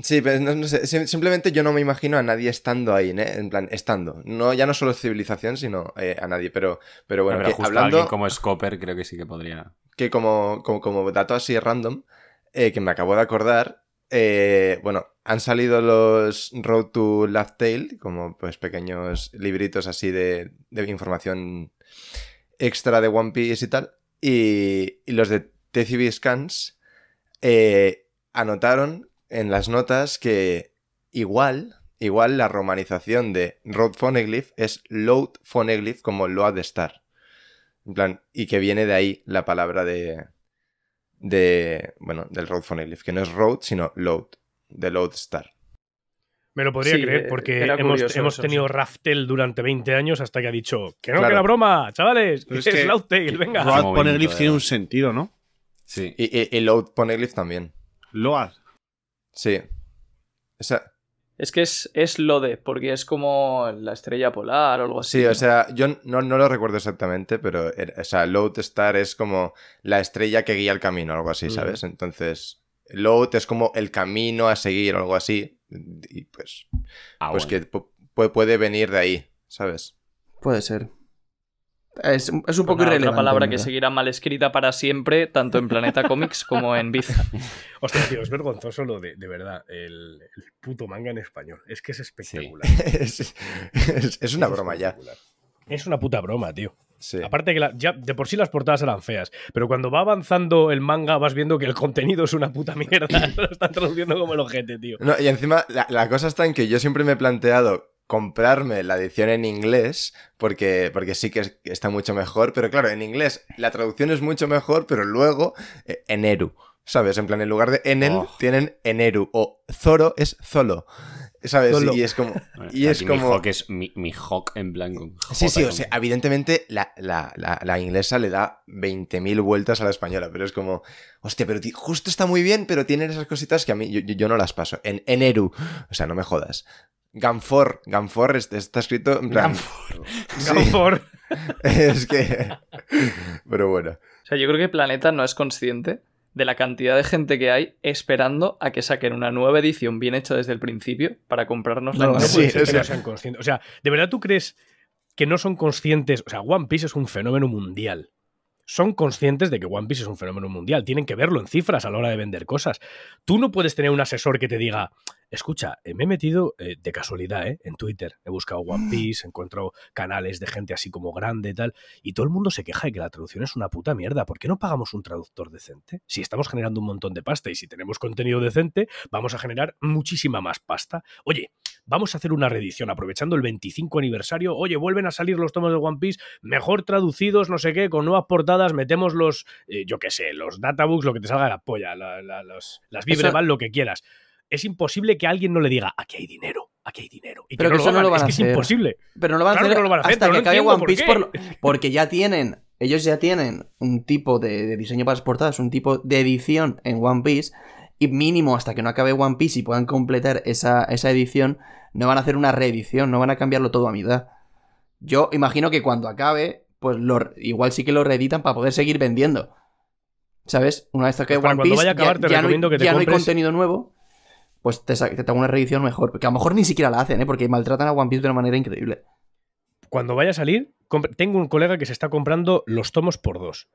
Sí, pero no, no sé, sim- simplemente yo no me imagino a nadie estando ahí, ¿eh? En plan, estando. No, ya no solo civilización, sino eh, a nadie. Pero, pero bueno, Pero que justo hablando... alguien como Scoper creo que sí que podría. que como, como, como dato así random, eh, que me acabo de acordar, eh, bueno, han salido los Road to Laugh Tale, como pues pequeños libritos así de, de información extra de One Piece y tal, y, y los de TCB Scans eh, anotaron en las notas que igual, igual la romanización de Road Phoneglyph es Load Phoneglyph como Load Star. En plan, y que viene de ahí la palabra de. de. bueno, del Road Phoneglyph, que no es Road, sino Load, de Load Star. Me lo podría Sí, creer eh, porque era hemos, curioso hemos eso, tenido Raftel durante 20 años hasta que ha dicho que no, Claro. que era broma, chavales. Pero es es que- Loudtail, venga. Ro- Road momento, poner glyph eh. tiene un sentido, ¿no? Sí. Y, y- y Load Phoneglyph también. Load. Sí. O sea, Es que es, es Lode, porque es como la estrella polar o algo así. sí, o ¿no? sea, yo no, no lo recuerdo exactamente, pero. era- o sea, Load Star es como la estrella que guía el camino, algo así, Mm. ¿sabes? Entonces. Load es como el camino a seguir, algo así. Y pues. Ah, pues bueno. que pu- pu- puede venir de ahí, ¿sabes? Puede ser. Es, un- es Una un poco Pues otra irrelevante. palabra en que verdad. seguirá mal escrita para siempre, tanto en Planeta Comics como en Biza. Hostia, tío, es vergonzoso lo de, de verdad, el, el puto manga en español. Es que es espectacular. es, es- es una Es broma ya. espectacular. Es una puta broma, tío. Sí. Aparte que la- ya de por sí las portadas eran feas, pero cuando va avanzando el manga vas viendo que el contenido es una puta mierda. lo están traduciendo como el ojete, tío. No, y encima la, la cosa está en que yo siempre me he planteado comprarme la edición en inglés porque, porque sí que es- que está mucho mejor, pero claro, en inglés la traducción es mucho mejor, pero luego eh, Eneru, ¿sabes? En plan, en lugar de Enel Oh. tienen Eneru o Zoro es Zolo, ¿sabes? Zolo. Y es como... Bueno, Y es aquí como... Mi Hawk es mi, mi Hawk en blanco. Sí, sí, o sea, evidentemente la, la- la- la inglesa le da 20.000 vueltas a la española, pero es como, hostia, pero ti- justo está muy bien, pero tienen esas cositas que a mí yo, yo- yo no las paso. En Eneru, o sea, no me jodas. Ganfor, Ganfor es- está escrito en plan. Sí, Gafor. es que. Pero bueno. O sea, yo creo que Planeta no es consciente de la cantidad de gente que hay esperando a que saquen una nueva edición bien hecha desde el principio para comprarnos la No, No nueva. sí, puede ser que o sea- no sean conscientes. O sea, ¿de verdad tú crees que no son conscientes? O sea, One Piece es un fenómeno mundial. Son conscientes de que One Piece es un fenómeno mundial. Tienen que verlo en cifras a la hora de vender cosas. Tú no puedes tener un asesor que te diga, escucha, eh, me he metido eh, de casualidad ¿eh? en Twitter. He buscado One Piece, encuentro canales de gente así como grande y tal. Y todo el mundo se queja de que la traducción es una puta mierda. ¿Por qué no pagamos un traductor decente? Si estamos generando un montón de pasta y si tenemos contenido decente, vamos a generar muchísima más pasta. Oye, vamos a hacer una reedición aprovechando el 25 aniversario. Oye, vuelven a salir los tomos de One Piece mejor traducidos, no sé qué, con nuevas portadas, metemos los, eh, yo qué sé, los databooks, lo que te salga de la polla, la- la- los- las Vibreval, lo que quieras. Es imposible que alguien no le diga, aquí hay dinero, aquí hay dinero. Y Pero que, que no eso lo no hagan. lo van es a que es hacer. imposible. Pero no lo van Claro a hacer que no lo van a hacer, hasta pero que no acabe entiendo One por Piece. qué. por lo- porque ya tienen, ellos ya tienen un tipo de, de diseño para las portadas, un tipo de edición en One Piece. Y mínimo hasta que no acabe One Piece y puedan completar esa, esa edición, no van a hacer una reedición, no van a cambiarlo todo a mitad. Yo imagino que cuando acabe, pues lo, igual sí que lo reeditan para poder seguir vendiendo. ¿Sabes? Una vez saqué Pues para One cuando Piece, vaya a acabar, ya, te ya no hay, recomiendo que te ya no hay compres- contenido nuevo, pues te, sa- te hago una reedición mejor. Que a lo mejor ni siquiera la hacen, ¿eh? Porque maltratan a One Piece de una manera increíble. Cuando vaya a salir, compra- tengo un colega que se está comprando los tomos por dos.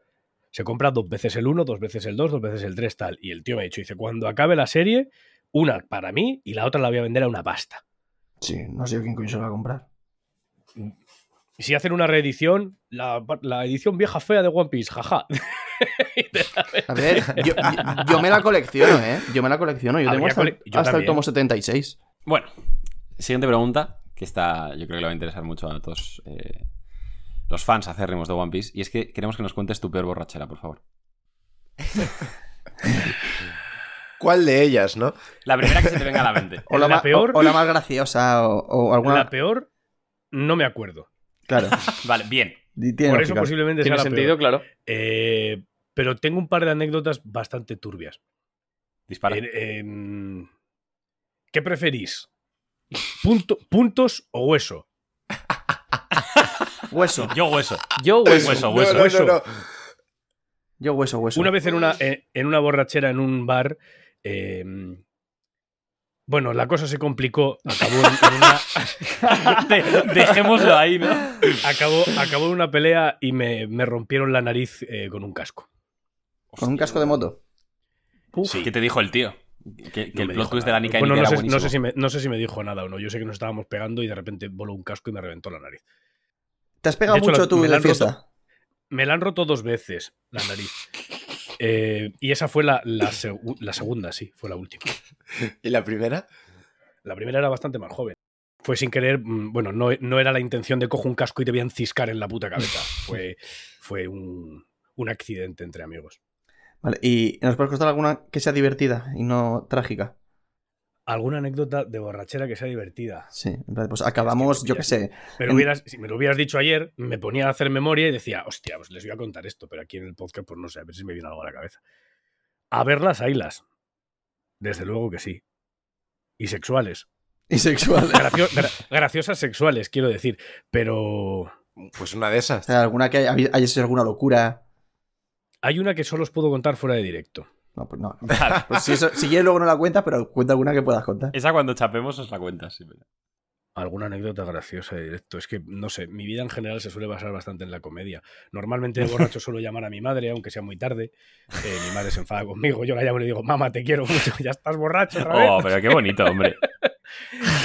Se compra dos veces el uno, dos veces el dos, dos veces el tres, tal. Y el tío me ha dicho, dice, cuando acabe la serie, una para mí y la otra la voy a vender a una pasta. Sí, no sé quién coño se lo va a comprar. Y si hacen una reedición, la, la edición vieja fea de One Piece, jaja. A ver, yo, yo- yo me la colecciono, ¿eh? Yo me la colecciono. Yo tengo Habría hasta, cole- yo hasta también. el tomo 76. Bueno, siguiente pregunta, que está, yo creo que le va a interesar mucho a todos eh, los fans acérrimos de One Piece, y es que queremos que nos cuentes tu peor borrachera, por favor. ¿Cuál de ellas, no? La primera que se te venga a la mente. O la, La ma- peor- o, o la más graciosa, o, o alguna. La peor, no me acuerdo. Claro. Vale, bien. Di- tiene Por eso lógica. posiblemente sea Tiene la sentido, peor. claro. Eh, pero tengo un par de anécdotas bastante turbias. Dispara. Eh, em, ¿Qué preferís? Punto- ¿Puntos o hueso? Hueso. Yo hueso. Yo, güey, Hueso, Pues, No, no, hueso, no, hueso. no. Yo hueso, hueso. Una vez en una, en, en una borrachera en un bar. eh, bueno, la cosa se complicó. Acabó en, en una, De- dejémoslo ahí, ¿no? acabó, acabó en una pelea y me, me rompieron la nariz eh, con un casco. Con un casco de moto. Sí. ¿Qué te dijo el tío? Que, que No el me plot dijo twist de nada. la Nika y Bueno, Nika era Pues no sé, no buenísimo. sé si me, no sé si me dijo nada o no. Yo sé que nos estábamos pegando y de repente voló un casco y me reventó la nariz. ¿Te has pegado De hecho, mucho la- tú me en la la han roto. fiesta? Me la han roto dos veces la nariz. Eh, y esa fue la, la, segu- la segunda, sí, fue la última. ¿Y la primera? La primera era bastante más joven. Fue sin querer, mm, bueno, no, no era la intención de cojo un casco y te voy a enciscar en la puta cabeza. Fue, fue un, un accidente entre amigos. Vale, y nos puedes contar alguna que sea divertida y no trágica. ¿Alguna anécdota de borrachera que sea divertida? Sí, en plan, pues acabamos, yo qué sé. Me lo En- hubieras, si me lo hubieras dicho ayer, me ponía a hacer memoria y decía, hostia, pues les voy a contar esto, pero aquí en el podcast, pues no sé, a ver si me viene algo a la cabeza. A ver las ailas. Desde luego que sí. Y sexuales. Y sexual. Gracio- gra- graciosas sexuales, quiero decir. Pero Pues una de O esas. sea, alguna que haya, haya sido alguna locura. hay una que solo os puedo contar fuera de directo. No, pues no. Pues si, eso- si quieres luego no la cuenta, pero cuenta alguna que puedas contar. Eh, Esa cuando chapemos os la cuentas. sí, pero- Alguna anécdota graciosa de directo. Es que, no sé, mi vida en general se suele basar bastante en la comedia. Normalmente de borracho suelo llamar a mi madre, aunque sea muy tarde. Eh, mi madre se enfada conmigo, yo la llamo y le digo, mamá, te quiero mucho, ya estás borracho otra vez". Oh, pero qué bonito, hombre.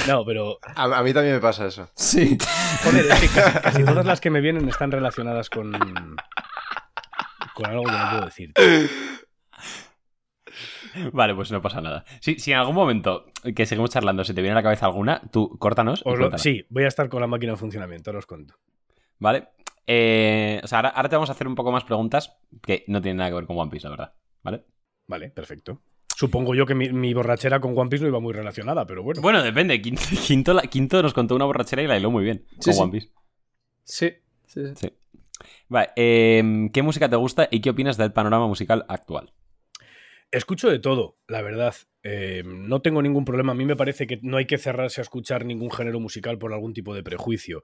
No, pero A, a mí también me pasa eso. Sí. Joder, es que casi, casi todas las que me vienen están relacionadas con. con algo que no puedo decir. Vale, pues no pasa nada. Si, si en algún momento que seguimos charlando se te viene a la cabeza alguna, tú córtanos. y Os lo- cuéntala, sí, voy a estar con la máquina en funcionamiento, ahora os cuento. ¿Vale? Eh, o sea, ahora, ahora te vamos a hacer un poco más preguntas que no tienen nada que ver con One Piece, la verdad. ¿Vale? Vale, perfecto. Supongo yo que mi, mi borrachera con One Piece no iba muy relacionada, pero bueno. Bueno, depende. Quin- Quinto, la- Quinto nos contó una borrachera y la hiló muy bien Sí, con sí. One Piece. Sí, sí, sí. Vale, eh, ¿qué música te gusta y qué opinas del panorama musical actual? Escucho de todo, la verdad. Eh, no tengo ningún problema. A mí me parece que no hay que cerrarse a escuchar ningún género musical por algún tipo de prejuicio.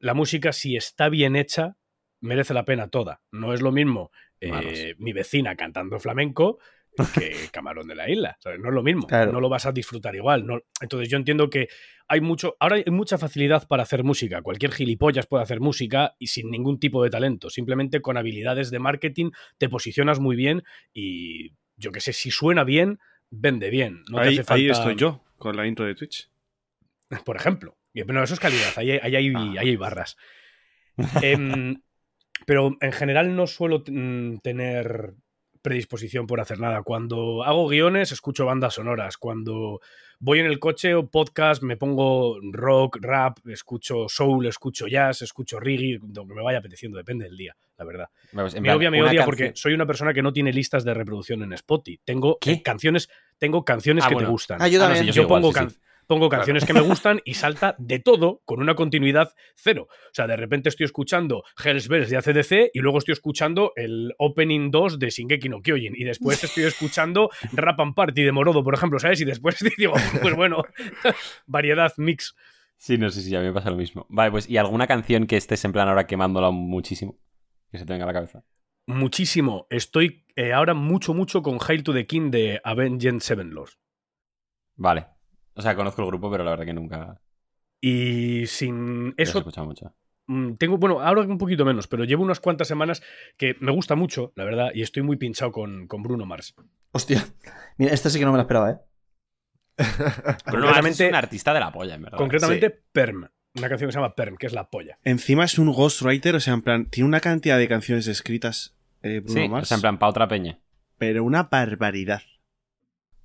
La música, si está bien hecha, merece la pena toda. No es lo mismo eh, Manos. mi vecina cantando flamenco que Camarón de la Isla. ¿sabes? No es lo mismo. Claro. No lo vas a disfrutar igual. no- Entonces yo entiendo que hay mucho. Ahora hay mucha facilidad para hacer música. Cualquier gilipollas puede hacer música y sin ningún tipo de talento. Simplemente con habilidades de marketing te posicionas muy bien y yo qué sé, si suena bien, vende bien. No te ahí, hace falta- ahí estoy yo, con la intro de Twitch. Por ejemplo. Y- Bueno, eso es calidad, ahí, hay- ahí hay, Ah. ahí hay barras. Em, pero en general no suelo t- mm, tener predisposición por hacer nada. Cuando hago guiones, escucho bandas sonoras. Cuando voy en el coche o podcast, me pongo rock, rap, escucho soul, escucho jazz, escucho reggae, lo que me vaya apeteciendo, depende del día, la verdad. Vamos, en Mi plan, novia me una odia canción- porque soy una persona que no tiene listas de reproducción en Spotify. Tengo ¿Qué? eh, canciones, tengo canciones Ah, que bueno. te gustan. Ah, yo Ah, no, sí, también. yo Yo, soy igual, pongo, sí, can- sí. pongo canciones que me gustan y salta de todo con una continuidad cero. O sea, de repente estoy escuchando Hells Bells de ACDC y luego estoy escuchando el Opening 2 de Shingeki no Kyojin y después estoy escuchando Rap and Party de Morodo, por ejemplo, ¿sabes? Y después digo, pues bueno, variedad mix. Sí, no sé si a mí me pasa lo mismo. Vale, pues, ¿y alguna canción que estés en plan ahora quemándola muchísimo? Que se te venga a la cabeza. Muchísimo. Estoy eh, ahora mucho, mucho con Hail to the King de Avenged Sevenlord. Vale. O sea, conozco el grupo, pero la verdad que nunca Y sin los he eso escuchado mucho. Mm, Tengo, bueno, ahora un poquito menos, pero llevo unas cuantas semanas que me gusta mucho, la verdad, y estoy muy pinchado con, con Bruno Mars. Hostia. Mira, esta sí que no me la esperaba, ¿eh? Pero no, es Concretamente- un artista de la polla, Ah, en verdad. Concretamente, Perm. Una canción que se llama Perm, que es la polla. Encima es un ghostwriter, o sea, en plan, tiene una cantidad de canciones escritas, eh, Sí, Bruno Mars, o sea, en plan, pa' otra peña. pero una barbaridad.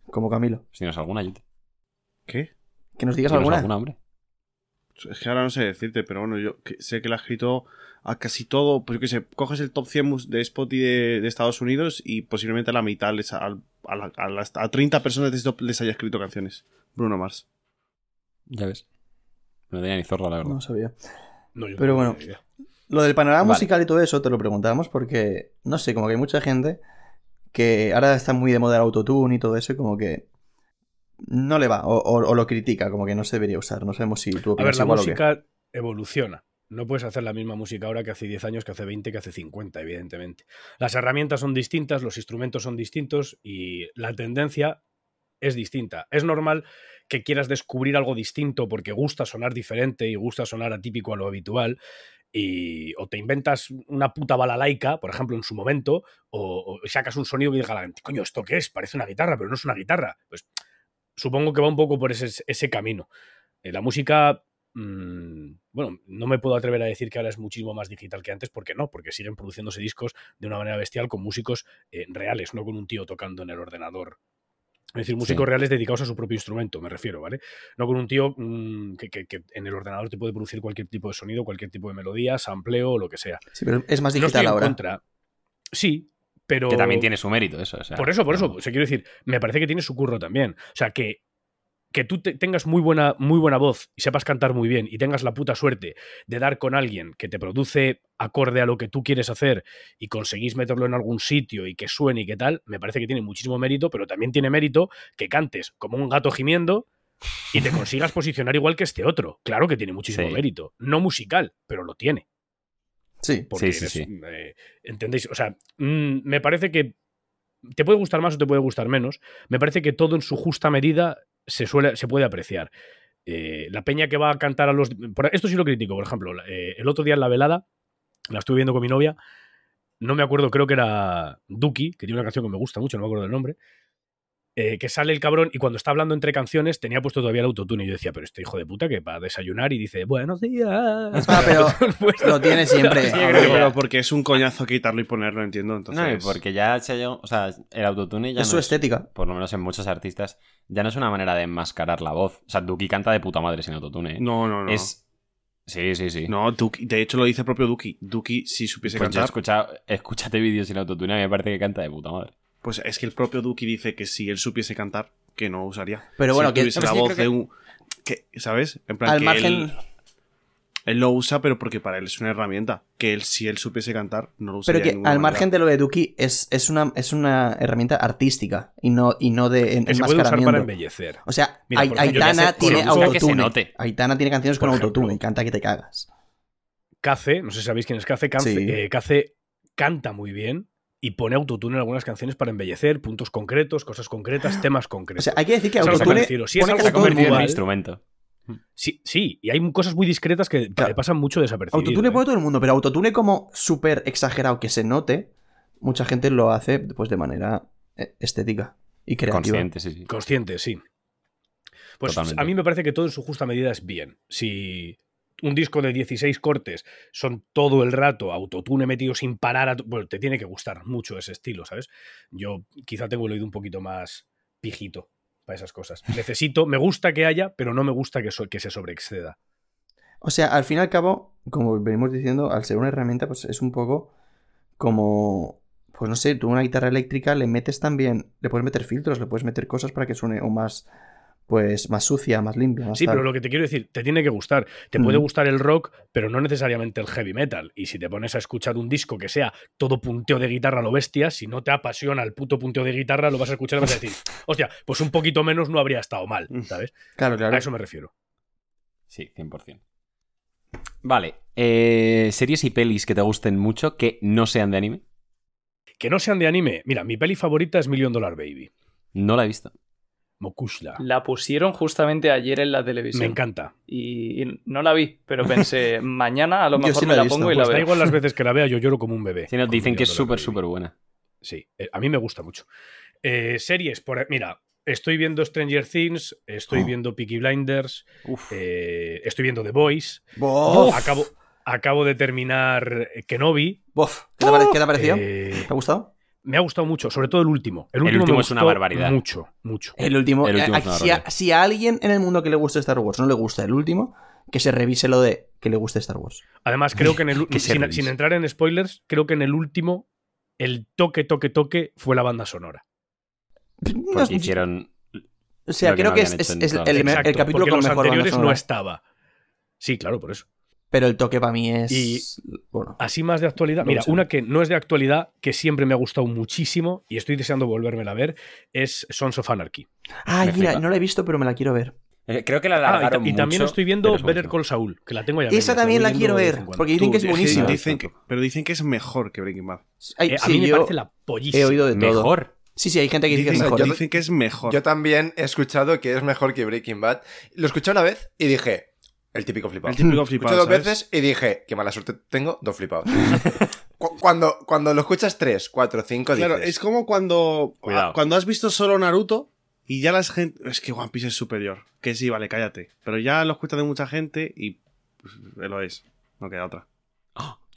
Como Camilo. Si no es alguna, yo ¿Qué? Que nos digas alguna. hombre. Es que ahora no sé decirte, pero bueno, yo que- sé que la ha escrito a casi todo, pues yo qué sé, coges el top 100 mus- de Spotify de, de Estados Unidos y posiblemente a la mitad, les, a, a la- a las- a 30 personas de top les haya escrito canciones. Bruno Mars. Ya ves. No tenía ni zorra, la verdad. No sabía. No, yo Pero no tengo bueno. ni idea. Lo del panorama Vale. musical y todo eso te lo preguntamos porque, no sé, como que hay mucha gente que ahora está muy de moda el autotune y todo eso y como que no le va o, o- o lo critica, como que no se debería usar. No sabemos si tú A ver, opinas la igual o qué. música evoluciona. No puedes hacer la misma música ahora que hace 10 años, que hace 20, que hace 50, evidentemente. Las herramientas son distintas, los instrumentos son distintos y la tendencia es distinta. Es normal que quieras descubrir algo distinto porque gusta sonar diferente y gusta sonar atípico a lo habitual. Y o te inventas una puta balalaica, por ejemplo, en su momento, o, o sacas un sonido que diga la gente, coño, ¿esto qué es? Parece una guitarra, pero no es una guitarra. Pues supongo que va un poco por ese, ese camino. Eh, La música, mm, bueno, no me puedo atrever a decir que ahora es muchísimo más digital que antes, porque no, porque siguen produciéndose discos de una manera bestial con músicos eh, reales, no con un tío tocando en el ordenador. Es decir, músicos Sí. reales dedicados a su propio instrumento, me refiero, ¿vale? No con un tío mm, que, que- que en el ordenador te puede producir cualquier tipo de sonido, cualquier tipo de melodía, sampleo o lo que sea. Sí, pero es más no estoy digital en ahora. contra. Sí, pero. Que también tiene su mérito, eso. o sea, Por eso, por eso. no. O sea, quiero decir, me parece que tiene su curro también. O sea, que, que tú te- tengas muy buena, muy buena voz y sepas cantar muy bien y tengas la puta suerte de dar con alguien que te produce acorde a lo que tú quieres hacer y conseguís meterlo en algún sitio y que suene y que tal, me parece que tiene muchísimo mérito, pero también tiene mérito que cantes como un gato gimiendo y te consigas posicionar igual que este otro. Claro que tiene muchísimo Sí. mérito. No musical, pero lo tiene Sí. porque Sí, sí, eres, eh, ¿Entendéis? O sea, mm, me parece que te puede gustar más o te puede gustar menos. Me parece que todo en su justa medida se, suele, se puede apreciar. Eh, la peña que va a cantar a los... por- esto sí lo critico, por ejemplo. la- eh, el otro día en la velada, la estuve viendo con mi novia, no me acuerdo, creo que era Duki, que tiene una canción que me gusta mucho, no me acuerdo del nombre, eh, que sale el cabrón y cuando está hablando entre canciones tenía puesto todavía el autotune y yo decía, pero este hijo de puta que va a desayunar y dice, buenos días. Ah, pero Puesto. lo tiene siempre. pues, Sí, yo creo que- Pero porque es un coñazo quitarlo y ponerlo, entiendo. Entonces, No, y porque ya se ha llegado- O sea, el autotune ya Es su no es- estética. por lo menos en muchos artistas, ya no es una manera de enmascarar la voz. O sea, Duki canta de puta madre sin autotune. ¿eh? no, no, no. Es... Sí, sí, sí. No, Duki- de hecho lo dice el propio Duki. Duki, si supiese Pues yo he cantar, escuchado... Escúchate vídeos sin autotune, a mí me parece que canta de puta madre. pues es que el propio Duki dice que si él supiese cantar, que no usaría. Pero Si bueno, él que- tuviese pues la yo voz creo de un... que- ¿Sabes? En plan, Al que margen. él, él lo usa, pero porque para él es una herramienta. Que él, si él supiese cantar, no lo usaría. Pero de que ninguna al manera. margen de lo de Duki es, es, una, es una herramienta artística y no, y no de en- que Eh, se puede usar para enmascaramiento. embellecer. o sea, Mira, Ai- por ejemplo, yo Aitana que sé- tiene por ejemplo, que se autotune. note. Aitana tiene canciones con Por ejemplo. autotune y canta que te cagas. Cace, no sé si sabéis quién es Cace, Cace, Sí. eh, Cace canta muy bien y pone autotune en algunas canciones para embellecer puntos concretos, cosas concretas, temas O concretos. sea, hay que decir que Eso es lo que autotune me refiero. Si es pone algo Se casi ha todo el convertido en mundo. un igual. instrumento. sí, sí, y hay cosas muy discretas que Claro. le pasan mucho desapercibido. Autotune ¿eh? pone todo el mundo, pero autotune como súper exagerado que se note, mucha gente lo hace pues de manera eh, estética y creativa. Consciente, sí, sí. Consciente, sí. Pues Totalmente. a mí me parece que todo en su justa medida es bien. Si un disco de 16 cortes son todo el rato autotune metido sin parar, a tu- bueno, te tiene que gustar mucho ese estilo, ¿sabes? Yo quizá tengo el oído un poquito más pijito para esas cosas. Necesito, me gusta que haya, pero no me gusta que, so- que se sobreexceda. O sea, al fin y al cabo, como venimos diciendo, al ser una herramienta, pues es un poco como. Pues no sé, tú una guitarra eléctrica le metes también. Le puedes meter filtros, le puedes meter cosas para que suene o más. Pues más sucia, más limpia. más Sí, tal. pero lo que te quiero decir, te tiene que gustar. Te puede Ujú. gustar el rock, pero no necesariamente el heavy metal. Y si te pones a escuchar un disco que sea todo punteo de guitarra a lo bestia, si no te apasiona el puto punteo de guitarra, lo vas a escuchar y vas a decir, hostia, pues un poquito menos no habría estado mal, ¿sabes? Claro, Mm. claro. A eso me refiero. Sí, 100%. Vale. eh, series y pelis que te gusten mucho que no sean de anime. Que no sean de anime. Mira, mi peli favorita es Million Dollar Baby. No la he visto. Mokushla. La pusieron justamente ayer en la televisión. Me encanta. Y, y no la vi, pero pensé, mañana a lo Yo mejor sí la me he la visto, pongo y Pues la da veo. igual las veces que la vea, yo lloro como un bebé. Sí, nos con dicen que es Million Dollar súper, Baby. súper buena. Sí, eh, a mí me gusta mucho. Eh, series, por, mira, estoy viendo Stranger Things, Ah. estoy viendo Peaky Blinders, Uf. eh, estoy viendo The Boys, ¡Bof! acabo, acabo de terminar eh, Kenobi. ¡Bof! ¿Qué te, pare- qué te ha parecido? eh, ¿Te ha gustado? me ha gustado mucho, sobre todo el último. El El último, me último es una gustó barbaridad. Mucho, mucho. El último. El último eh, es una si, a, barbaridad. si a alguien en el mundo que le guste Star Wars no le gusta el último, que se revise lo de que le guste Star Wars. Además, creo que en el Qué sin, service. sin entrar en spoilers, creo que en el último el toque, toque, toque fue la banda sonora. No, Porque hicieron. o sea, lo que creo no que es, habían es- hecho en es el, todas las- el Exacto, capítulo porque con los mejor banda anteriores no sonora. estaba. Sí, claro, por eso. Pero el toque para mí es. Y- Ah, Bueno. Así más de actualidad. No Mira, sé. una que no es de actualidad, que siempre me ha gustado muchísimo y estoy deseando volvérmela a ver, es Sons of Anarchy. Ay, me mira, flipa. no la he visto, pero me la quiero ver. Eh, Creo que la Ah, y ta- alargaron y, también mucho, estoy viendo pero es Better buenísima. Call Saul, que la tengo ya. Esa también la quiero ver, porque dicen que es Tú, buenísima. Dicen que- pero dicen que es mejor que Breaking Bad. Ay, Eh, a sí, mí me yo parece la pollísima. He oído de todo. Mejor. Sí, sí, hay gente que dice que es Dicen, mejor. yo- dicen que es mejor. Yo también he escuchado que es mejor que Breaking Bad. Lo escuché una vez y dije, el típico flipado. el típico Escuché flipado. dos ¿sabes? veces y dije, qué mala suerte tengo, dos flipados. Cu- cuando, cuando lo escuchas tres, cuatro, cinco, dices... Claro, es como cuando, Cuidado. a- cuando has visto solo Naruto y ya las gente. Es que One Piece es superior. Que sí, vale, cállate. Pero ya lo escuchas de mucha gente y pues, lo es. No queda otra.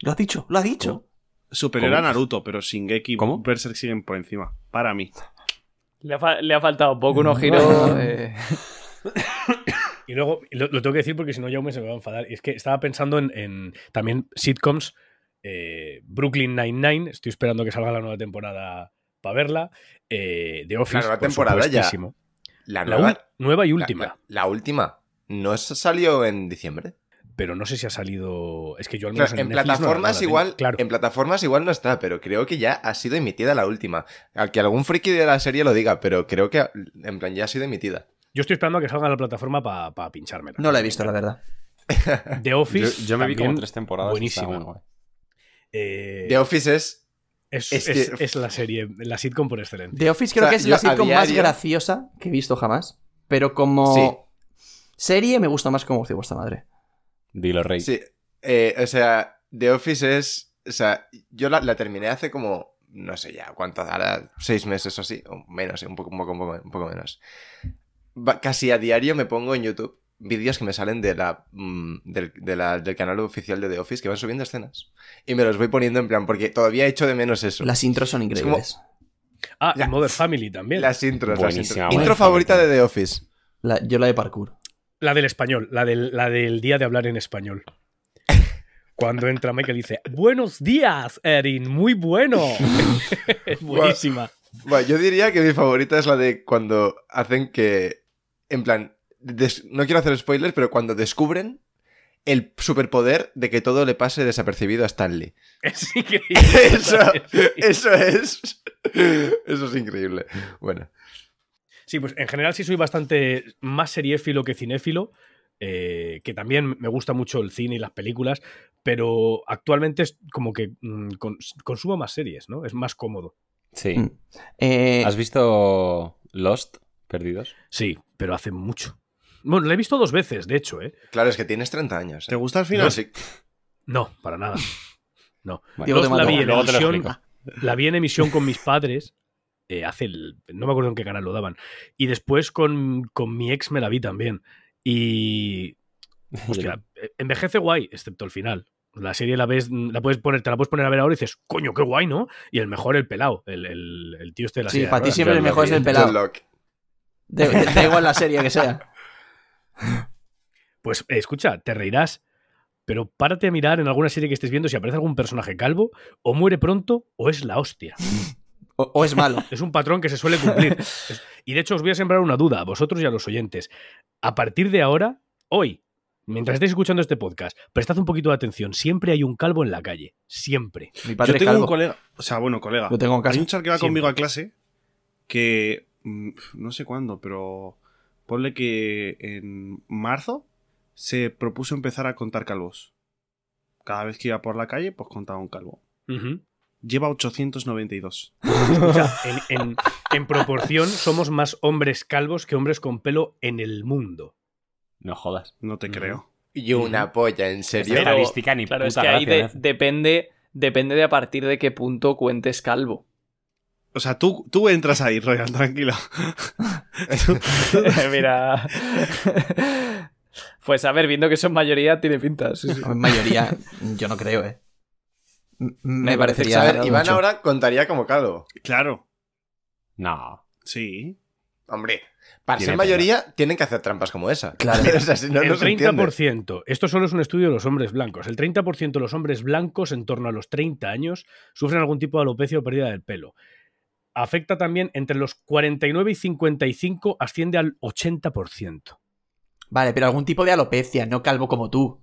Lo has dicho, lo has dicho. Superior ¿Cómo? a Naruto, pero Shingeki ¿Cómo? Berserk siguen por encima. Para mí. Le ha, fa- le ha faltado poco unos giros. eh, Y luego, lo, lo tengo que decir porque si no, Jaume se me va a enfadar. Y es que estaba pensando en, en también sitcoms. eh, Brooklyn Nine-Nine, estoy esperando que salga la nueva temporada para verla. eh, The Office, nueva por temporada ya. supuestísimo. La La nueva... un- nueva y la- última. La, la última. ¿No es- salió en diciembre? Pero no sé si ha salido. Es que yo al menos Claro, en Netflix no la- no la plataformas tengo. igual Claro. en plataformas igual no está pero creo que ya ha sido emitida la última al que algún friki de la serie lo diga pero creo que en plan ya ha sido emitida Yo estoy esperando a que salga a la plataforma para pinchármela. No la he visto, la verdad. The Yo, Office. yo me vi como también, tres temporadas. y estaba buenísima. muy guay. eh, The Office es es, es es- que- es la serie, la sitcom por excelencia. The Office creo O sea, que es yo la a sitcom más diario- graciosa que he visto jamás. Pero como serie me gusta más como de vuestra madre. Dilo, Rey. sí sí Eh, o sea The Office es o sea yo la, la terminé hace como no sé ya cuánto dará seis meses o así o menos un poco un poco, un poco- un poco menos Va- casi a diario me pongo en YouTube vídeos que me salen de la, mm, del, de la- del canal oficial de The Office que van subiendo escenas y me los voy poniendo en plan porque todavía echo de menos eso Las intros son increíbles. Ah, y la- Mother Family también. Las intros. las Buenísima, intros. buena Intro favorita de The Office. La- yo la de parkour. La del español, la del, la del día de hablar en español. Cuando entra Michael y dice: Buenos días, Erin, muy bueno. es buenísima. Bueno, yo diría que mi favorita es la de cuando hacen que. En plan, des- no quiero hacer spoilers, pero cuando descubren el superpoder de que todo le pase desapercibido a Stanley. Es increíble. Eso, eso es. Eso es increíble. Bueno, Sí, pues en general sí soy bastante más seriéfilo que cinéfilo, eh, que también me gusta mucho el cine y las películas, pero actualmente es como que mm, cons- consumo más series, ¿no? Es más cómodo. Sí. Mm. Eh, ¿Has visto Lost? Perdidos. Sí, pero hace mucho. Bueno, la he visto dos veces, de hecho, ¿eh? claro, es que tienes 30 años. ¿eh? ¿Te gusta el final? No, sí. No, para nada. Bueno, Diego Lost te la mató. vi en Luego te lo emisión, explico. la vi en emisión con mis padres. eh, hace el- no me acuerdo en qué canal lo daban. Y después con, con mi ex me la vi también. Y Hostia, eh, envejece guay, excepto el final. La serie la ves, la puedes poner, te la puedes poner a ver ahora y dices, coño, qué guay, ¿no? Y el mejor, el pelado, el, el- el tío este de la sí, silla de para ti ruedas. siempre el John mejor es Locke. el John pelado. Locke. Da da igual la serie que sea. Pues eh, escucha, te reirás, pero párate a mirar en alguna serie que estés viendo si aparece algún personaje calvo, o muere pronto, o es la hostia. O, o es malo. Es un patrón que se suele cumplir. Es- Y de hecho os voy a sembrar una duda a vosotros y a los oyentes. A partir de ahora, hoy, mientras estéis escuchando este podcast, prestad un poquito de atención. Siempre hay un calvo en la calle. Siempre. Mi padre Yo es tengo calvo. un colega. O sea, bueno, colega. Lo tengo en casa. Hay un char que va Siempre. conmigo a clase que mm, no sé cuándo, pero ponle que en marzo se propuso empezar a contar calvos. Cada vez que iba por la calle, pues contaba un calvo. Ujú. lleva 892. Escucha, en, en- en proporción somos más hombres calvos que hombres con pelo en el mundo. No jodas. No te creo. Y una polla, en serio. Pero- Estadística ni Claro, puta es que ahí gracia me de- hace. depende, depende de a partir de qué punto cuentes calvo. O sea, tú, tú entras ahí, Royal, tranquilo. Mira. pues a ver, viendo que son mayoría, tiene pinta. sí, sí. En mayoría, yo no creo, ¿eh? M- Me, Me parece parecería. A ver, Iván mucho. ahora contaría como calvo. Claro, No. sí. Hombre, para Tiene ser mayoría tienen que hacer trampas como esa. Claro. Pero, o sea, si no, el no se entiende. 30%, esto solo es un estudio de los hombres blancos, el 30% de los hombres blancos en torno a los 30 años sufren algún tipo de alopecia o pérdida del pelo. Afecta también entre los 49 y 55, asciende al 80%. Vale, pero algún tipo de alopecia, no calvo como tú.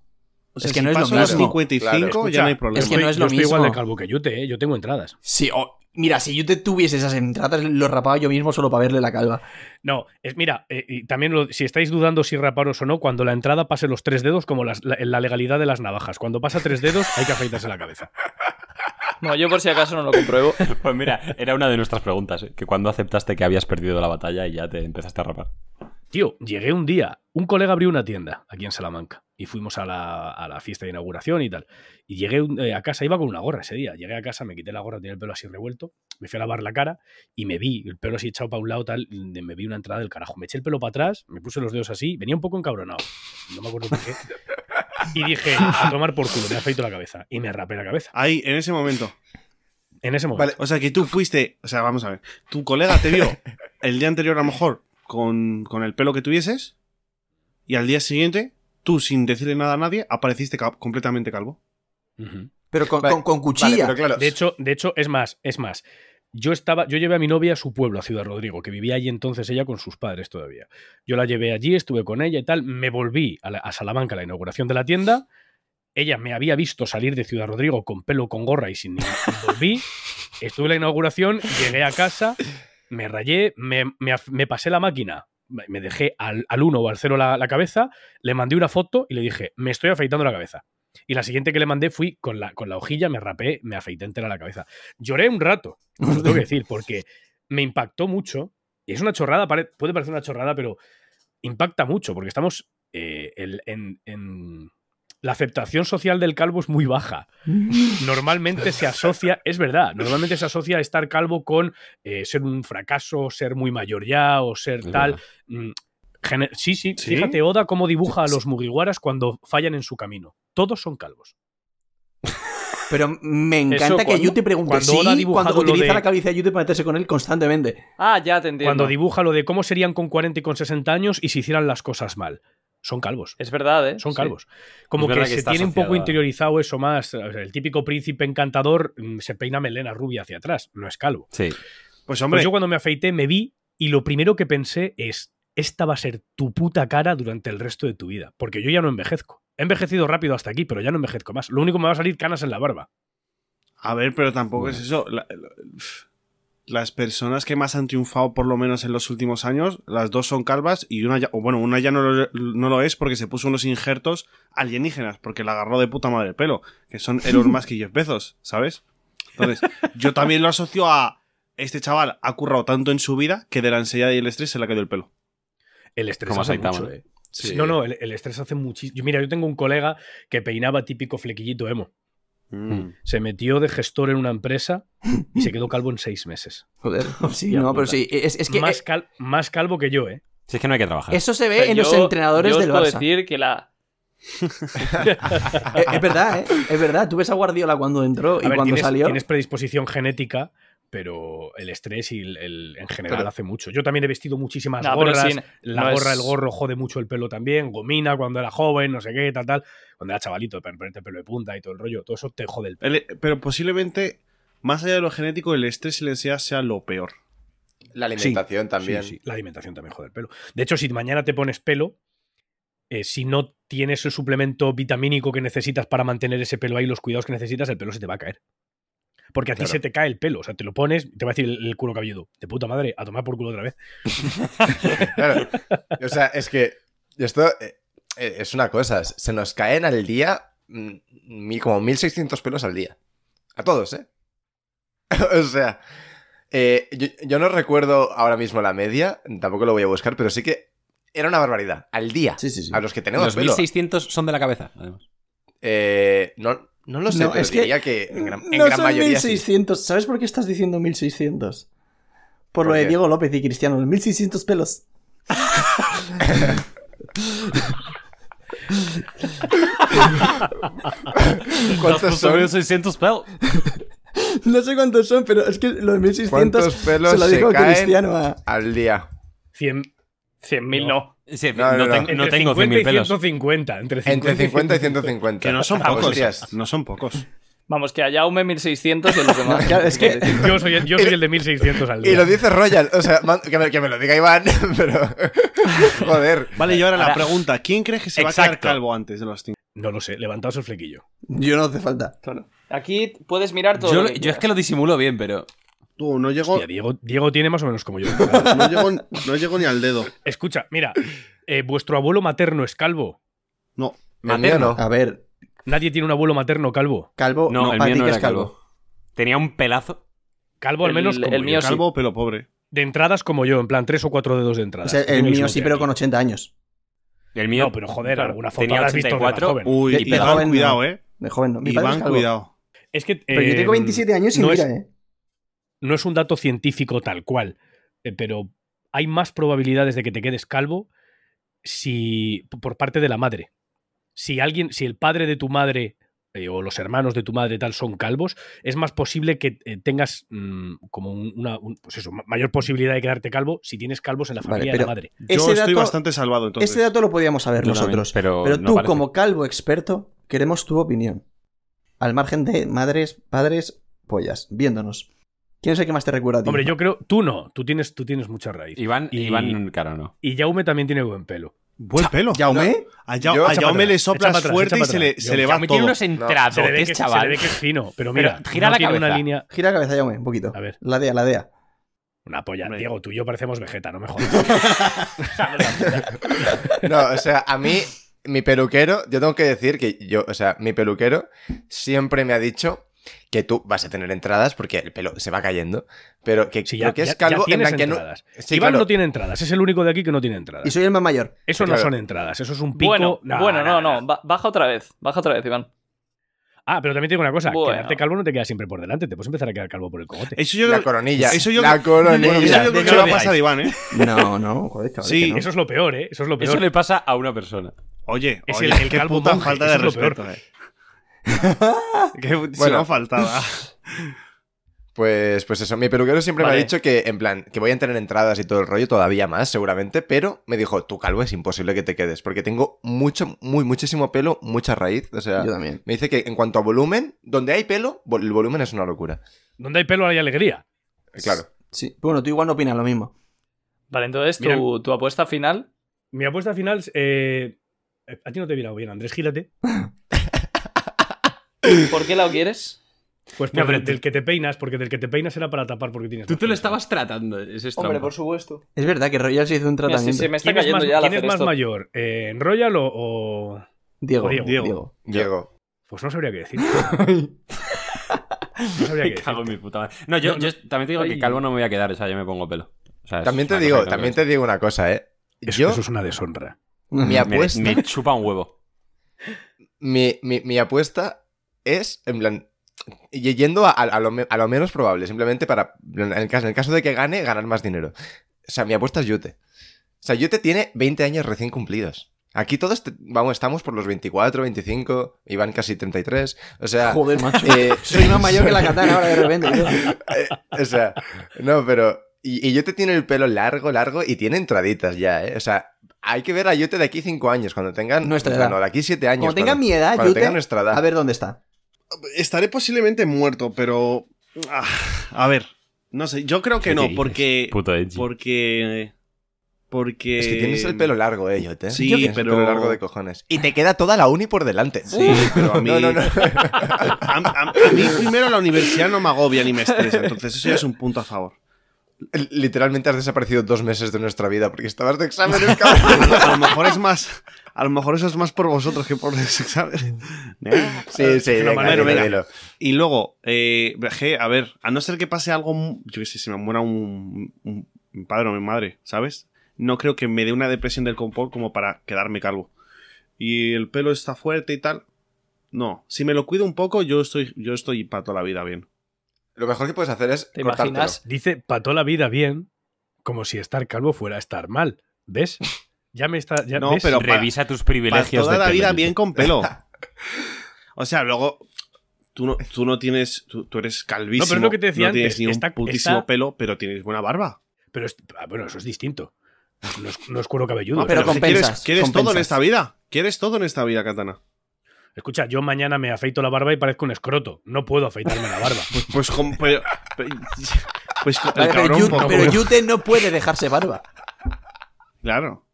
O sea, es que si no es lo paso los mismo. 55 Claro, ya escucha, no hay problema. es que no Yo es lo estoy igual de mismo. calvo que yo, te, ¿eh? yo tengo entradas. Sí, o- mira, si yo te tuviese esas entradas, lo rapaba yo mismo solo para verle la calva. No, es mira, eh, y también lo- si estáis dudando si raparos o no, cuando la entrada pase los tres dedos, como las- la, en la legalidad de las navajas, cuando pasa tres dedos hay que afeitarse la cabeza. No, yo por si acaso no lo compruebo. Pues mira, era una de nuestras preguntas, ¿eh? que cuando aceptaste que habías perdido la batalla y ya te empezaste a rapar. Tío, llegué un día, un colega abrió una tienda aquí en Salamanca y fuimos a la, a la fiesta de inauguración y tal. Y llegué un- eh, a casa, iba con una gorra ese día. Llegué a casa, me quité la gorra, tenía el pelo así revuelto, me fui a lavar la cara y me vi, el pelo así echado para un lado, tal, de- me vi una entrada del carajo. Me eché el pelo para atrás, me puse los dedos así, venía un poco encabronado, no me acuerdo por qué. Y dije, a tomar por culo, me afeito la cabeza. Y me rapé la cabeza. Ahí, en ese momento. En ese momento. O sea, que tú fuiste. O sea, vamos a ver. Tu colega te vio el día anterior, a lo mejor, con, con el pelo que tuvieses. Y al día siguiente, tú, sin decirle nada a nadie, apareciste ca- completamente calvo. Ujú. Pero con, Vale, con- con Vale, cuchilla. pero claro, De hecho, de hecho, es más, es más. Yo estaba, yo llevé a mi novia a su pueblo, a Ciudad Rodrigo, que vivía allí entonces ella con sus padres todavía. Yo la llevé allí, estuve con ella y tal. Me volví a, la- a Salamanca a la inauguración de la tienda. Ella me había visto salir de Ciudad Rodrigo con pelo, con gorra y sin ningún. Volví, estuve en la inauguración, llegué a casa, me rayé, me, me af- me pasé la máquina, me me dejé al, al 1 o al 0 la, la cabeza, le mandé una foto y le dije, me estoy afeitando la cabeza. Y la siguiente que le mandé fui con la, con la hojilla, me rapé, me afeité entera la cabeza. Lloré un rato, os lo tengo que decir, porque me impactó mucho. Y es una chorrada, pare- puede parecer una chorrada, pero impacta mucho, porque estamos eh, el- en, en- La aceptación social del calvo es muy baja. Normalmente se asocia, es verdad, normalmente se asocia estar calvo con eh, ser un fracaso, ser muy mayor ya o ser Es tal. verdad. Mm, gene- Sí, sí, ¿Sí? fíjate Oda cómo dibuja a los Mugiwaras cuando fallan en su camino. Todos son calvos. Pero me ¿Eso encanta que cuándo? Yute pregunte Cuando sí Oda ha dibujado cuando lo utiliza de- la cabeza de Yute para meterse con él constantemente. Ah, ya te entiendo. Cuando dibuja lo de cómo serían con 40 y con 60 años y si hicieran las cosas mal. Son calvos. Es verdad, ¿eh? Son Sí. calvos. Como Es que, verdad que se está tiene un asociado poco a- interiorizado eso más. o sea, el típico príncipe encantador mm, se peina melena rubia hacia atrás. No es calvo. Sí. Pues Pues hombre, yo cuando me afeité me vi y lo primero que pensé es, esta va a ser tu puta cara durante el resto de tu vida, porque yo ya no envejezco. He envejecido rápido hasta aquí, pero ya no envejezco más. Lo único que me va a salir canas en la barba. a ver, pero tampoco es eso. La- la- pf. las personas que más han triunfado, por lo menos en los últimos años, las dos son calvas y una ya, o bueno, una ya no lo, no lo es porque se puso unos injertos alienígenas, porque la agarró de puta madre el pelo, que son Elon Musk y Jeff Bezos, ¿sabes? Entonces, yo también lo asocio a este chaval ha currado tanto en su vida que de la ansiedad y el estrés se le ha caído el pelo. El estrés Como hace Saitama, mucho, ¿no? ¿eh? No, no, el, el estrés hace muchísimo. Mira, yo tengo un colega que peinaba típico flequillito emo. Se metió de gestor en una empresa y se quedó calvo en seis meses. Joder, sí, Ya, no, pero puta. sí. Es, es que más, eh, cal- más calvo que yo, ¿eh? Si es que no hay que trabajar. eso se O sea, ve en yo- los entrenadores yo os del puedo Barça. decir que la. Eh, Es, verdad, ¿eh? Es verdad. Tú ves a Guardiola cuando entró y A ver, cuando tienes, salió. tienes predisposición genética, pero el estrés y el, el- en general Claro. hace mucho. Yo también he vestido muchísimas No, pero gorras. sin- la no gorra, es- el gorro jode mucho el pelo también. Gomina cuando era joven, no sé qué, tal, tal. Cuando era chavalito, pe- ponerte pelo de punta y todo el rollo. Todo eso te jode el pelo. El- pero posiblemente, más allá de lo genético, el estrés y la ansiedad sea lo peor. la alimentación también. Sí, sí, La alimentación también jode el pelo. De hecho, si mañana te pones pelo, eh, si no tienes el suplemento vitamínico que necesitas para mantener ese pelo ahí, los cuidados que necesitas, el pelo se te va a caer. Porque a ti se te cae el pelo, o sea, te lo pones, te va a decir el, el culo cabelludo, de puta madre, a tomar por culo otra vez. Claro. O sea, es que esto eh, eh, es una cosa. Se nos caen al día mm, mil- como 1600 pelos al día. A todos, ¿eh? o sea, eh, yo, yo no recuerdo ahora mismo la media, tampoco lo voy a buscar, pero sí que era una barbaridad. Al día. Sí, sí, sí. A los que tenemos Los pelo. 1600 son de la cabeza. además. Eh, no, no lo sé, No, pero es que- diría que, en gran, en no gran son mayoría sí. 1600. ¿Sabes por qué estás diciendo 1600? ¿Por Por, lo de qué? Diego López y Cristiano, los 1600 pelos. ¿Cuántos son? 600 pel. No sé cuántos son, pero es que los 1600 ¿Cuántos pelos se lo dijo se caen? Cristiano a. Al día. 100. 100.000 No. no. Sí, No, no, no no. tengo- no entre tengo 100.000 50 y pelos. 150. Entre 50, Entre 50 y 150. 150. Que no son pocos. Hostias. No son pocos. Vamos, que allá un 1600 y los demás. Claro, es que Yo soy, yo soy el de 1600 al día. Y lo dice Royal. O sea, man- que me, que me lo diga Iván, pero. Joder. Vale, y ahora la Ahora- pregunta: ¿quién crees que se va a Exacto. quedar calvo antes de los 5? No lo sé, levantaos el flequillo. yo no hace falta. Aquí puedes mirar todo. Yo, lo lo- que yo es que lo disimulo bien, pero. Tú, no Oh. llego, Hostia, Diego, Diego tiene más o menos como yo. no, llego, no llego ni al dedo. Escucha, mira, eh, vuestro abuelo materno es calvo. No. El mío no. A ver, Nadie tiene un abuelo materno calvo. Calvo, No, no, el para mío ti no que era es calvo. calvo. Tenía un pelazo. Calvo al El- menos como el yo. mío sí. Calvo, pero pobre. De entradas como yo, en plan tres o cuatro dedos de entrada. O sea, el mío sí, pero con 80 años. El mío. No, pero joder, claro, alguna foto Tenía habrás visto de más 84. joven. Uy, De- y de pelado. Iván, joven no. cuidado, ¿eh? De joven no. Mi padre es Iván, calvo. cuidado. Es que, Pero yo eh, tengo 27 años y no mira, es- eh. No es un dato científico tal cual, eh, pero hay más probabilidades de que te quedes calvo si por parte de la madre. Si alguien, si el padre de tu madre eh, o los hermanos de tu madre tal son calvos, es más posible que eh, tengas mm, como un- una un- pues eso, ma- mayor posibilidad de quedarte calvo si tienes calvos en la Vale, familia de pero la madre. Yo Ese estoy dato- bastante salvado entonces. Ese dato lo podíamos saber Yo también, nosotros. pero pero no tú, parece. como calvo experto, queremos tu opinión. Al margen de madres, padres, pollas, viéndonos. ¿Quién es el que más te recuerda a ti? Hombre, yo creo, tú no, tú tienes, tú tienes mucha raíz. Iván, Y- Iván, claro, no. Y Jaume también tiene buen pelo. Buen pelo. ¿Yaume? A, Yao- Yo- a Echa Jaume le para atrás, echa soplas para fuerte y atrás, se le, echa se para le va Jaume tiene todo. unos entrados, Se le ve que, se chaval. le ve que es fino, Pero pero mira, gira no la tiene una cabeza. línea, Gira la cabeza, Yaume, un poquito. A ver. La DEA, la DEA. una polla. Hombre. Diego, tú y yo parecemos vegeta, no me jodas. No, o sea, a mí, mi peluquero, yo tengo que decir que yo, o sea, mi peluquero siempre me ha dicho que tú vas a tener entradas porque el pelo se va cayendo, pero que, Si lo ya, que es ya- ya calvo en tienes plan que no. entradas. Sí, Iván claro. no tiene entradas, es el único de aquí que no tiene entradas. Y soy el más mayor. Eso no Claro. son entradas, eso es un pico. Bueno, Nah, bueno, nah, no, nah. no. ba- Baja otra vez. Baja otra vez, Iván. Ah, pero también tengo una cosa: Bueno. quedarte calvo no te queda siempre por delante, te puedes empezar a quedar calvo por el cogote. Eso yo La creo coronilla. Eso yo- la coronilla. Bueno, eso yo creo que le va a veáis. pasar a Iván, ¿eh? No, no, joder, cabrón. Sí, que no. Eso es lo peor, ¿eh? Eso es lo peor. Eso le pasa a una persona. Oye, Es oye, el- el qué calvo puta monje, falta eso de es lo peor. respeto, ¿eh? Qué Bueno. bueno, faltaba. Pues, pues eso, mi peluquero siempre me Vale. ha dicho que, en plan, que voy a tener entradas y todo el rollo, todavía más seguramente, pero me dijo, tu calvo es imposible que te quedes, porque tengo mucho, muy, muchísimo pelo, mucha raíz, o sea, Yo también. me dice que en cuanto a volumen, donde hay pelo, vol- el volumen es una locura. Donde hay pelo hay alegría. Claro. Sí. Bueno, tú igual no opinas lo mismo. Vale, entonces Mira. tu, tu apuesta final. Mi apuesta final. eh, A ti no te viene bien, Andrés, gírate. ¿Por qué la quieres? Pues No, por pero del, tú- del que te peinas, porque del que te peinas era para tapar porque tienes. más pelo. tratando, es supuesto. Es verdad que Royal se hizo un Mira, tratamiento. si se me está ¿Quién es cayendo más, ya la quién es más mayor? eh, ¿Royal o, o.? Diego, Diego, Diego, Diego. Diego. Pues no sabría qué decir. no sabría qué Me decir. cago en mi puta madre. No, yo, No, yo también te digo Ay. que calvo no me voy a quedar, o sea, yo me pongo pelo. O sea, es También te una digo, cosa que tengo también que te digo una cosa, ¿eh. Eso, Yo, eso es una deshonra. mi decir. apuesta, Me, me chupa un huevo. mi, mi- mi apuesta es, en plan, y- yendo a, a lo, me- a lo menos probable, simplemente para, en el, caso, en el caso de que gane, ganar más dinero. O sea, mi apuesta es Yute. O sea, Yute tiene 20 años recién cumplidos. Aquí todos, te- vamos, estamos por los 24, 25, Iván casi 33. O sea, Joder, macho. eh, Soy más mayor que la katana ahora de repente. tío. Eh, o sea, no, pero. Y, y Yote tiene el pelo largo, largo y tiene entraditas ya, ¿eh? O sea, hay que ver a Yote de aquí 5 años, cuando tengan. Nuestra bueno, edad. de aquí 7 años. Como tenga cuando- mi edad, cuando yo tenga nuestra edad. A ver dónde está. Estaré posiblemente muerto, pero. ah, a ver. No sé, yo creo que ¿Qué no, dices? porque. Puto Edgy. Porque. Porque. Es que tienes el pelo largo, ¿eh, Yote? Sí, Tienes el pero- pelo largo de cojones. Y te queda toda la uni por delante. Sí, pero a mí. No, no, no. A, a- a mí primero la universidad no me agobia ni me estresa, entonces eso ya es un punto a favor. L- Literalmente has desaparecido dos meses de nuestra vida porque estabas de exámenes, cabrón. A lo mejor es más. A lo mejor eso es más por vosotros que por los exámenes. sí, sí, venga, Fenomenal, dilo, venga. dilo. Y luego, eh, je, a ver, a no ser que pase algo, mu- yo qué sé, se me muera un, un- mi padre o mi madre, ¿sabes? No creo que me dé una depresión del confort como para quedarme calvo. Y el pelo está fuerte y tal. No, si me lo cuido un poco, yo estoy, yo estoy para toda la vida bien. Lo mejor que puedes hacer es ¿Te cortártelo. imaginas? Dice, para toda la vida bien, como si estar calvo fuera estar mal. ¿Ves? Ya me está. Ya, No, ¿ves? pero- Revisa tus Para privilegios. toda de la vida pelo. bien con pelo. O sea, luego, tú no, tú no tienes, tú, tú eres calvísimo. No, pero es lo que te decía no tienes antes, ni un está- putísimo está- pelo, pero tienes buena barba. Pero es- ah, bueno, eso es distinto. No es, no es cuero cabelludo. No, es pero una- si quieres- compensas, Quieres, todo en compensas. esta vida. Quieres todo en esta vida, Katana. Escucha, yo mañana me afeito la barba y parezco un escroto. No puedo afeitarme la barba. Pues, pues, con, pero- pero- pues con- el Vale, pero, cabrón Yu- poco- pero Yute no puede dejarse barba. Claro.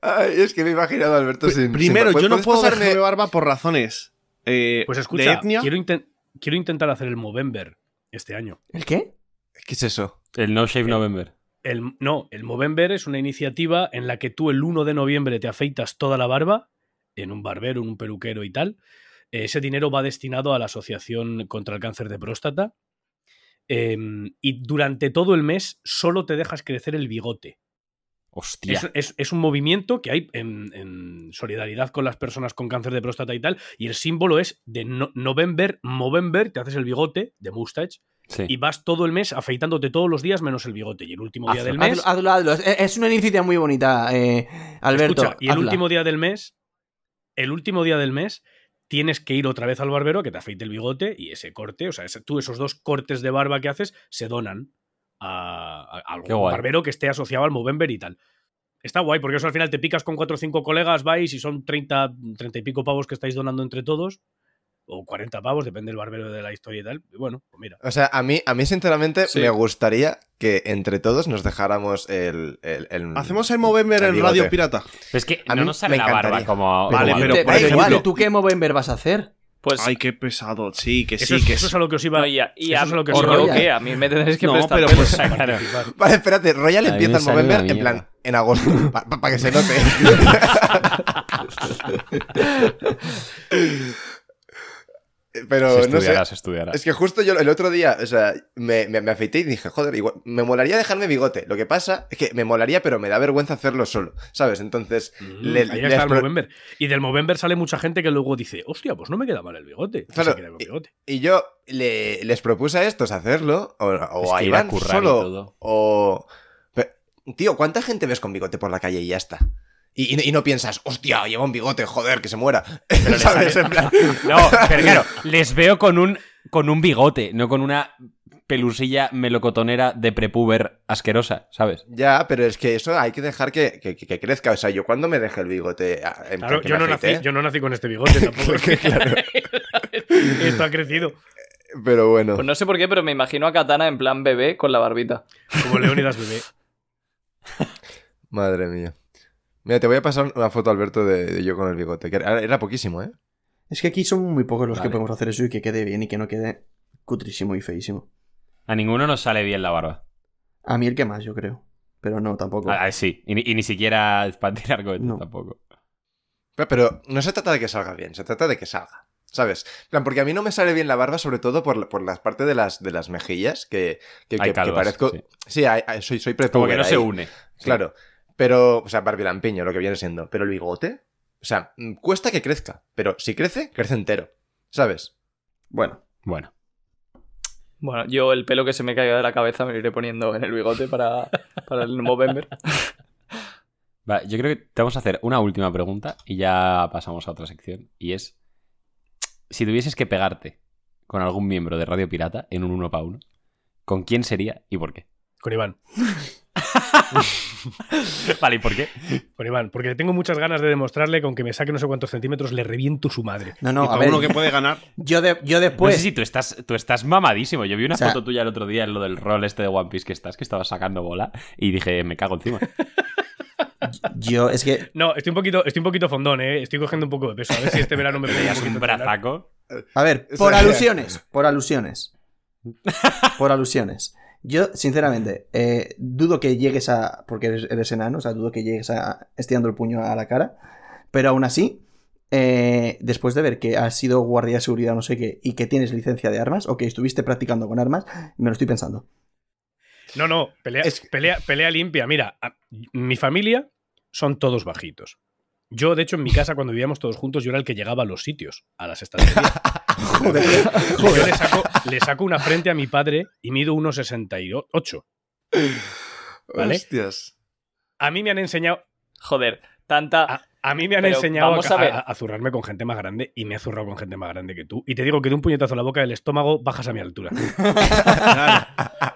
Ay, es que me he imaginado a Alberto sin. sin- Primero, ¿Puedes- yo no puedes puedo pasarme- dejarme barba por razones eh, Pues de escucha, etnia. quiero, inten- quiero intentar hacer el Movember este año. ¿El qué? ¿Qué es eso? El No Shave November. El, no, el Movember es una iniciativa en la que tú el 1 de noviembre te afeitas toda la barba en un barbero, en un peluquero y tal. Eh, Ese dinero va destinado a la Asociación contra el Cáncer de Próstata. Em, y durante todo el mes solo te dejas crecer el bigote. Hostia. Es, es- es un movimiento que hay en, en solidaridad con las personas con cáncer de próstata y tal. Y el símbolo es de no- November, Movember, te haces el bigote de mustache Sí. y vas todo el mes afeitándote todos los días menos el bigote. Y el último día del mes. Hazlo, hazlo, hazlo. Es- Es una iniciativa muy bonita, eh, Alberto. escucha, y el hazla. último día del mes. El último día del mes tienes que ir otra vez al barbero a que te afeite el bigote y ese corte, o sea, ese- tú esos dos cortes de barba que haces se donan a, a- a Qué algún guay. barbero que esté asociado al Movember y tal. Está guay, porque eso al final te picas con cuatro o cinco colegas, vais y son 30, 30 y pico pavos que estáis donando entre todos, o 40 pavos, depende del barbero de la historia y tal. Y bueno, pues mira. O sea, a mí, a mí sinceramente, Sí. me gustaría que entre todos nos dejáramos el. el- el- Hacemos el Movember en bigote. Radio Pirata. Pero es que A no mí nos sale me la barba encantaría. como. Vale, como pero, Te- antes. por pero, ejemplo- Yute, ¿tú qué Movember vas a hacer? Pues Ay, qué pesado. Sí, que Eso, sí, es, que eso sí. es a lo que os iba no, y a, y eso a- es lo que ¿y os iba yo a decir. qué? A mí me tendréis que No, prestar pero pelo, pues- o sea, claro. participar. Vale, espérate, A Royal mí me empieza el sale la Movember en mierda. plan en agosto, para que se note. Pero Si no sé. estudiarás, estudiarás. Es que justo yo el otro día, o sea, me, me- me afeité y dije, joder, igual, me molaría dejarme bigote. Lo que pasa es que me molaría, pero me da vergüenza hacerlo solo, ¿sabes? Entonces, le- Mm, Ahí le está el explo- Movember. Y del Movember sale mucha gente que luego dice, hostia, pues no me queda mal el bigote. Y se Claro, queda con y- bigote. y yo le- les propuse a estos hacerlo, o, o Es a que ir a Iván currar y solo, todo. o... Pero, tío, ¿cuánta gente ves con bigote por la calle y ya está? Y, y no- y no piensas, hostia, lleva un bigote, joder, que se muera. le ¿Sabes? sale- En plan, No, pero claro, les veo con un, con un bigote, no con una pelusilla melocotonera de prepuber asquerosa, ¿sabes? Ya, pero es que eso hay que dejar que, que- que crezca. O sea, yo cuando me dejé el bigote. ah, en plan Claro, que yo me no, nací, afeité, yo no nací con este bigote tampoco. Claro. Esto ha crecido. Pero bueno. Pues no sé por qué, pero me imagino a Katana en plan bebé con la barbita. Como Leónidas Bebé. Madre mía. Mira, te voy a pasar una foto, Alberto, de, de yo con el bigote. Que era, era poquísimo, ¿eh? Es que aquí son muy pocos los Vale. que podemos hacer eso y que quede bien y que no quede cutrísimo y feísimo. A ninguno nos sale bien la barba. A mí el que más, yo creo. Pero no, tampoco. Ah, sí, y, ni- y ni siquiera para tirar cohetes No. tampoco. Pero, pero no se trata de que salga bien, se trata de que salga. ¿Sabes? En plan, porque a mí no me sale bien la barba, sobre todo por, la- por las partes de las, de las mejillas, que, que, Hay que- que calvas, parezco. sí. Sí, hay- hay- soy, soy prepuber Como que no se ahí. une. Sí. Claro. Pero, o sea, Barbie Lampiño, lo que viene siendo. Pero el bigote, o sea, mm, cuesta que crezca. Pero si crece, crece entero. ¿Sabes? Bueno, Bueno, Bueno, yo el pelo que se me caiga de la cabeza me lo iré poniendo en el bigote para, para el Movember. Va, yo creo que te vamos a hacer una última pregunta y ya pasamos a otra sección. Y es, si tuvieses que pegarte con algún miembro de Radio Pirata en un uno para uno, ¿con quién sería y por qué? Con Iván. Vale, ¿y por qué? Con Iván. Porque tengo muchas ganas de demostrarle que aunque me saque no sé cuántos centímetros, le reviento su madre. no, Y no, a para ver. uno que puede ganar. Yo, de- yo Pues después. no sé si tú estás, tú estás mamadísimo. Yo vi una O sea- foto tuya el otro día en lo del rol este de One Piece que estás, que estabas sacando bola y dije, me cago encima. Yo, es que. No, estoy un poquito, estoy un poquito fondón, ¿eh? Estoy cogiendo un poco de peso. A ver si este verano me Tenías pegas un brazaco. A ver, O por sea- alusiones. Por alusiones. Por alusiones. Yo, sinceramente, eh, dudo que llegues a. Porque eres, eres enano, o sea, dudo que llegues a. estirando el puño a la cara. Pero aún así, eh, después de ver que has sido guardia de seguridad, no sé qué, y que tienes licencia de armas, o que estuviste practicando con armas, me lo estoy pensando. No, no, pelea, Es- pelea, pelea limpia. Mira, a- mi familia son todos bajitos. Yo, de hecho, en mi casa, cuando vivíamos todos juntos, yo era el que llegaba a los sitios, a las estanterías. joder, Yo le saco, le saco una frente a mi padre y mido 1,68. ¿Vale? Hostias. A mí me han enseñado. Joder, tanta. Ah, A, a mí me han Pero enseñado vamos a ver. a zurrarme con gente más grande y me he zurrado con gente más grande que tú. Y te digo que de un puñetazo a la boca del estómago bajas a mi altura. Claro.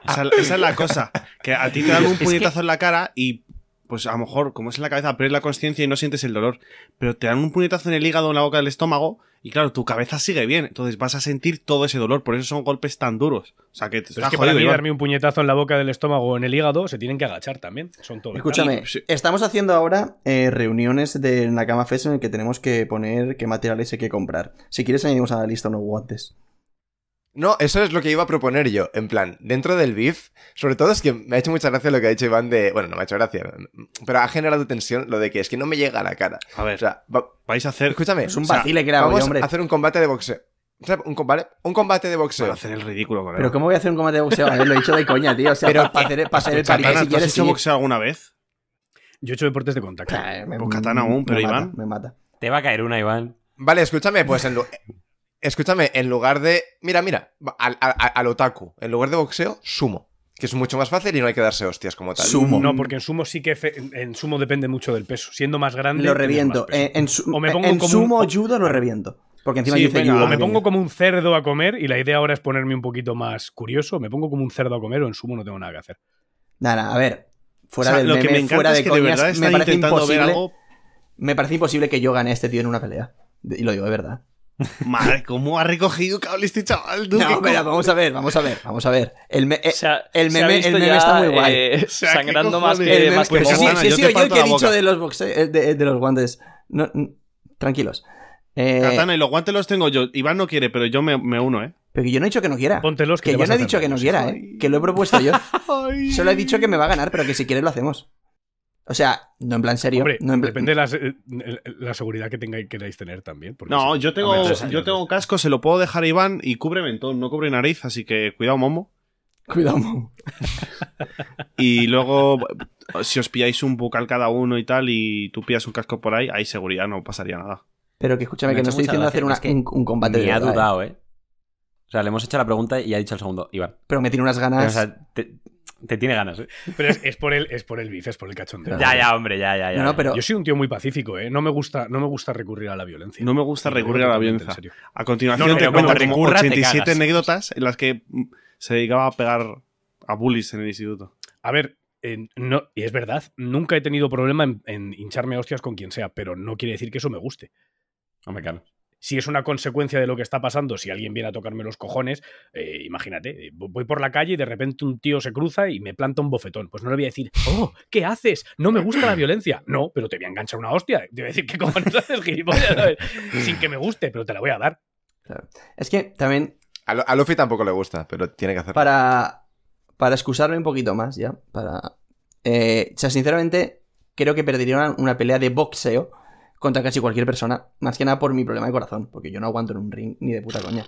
Esa, esa es la cosa. Que a ti te dan un puñetazo en la cara y, pues a lo mejor, como es en la cabeza, pierdes la conciencia y no sientes el dolor. Pero te dan un puñetazo en el hígado, en la boca del estómago, y claro, tu cabeza sigue bien. Entonces vas a sentir todo ese dolor. Por eso son golpes tan duros. O sea, que te Pero está es que para jodido. mí Iván. darme un puñetazo en la boca del estómago o en el hígado se tienen que agachar también. Son todos. Escúchame, sí. estamos haciendo ahora eh, reuniones de Nakama Fest en el que tenemos que poner qué materiales hay que comprar. Si quieres, añadimos a la lista unos guantes. No, eso es lo que iba a proponer yo. En plan, dentro del beef, sobre todo es que me ha hecho mucha gracia lo que ha dicho Iván de. Bueno, no me ha hecho gracia, pero ha generado tensión lo de que es que no me llega a la cara. A O ver, sea, va- vais a hacer. escúchame. Es un o sea, vacile que era, vamos hombre. a hacer un combate de boxeo. O sea, un combate, un combate de Van a boxeo. hacer el ridículo con él. Pero ¿cómo voy a hacer un combate de boxeo? A ver, lo he dicho de coña, tío. O sea, Pero para hacer, pa hacer el escucha, paripé Katana, si ¿tú has quieres. hecho sí. boxeo alguna vez? Yo he hecho deportes de contacto. Ah, me- Pues katana aún, pero me Iván. mata, me mata. Te va a caer una, Iván. Vale, escúchame, pues en lu- escúchame, en lugar de. Mira, mira, va- al, al- al otaku. En lugar de boxeo, sumo. Que es mucho más fácil y no hay que darse hostias como tal. Sumo. No, porque en sumo sí que fe- en en sumo depende mucho del peso. Siendo más grande. Lo tienes reviento. más peso. Eh, En, su- O me pongo en como sumo un- judo lo reviento. Porque encima Sí, dice venga, judo. o me Ah, pongo como un cerdo a comer y la idea ahora es ponerme un poquito más curioso. Me pongo como un cerdo a comer o en sumo no tengo nada que hacer. Nada, a ver. Fuera O sea, del lo que me meme, encanta fuera es de que de verdad coñas, me están parece intentando ver imposible. algo. Me parece imposible que yo gane a este tío en una pelea. De- Y lo digo de verdad. Madre, ¿cómo ha recogido cable este chaval? tú? ¿Qué No, pero co- vamos a ver, vamos a ver, vamos a ver. El me- eh, se ha- el se ha meme- el visto meme ya, está muy guay. eh, O sea, ¿qué sangrando más cojones? que, el más que meme- pues moco. sí, Moana, sí, yo sí, te yo parto el que he la dicho boca. de los boxe- eh, de, de los guantes. No, n- tranquilos. Eh, Katana y los guantes los tengo yo. Iván no quiere, pero yo me, me uno, ¿eh? pero que yo no he dicho que no quiera. Póntelos que, Que le yo vas no a he hacer dicho que no daño. quiera, ¿eh? Que lo he propuesto yo. Solo he dicho que me va a ganar, pero que si quieres lo hacemos. O sea, no en plan serio. Hombre, no en plan- depende de la, se- eh, la seguridad que tengáis, queráis tener también. porque No, si- yo tengo, Hombre, tres yo años, tengo casco, se lo puedo dejar a Iván y cubre mentón, no cubre nariz, así que cuidado, momo. Cuidado, Momo. Y luego, si os pilláis un bucal cada uno y tal, y tú pillas un casco por ahí, hay seguridad, no pasaría nada. Pero que escúchame, Me que ha no hecho estoy mucha diciendo gracia, hacer una- es que un, un combate de Ni ha verdad, eh. dudado, ¿eh? O sea, le hemos hecho la pregunta y ha dicho el segundo, Iván. Pero me tiene unas O ganas. sea, te, te tiene ganas, ¿eh? Pero es, es por el, es por el bif, es por el cachondeo. Ya, ya, hombre, ya, ya, ya. no, no, pero Yo soy un tío muy pacífico, ¿eh? No me gusta, no me gusta recurrir a la violencia. No me gusta Lo digo recurrir a la totalmente en violencia. serio. A continuación, No, no, te pero cuento como como recurra, te 87 cagas. anécdotas en las que mm, se dedicaba a pegar a bullies en el instituto. A ver, eh, no, y es verdad, nunca he tenido problema en, en hincharme a hostias con quien sea, pero no quiere decir que eso me guste. Hombre, claro. Si es una consecuencia de lo que está pasando, si alguien viene a tocarme los cojones, eh, imagínate, eh, voy por la calle y de repente un tío se cruza y me planta un bofetón. Pues no le voy a decir, oh, ¿qué haces? No me gusta la violencia. No, pero te voy a enganchar una hostia. Te voy a decir, ¿qué cojones haces, gilipollas? ¿sabes? Sin que me guste, pero te la voy a dar. es que también A, Lo- a Luffy tampoco le gusta, pero tiene que hacerlo. para, para excusarme un poquito más, ya. Para, eh, o sea, sinceramente, creo que perdería una, una pelea de boxeo contra casi cualquier persona. Más que nada por mi problema de corazón, porque yo no aguanto en un ring ni de puta coña.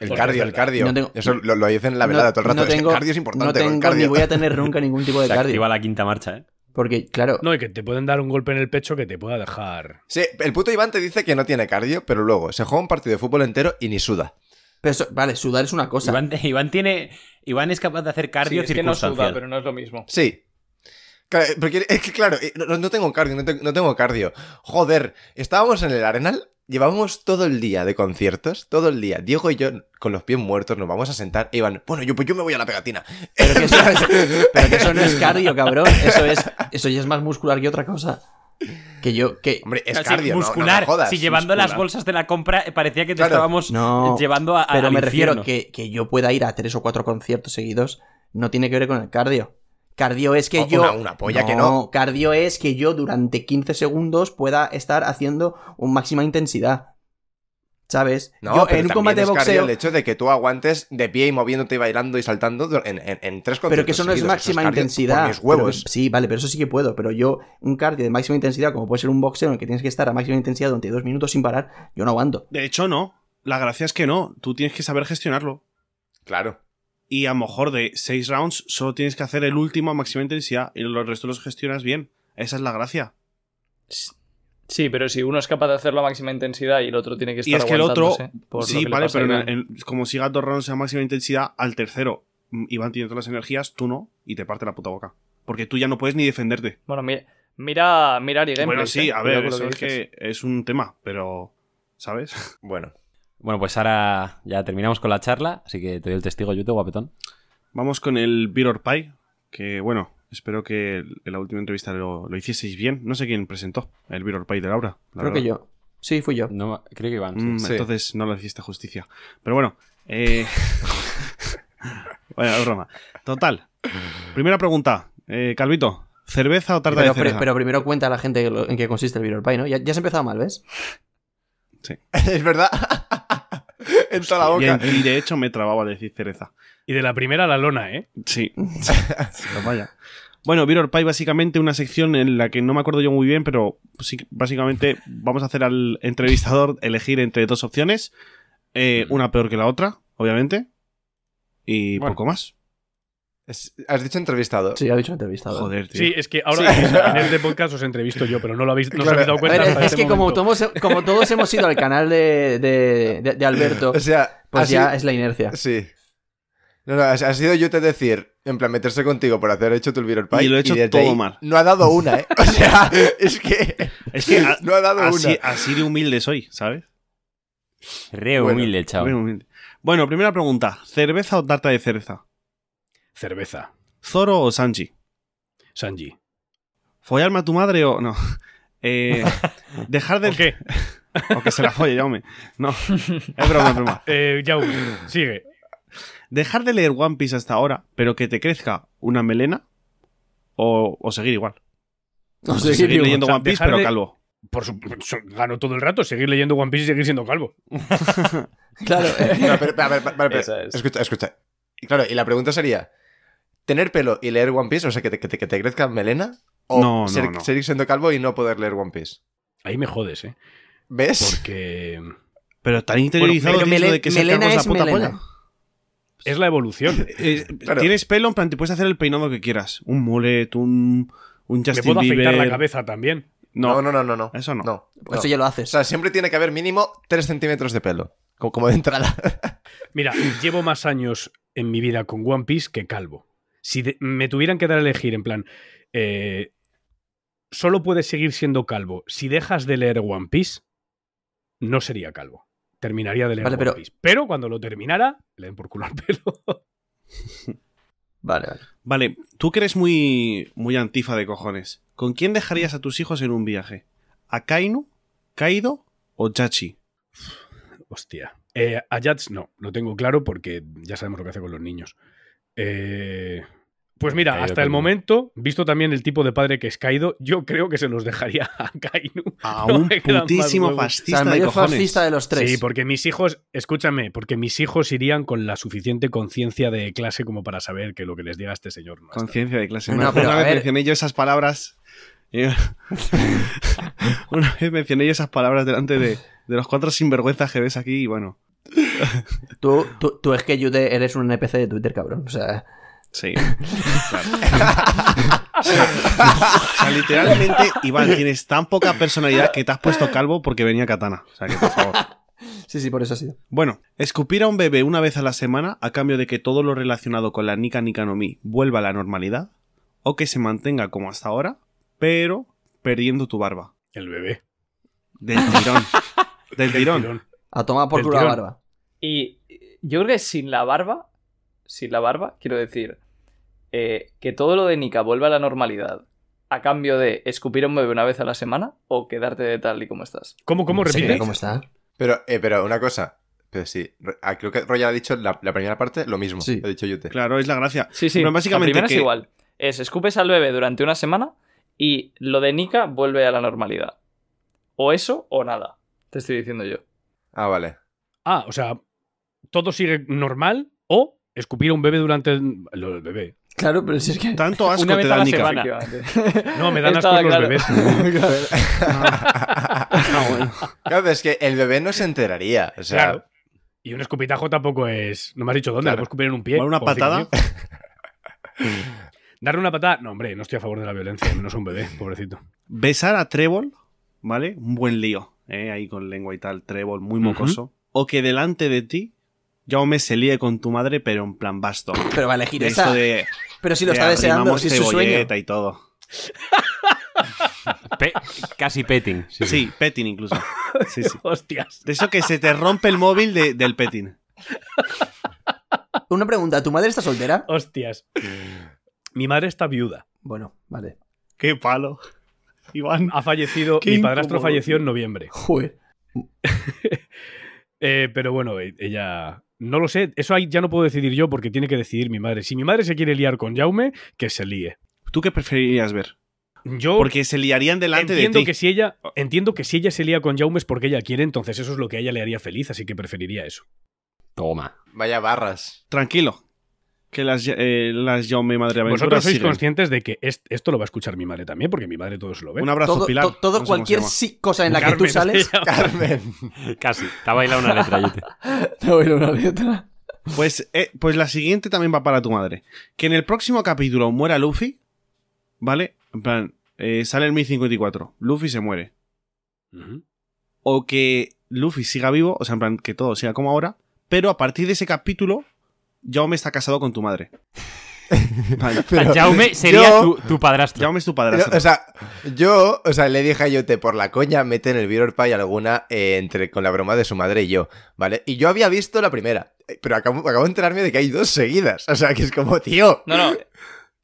El Pues cardio, el es verdad. cardio. No tengo- Eso lo, lo dicen en la velada No- todo el rato. no es que tengo- el cardio es importante. No con el tengo cardio. ni voy a tener nunca ningún tipo de Se cardio. activa la quinta marcha, ¿eh? Porque, claro, No, y que te pueden dar un golpe en el pecho que te pueda dejar. Sí, el puto Iván te dice que no tiene cardio, pero luego se juega un partido de fútbol entero y ni suda. pero eso- vale, sudar es una cosa. Iván, Iván tiene. Iván es capaz de hacer cardio Sí, es que no suda, circunstancial. pero no es lo mismo. Sí. Claro, Porque es que, claro, eh, no, no tengo cardio, no, te- no tengo cardio. Joder, estábamos en el Arenal, llevábamos todo el día de conciertos, todo el día. Diego y yo, con los pies muertos, nos vamos a sentar e Iván, bueno, yo, pues yo me voy a la pegatina. Pero, que eso, pero que eso no es cardio, cabrón. Eso, es, eso ya es más muscular que otra cosa. Que yo, que, Hombre, es Casi cardio, no- no, muscular. me jodas. si llevando las muscular. bolsas de la compra eh, parecía que te Claro. estábamos No, eh, llevando a, a- Pero al me refiero infierno. que, que yo pueda ir a tres o cuatro conciertos seguidos no tiene que ver con el cardio. Cardio es que O- yo. una- una polla que no. Cardio es que yo durante 15 segundos pueda estar haciendo un máxima intensidad. ¿Sabes? No, Yo pero en un también combate de es cardio boxeo. el hecho de que tú aguantes de pie y moviéndote y bailando y saltando du- en, en- en tres Pero conciertos que eso no es seguidos, máxima cardio por intensidad. mis pero que- huevos. sí, vale, pero eso sí que puedo. Pero yo, un cardio de máxima intensidad, como puede ser un boxeo en el que tienes que estar a máxima intensidad durante dos minutos sin parar, yo no aguanto. De hecho, no. La gracia es que no. Tú tienes que saber gestionarlo. Claro. Y a lo mejor de seis rounds solo tienes que hacer el último a máxima intensidad y los restos los gestionas bien. Esa es la gracia. Sí, pero si uno es capaz de hacerlo a máxima intensidad y el otro tiene que estar Y es que el otro- aguantándose por lo sí, que le vale, pasa a pero en Iván. el- en- como siga dos rounds a máxima intensidad, al tercero mm, Iván tiene todas las energías, tú no, y te parte la puta boca. Porque tú ya no puedes ni defenderte. Bueno, mi- mira, mira Ari Gameplays, bueno, sí, eh, a cuidado ver, con lo eso es dices. que es un tema, pero. ¿Sabes? Bueno. Bueno, pues ahora ya terminamos con la charla, así que te doy el testigo, yo te guapetón. Vamos con el Beer or Pie, que bueno, espero que el- en la última entrevista lo, lo hicieseis bien. No sé quién presentó el Beer or Pie de Laura. la Creo que verdad. yo. Sí, fui yo. No, creo que Iván. sí. Mm, Sí. Entonces no le hiciste justicia. Pero bueno. Eh... Vaya, broma. Total. Primera pregunta. Eh, Calvito, ¿cerveza o tarta Pero, de pero- cerveza? pero primero cuenta a la gente lo- en qué consiste el Beer or Pie, ¿no? Ya, ya has empezado mal, ¿ves? es verdad. en toda la Y, boca. y de hecho me trababa de decir cereza. Y de la primera a la lona, ¿eh? Sí. Pero vaya. Bueno, Beer or Pie básicamente una sección en la que no me acuerdo yo muy bien, pero sí que básicamente vamos a hacer al entrevistador elegir entre dos opciones. eh, una peor que la otra, obviamente. Y Bueno. poco más. Es- Has dicho entrevistado. Sí, lo ha dicho el entrevistado. Joder, tío. Sí, es que ahora en este podcast os entrevisto yo, pero no lo habéis, no os Claro. habéis A dado A cuenta. ver, hasta es este que como momento. todos, como todos hemos ido al canal de, de- de- de Alberto, O sea, pues así- ya es la inercia. Sí. No, no, ha ha sido yo te decir, en plan, meterse contigo por haber hecho tu Beer or Pie. Y lo he hecho desde todo ahí mal. No ha dado una, ¿eh? O sea, es que. Es que a- no ha dado así, una. así de humilde soy, ¿sabes? Re Bueno, humilde, chao. Muy humilde. Bueno, primera pregunta. ¿Cerveza o tarta de cereza? Cerveza. ¿Zoro o Sanji? Sanji. ¿Follarme a tu madre o no? Eh, dejar de... ¿Por qué? O que se la folle, ya, hombre. No, es broma, es broma. Eh, Yau, sigue. ¿Dejar de leer One Piece hasta ahora, pero que te crezca una melena? ¿O, o seguir igual? No O sé, seguir digo, leyendo o sea, One Piece, dejar pero de- calvo. Por supuesto, gano todo el rato, seguir leyendo One Piece y seguir siendo calvo. Claro. No, pero, pero, a ver, vale, vale, Esa es. Escucha, escucha. Y Claro, y la pregunta sería: ¿tener pelo y leer One Piece? O sea, que te, que te- que te crezca melena. O No, no, ser- no. seguir siendo calvo y no poder leer One Piece. Ahí me jodes, ¿eh? ¿Ves? Porque Pero tan interiorizado pero tienes lo de que ser melena calvo es la puta melena. polla. es la evolución. Eh, Claro. Tienes pelo, en plan, te puedes hacer el peinado que quieras. Un mullet, un, un Justin me puedo afeitar Bieber. la cabeza también. No, No, no, no, no. no. eso no. No, Pues no. eso ya lo O haces. sea, siempre tiene que haber mínimo 3 centímetros de pelo. Como, como de entrada. Mira, llevo más años en mi vida con One Piece que calvo. Si de- me tuvieran que dar a elegir, en plan, eh, solo puedes seguir siendo calvo. Si dejas de leer One Piece, no sería calvo. Terminaría de leer Vale, One pero- Piece. Pero cuando lo terminara, le den por culo al pelo. Vale, vale. Vale, tú que eres muy, muy antifa de cojones. ¿Con quién dejarías a tus hijos en un viaje? ¿A Kainu, Kaido o Chachi? Hostia. Eh, a Jats no, lo tengo claro porque ya sabemos lo que hace con los niños. Eh, pues mira, Kaido hasta el también. momento, visto también el tipo de padre que es Kaido, yo creo que se los dejaría a Kainu. A No un me quedan más putísimo huevos. O sea, fascista el de mayor cojones. fascista de los tres. Sí, porque mis hijos, escúchame, porque mis hijos irían con la suficiente conciencia de clase como para saber que lo que les diga este señor no está. Conciencia de clase. No, Una- pero una a vez ver. mencioné yo esas palabras. una vez mencioné yo esas palabras delante de, de los cuatro sinvergüenzas que ves aquí y bueno. Tú, tú, tú es que yo te- eres un NPC de Twitter, cabrón. O sea, Sí. claro. o, sea, o sea, literalmente, Iván, tienes tan poca personalidad que te has puesto calvo porque venía Katana. O sea, que por favor. sí, sí, por eso ha sido. Bueno, escupir a un bebé una vez a la semana a cambio de que todo lo relacionado con la Nika Nika no Mi vuelva a la normalidad o que se mantenga como hasta ahora, pero perdiendo tu barba. El bebé. Del tirón. Del el tirón. tirón. A tomar por Del culo la tirón. barba. Y eh, yo creo que sin la barba, sin la barba, quiero decir eh, que todo lo de Nika vuelva a la normalidad a cambio de escupir a un bebé una vez a la semana o quedarte de tal y como estás. ¿Cómo, cómo Se repite? queda como está? Pero, eh, pero una cosa. Pero sí, Ro- ah, creo que Roya ha dicho la, la primera parte lo mismo. Sí. He dicho Yute. Claro, es la gracia. Sí, sí, Bueno, básicamente la primera que- es igual. Es escupes al bebé durante una semana y lo de Nika vuelve a la normalidad. O eso o nada, te estoy diciendo yo. Ah, vale. Ah, o sea, todo sigue normal o escupir a un bebé durante el, lo del bebé. Claro, pero si es que. Tanto asco Una vez te a da la ni café. semana. No, me dan asco Estaba los claro. bebés. Claro, pero es que el bebé no se enteraría. O sea, Claro. Y un escupitajo tampoco es. No me has dicho dónde, Claro. le puedo escupir en un pie. Bueno, una por fin, patada. coño. Darle una patada. No, hombre, no estoy a favor de la violencia, menos a un bebé, pobrecito. Besar a Trébol, ¿vale? Un buen lío, ¿eh? Ahí con lengua y tal, Trébol, muy mocoso. O que delante de ti, Jaume se líe con tu madre, pero en plan basto. Pero vale, De gira esto esa. de. Pero si lo de está deseando, arrimamos si es su sueño. cebolleta y todo. Pe- casi petting. Sí, petting incluso. Sí, sí. Hostias. De eso que se te rompe el móvil de- del petting. Una pregunta, ¿tu madre está soltera? Hostias. Mi madre está viuda. Bueno, vale. Qué palo. Iván. Ha fallecido. Qué Mi padrastro incómodo, tío. falleció en noviembre. Joder. Eh, pero bueno, e- ella. No lo sé. Eso ahí ya no puedo decidir yo porque tiene que decidir mi madre. Si mi madre se quiere liar con Jaume, que se líe. ¿Tú qué preferirías ver? Yo. Porque se liarían delante entiendo de ti. que si ella entiendo que si ella se lía con Jaume es porque ella quiere entonces eso es lo que a ella le haría feliz así que preferiría eso Toma. vaya barras. Tranquilo. Que las, eh, las Jaume Madre Aventura vosotros sois siguen. conscientes ¿eh? de que est- esto lo va a escuchar mi madre también porque mi madre todo se lo ve Un abrazo, todo, Pilar. to- todo No sé cómo se cualquier llama. sí- cosa en la que Carmen, tú sales. se llama. Carmen. Casi. Te ha bailado una letra. Yute. Te voy a una letra. Pues, eh, pues la siguiente también va para tu madre. Que en el próximo capítulo muera Luffy, ¿vale? En plan, eh, sale el 1054. Luffy se muere. Ujú. O que Luffy siga vivo, o sea, en plan, que todo siga como ahora. Pero a partir de ese capítulo, Jaume está casado con tu madre. Vale. Pero Jaume sería yo- tu, tu padrastro. Jaume es tu Pero, padrastro. o sea, yo, o sea, le dije a Yote por la coña, mete en el Beer or Pie alguna eh, entre con la broma de su madre y yo, ¿vale? Y yo había visto la primera, eh, pero acabo, acabo de enterarme de que hay dos seguidas. O sea, que es como, tío, No, no,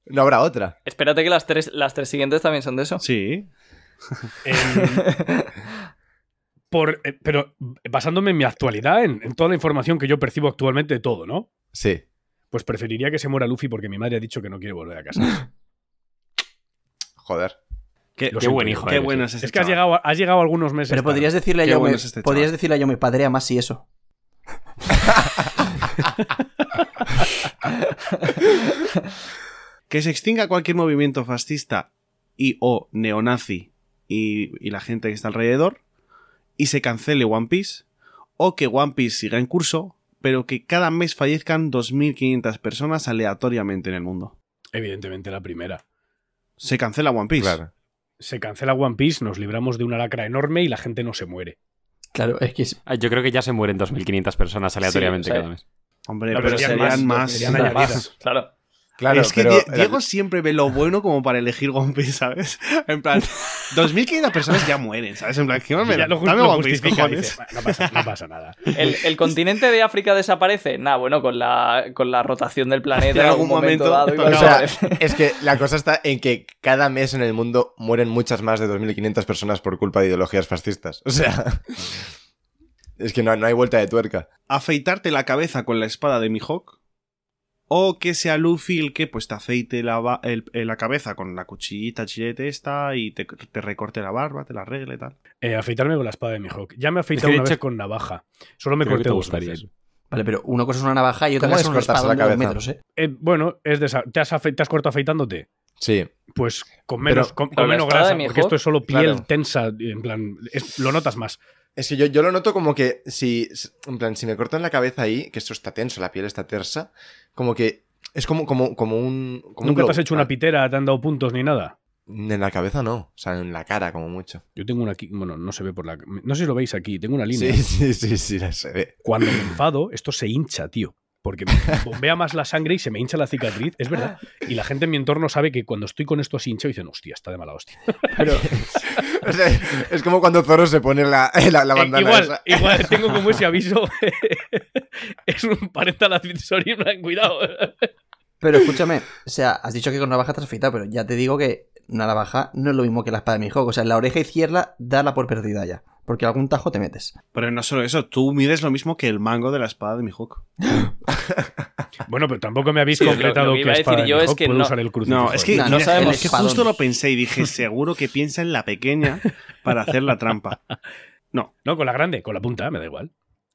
no habrá otra. espérate que las tres, las tres siguientes también son de eso. Sí. Em, por- eh, pero basándome en mi actualidad en, en toda la información que yo percibo actualmente de todo ¿no? Sí. pues preferiría que se muera Luffy porque mi madre ha dicho que no quiere volver a casa Joder. Qué, Lo qué siento, buen yo. hijo. eh. Qué Qué bueno bueno es que has llegado, a- has llegado algunos meses Pero tarde. podrías decirle a Qué yo bueno es este podrías chaval. decirle a yo me padrea más y eso. Que se extinga cualquier movimiento fascista y o neonazi y, y la gente que está alrededor y se cancele One Piece o que One Piece siga en curso pero que cada mes fallezcan 2.500 personas aleatoriamente en el mundo. evidentemente la primera Se cancela One Piece. Claro. se cancela One Piece, nos libramos de una lacra enorme y la gente no se muere. Claro, es que es- Ah, Yo creo que ya se mueren 2.500 personas aleatoriamente Sí, o sea, cada mes. Hombre, No, pero, pero serían serían más, más. serían añadidas. Claro. Claro, es que pero- Die- Diego siempre ve lo bueno como para elegir One Piece, ¿sabes? En plan, 2.500 personas ya mueren, ¿sabes? En plan, ¿qué más me Y ya da? lo ju- Dame lo One Piece, justifica, cojones. dice, "Bueno, no, pasa, no pasa nada. ¿El, el continente de África desaparece? Nah, bueno, con la, con la rotación del planeta en En algún algún momento, momento dado. iba a O sea, desaparecer. es que la cosa está en que cada mes en el mundo mueren muchas más de 2.500 personas por culpa de ideologías fascistas. O sea, es que no, no hay vuelta de tuerca. afeitarte la cabeza con la espada de Mihawk. O que sea Luffy el que pues te aceite la, ba- el- eh, la cabeza con la cuchillita chilete esta y te, te recorte la barba, te la arregle y tal. Eh, afeitarme con la espada de mi Hawk. Ya me he Es afeitado que de una vez hecho- con navaja. Solo me creo que corté te dos gustaría veces. Vale, pero una cosa es una navaja y otra ¿Cómo cosa es es un cortarse espadón la de dos cabeza? metros, ¿eh? Eh, bueno, es de esa- ¿Te, has afe- te has cortado afeitándote? Sí. Pues con menos, con, con ¿Con la menos espada grasa, de mi porque Hawk? esto es solo piel Claro. tensa. En plan, es- lo notas más. Es que yo, yo lo noto como que si, en plan, si me cortan la cabeza ahí, que esto está tenso, la piel está tersa, como que es como, como, como un... Como ¿Nunca un globo. te has Ah, Ah. hecho una pitera, te han dado puntos ni nada? En la cabeza no, o sea, en la cara como mucho. Yo tengo una aquí, bueno, no se ve por la... No sé si lo veis aquí, tengo una línea. Sí, sí, sí, sí, la se ve. Cuando me enfado, esto se hincha, tío. Porque me bombea más la sangre y se me hincha la cicatriz, es verdad. Y la gente en mi entorno sabe que cuando estoy con esto así hinchado, dicen, hostia, está de mala hostia. O sea, es como cuando Zoro se pone la, la, la Eh, bandana igual, esa. igual tengo como ese aviso. es un parental advisory, en plan, cuidado. Pero escúchame, o sea, has dicho que con navaja te has afeitado, pero ya te digo que una navaja no es lo mismo que la espada de mi juego. O sea, la oreja izquierda, dala por perdida ya. Porque algún tajo te metes. Pero no solo eso, tú mides lo mismo que el mango de la espada de Mihawk. Bueno, pero tampoco me habéis Sí, lo- concretado lo que que iba a la espada decir yo de mi es Hawk que puede no- usar el crucifijo. ¿eh? No, es que, No, no mira, sabemos. es que justo Espadón. lo pensé y dije, seguro que piensa en la pequeña para hacer la trampa. No, No, con la grande, con la punta, me da igual.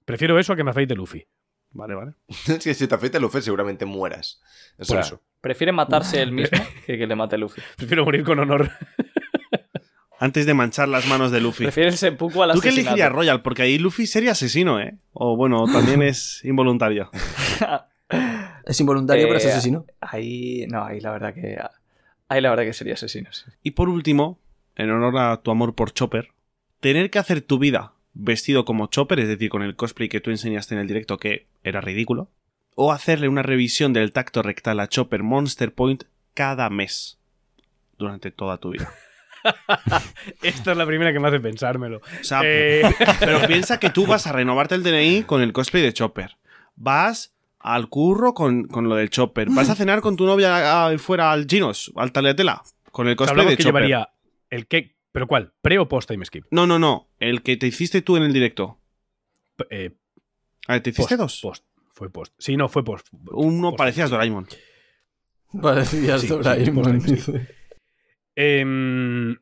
Prefiero eso a que me afeite Luffy. vale, vale. es que si te afecta el UFE seguramente mueras. O Por sea, eso. Prefiere matarse él mismo que que le mate Luffy. Prefiero morir con honor. Antes de manchar las manos de Luffy. Prefiere el seppuku al ¿Tú qué asesinato. elegirías, Royal? Porque ahí Luffy sería asesino, ¿eh? O bueno, también es involuntario. Es involuntario, pero es Eh, asesino. Ahí, no, ahí la verdad que... Ahí la verdad que sería asesino, sí. Y por último, en honor a tu amor por Chopper, tener que hacer tu vida vestido como Chopper, es decir, con el cosplay que tú enseñaste en el directo que era ridículo, o hacerle una revisión del tacto rectal a Chopper Monster Point cada mes durante toda tu vida. Esta es la primera que me hace pensármelo. O sea, Eh, pero piensa que tú vas a renovarte el DNI con el cosplay de Chopper. Vas al curro con, con lo del Chopper. Vas a cenar con tu novia ah, fuera al Ginos, al Tagliatella, con el cosplay hablamos de que Chopper. llevaría el que... ¿Pero cuál? ¿Pre o post time skip? No, no, no. El que te hiciste tú en el directo. P- eh, A ver, ¿te post, hiciste dos? Post. Fue post. Sí, no, fue post. Uno Post. parecías Doraemon. Parecías sí, Doraemon, sí, dice. Em,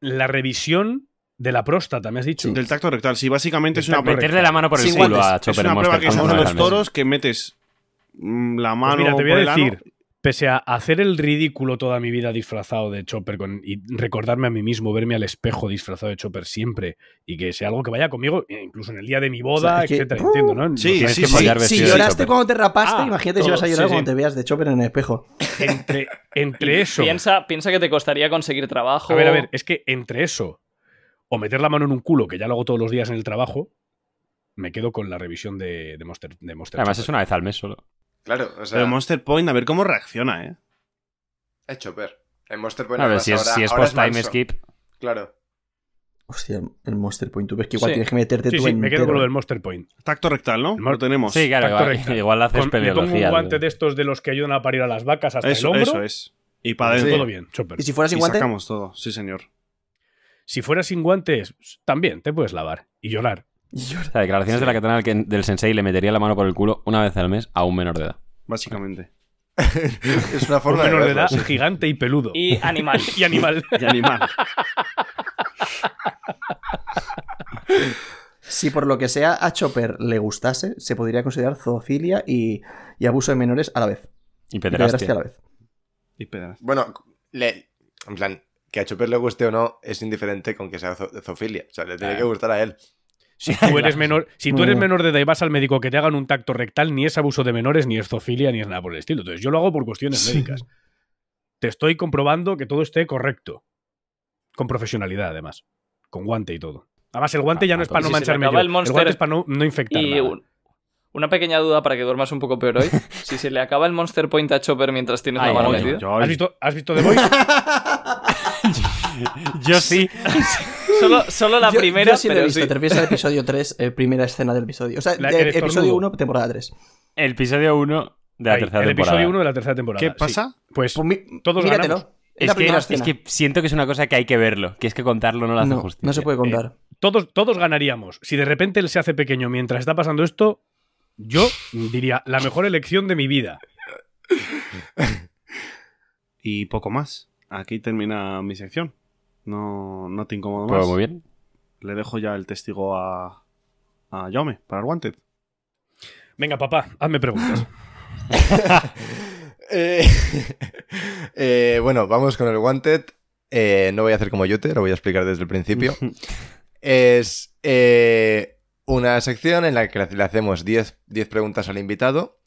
la revisión de la próstata, me has dicho. Del tacto rectal. Sí, básicamente es una prueba. Meterle la mano por el Sin culo guantes. a Chopper Es una en prueba Monster que se Hunter hacen los realmente. toros que metes mm, la Pues mano mira, te voy a por el ano. decir, pese a hacer el ridículo toda mi vida disfrazado de Chopper con- y recordarme a mí mismo, verme al espejo disfrazado de Chopper siempre y que sea algo que vaya conmigo, eh, incluso en el día de mi boda, O sea, es que- etcétera, entiendo, ¿no? Sí, No Tienes sí, que sí. follar Si vestido de lloraste Chopper. cuando te rapaste, Ah, imagínate si todo, vas a llorar sí, sí. cuando te veas de Chopper en el espejo. Entre, entre Y eso. Piensa, piensa que te costaría conseguir trabajo. A ver, a ver, es que entre eso o meter la mano en un culo, que ya lo hago todos los días en el trabajo, me quedo con la revisión de, de Monster. De Monster Además, Chopper. es una vez al mes solo. Claro, o sea, Pero Monster Point, a ver cómo reacciona, ¿eh? es Chopper. El Monster Point a ver, además si es, pues ahora- si es ahora post time manso. skip. Claro. Hostia, el- el Monster Point. Tú ves que igual Sí. tienes que meterte Sí, tú sí, en me quedo con entero. lo del Monster Point. Tacto rectal, ¿no? Mor- Lo tenemos. Sí, claro, Tacto igual, recta. igual haces Con- le pongo un peleología. guante ¿no? de estos de los que ayudan a parir a las vacas hasta Eso, el eso hombro. es. Y para adentro. Sí. Todo bien, Chopper. ¿Y si fueras Y igual te- sacamos todo, sí, señor. Si fuera sin guantes, también te puedes lavar y llorar. Y O llora. sea, declaraciones de la katana al que- del sensei le metería la mano por el culo una vez al mes a un menor de edad. Básicamente. es una Por forma menor de verlo, edad, sí. gigante y peludo. Y animal. Y animal. Y animal. Si por lo que sea a Chopper le gustase, se podría considerar zoofilia y, y abuso de menores a la vez. Y Y pederastia a pederastia. la vez. y pedazos. Bueno, le- en plan, que a Chopper le guste o no es indiferente con que sea zo- zoofilia. O sea, le tiene que gustar a él. Si tú eres menor, si tú Muy eres bien. menor de edad y vas al médico que te hagan un tacto rectal, ni es abuso de menores, ni es zoofilia, ni es nada por el estilo. Entonces, yo lo hago por cuestiones Sí. médicas. Te estoy comprobando que todo esté correcto. Con profesionalidad, además. Con guante y todo. Además, el guante Ah, ya no es ah, para pues no si se me mancharme acaba yo. el El, Monster- guante es para no, no infectar Y nada. un- una pequeña duda para que duermas un poco peor hoy. si se le acaba el Monster Point a Chopper mientras tienes la Ay, mano ay, metida. ¿Has visto, has visto The Voice? Yo sí. Solo, solo la Yo- primera, yo sí lo he pero visto, sí. Te refieres al episodio 3, eh, primera escena del episodio. O sea, La de- que eres episodio cornudo. 1, temporada 3. El episodio 1 de la Ahí, tercera el temporada. episodio 1 de la tercera temporada. ¿Qué sí. pasa? Pues Pues mi- Todos míratelo. ganamos. Es, Es la que, primera es escena. que siento que es una cosa que hay que verlo, que es que contarlo no lo hace no, justicia. no se puede contar. todos, todos ganaríamos. Si de repente él se hace pequeño mientras está pasando esto, yo diría la mejor elección de mi vida. Y poco más. Aquí termina mi sección. No, no te incomodo Pues más. muy bien. Le dejo ya el testigo a, a Jaume para el Wanted. Venga, papá, hazme preguntas. Eh, eh, bueno, vamos con el Wanted. Eh, no voy a hacer como Yote, lo voy a explicar desde el principio. es eh, una sección en la que le hacemos 10 10 preguntas al invitado,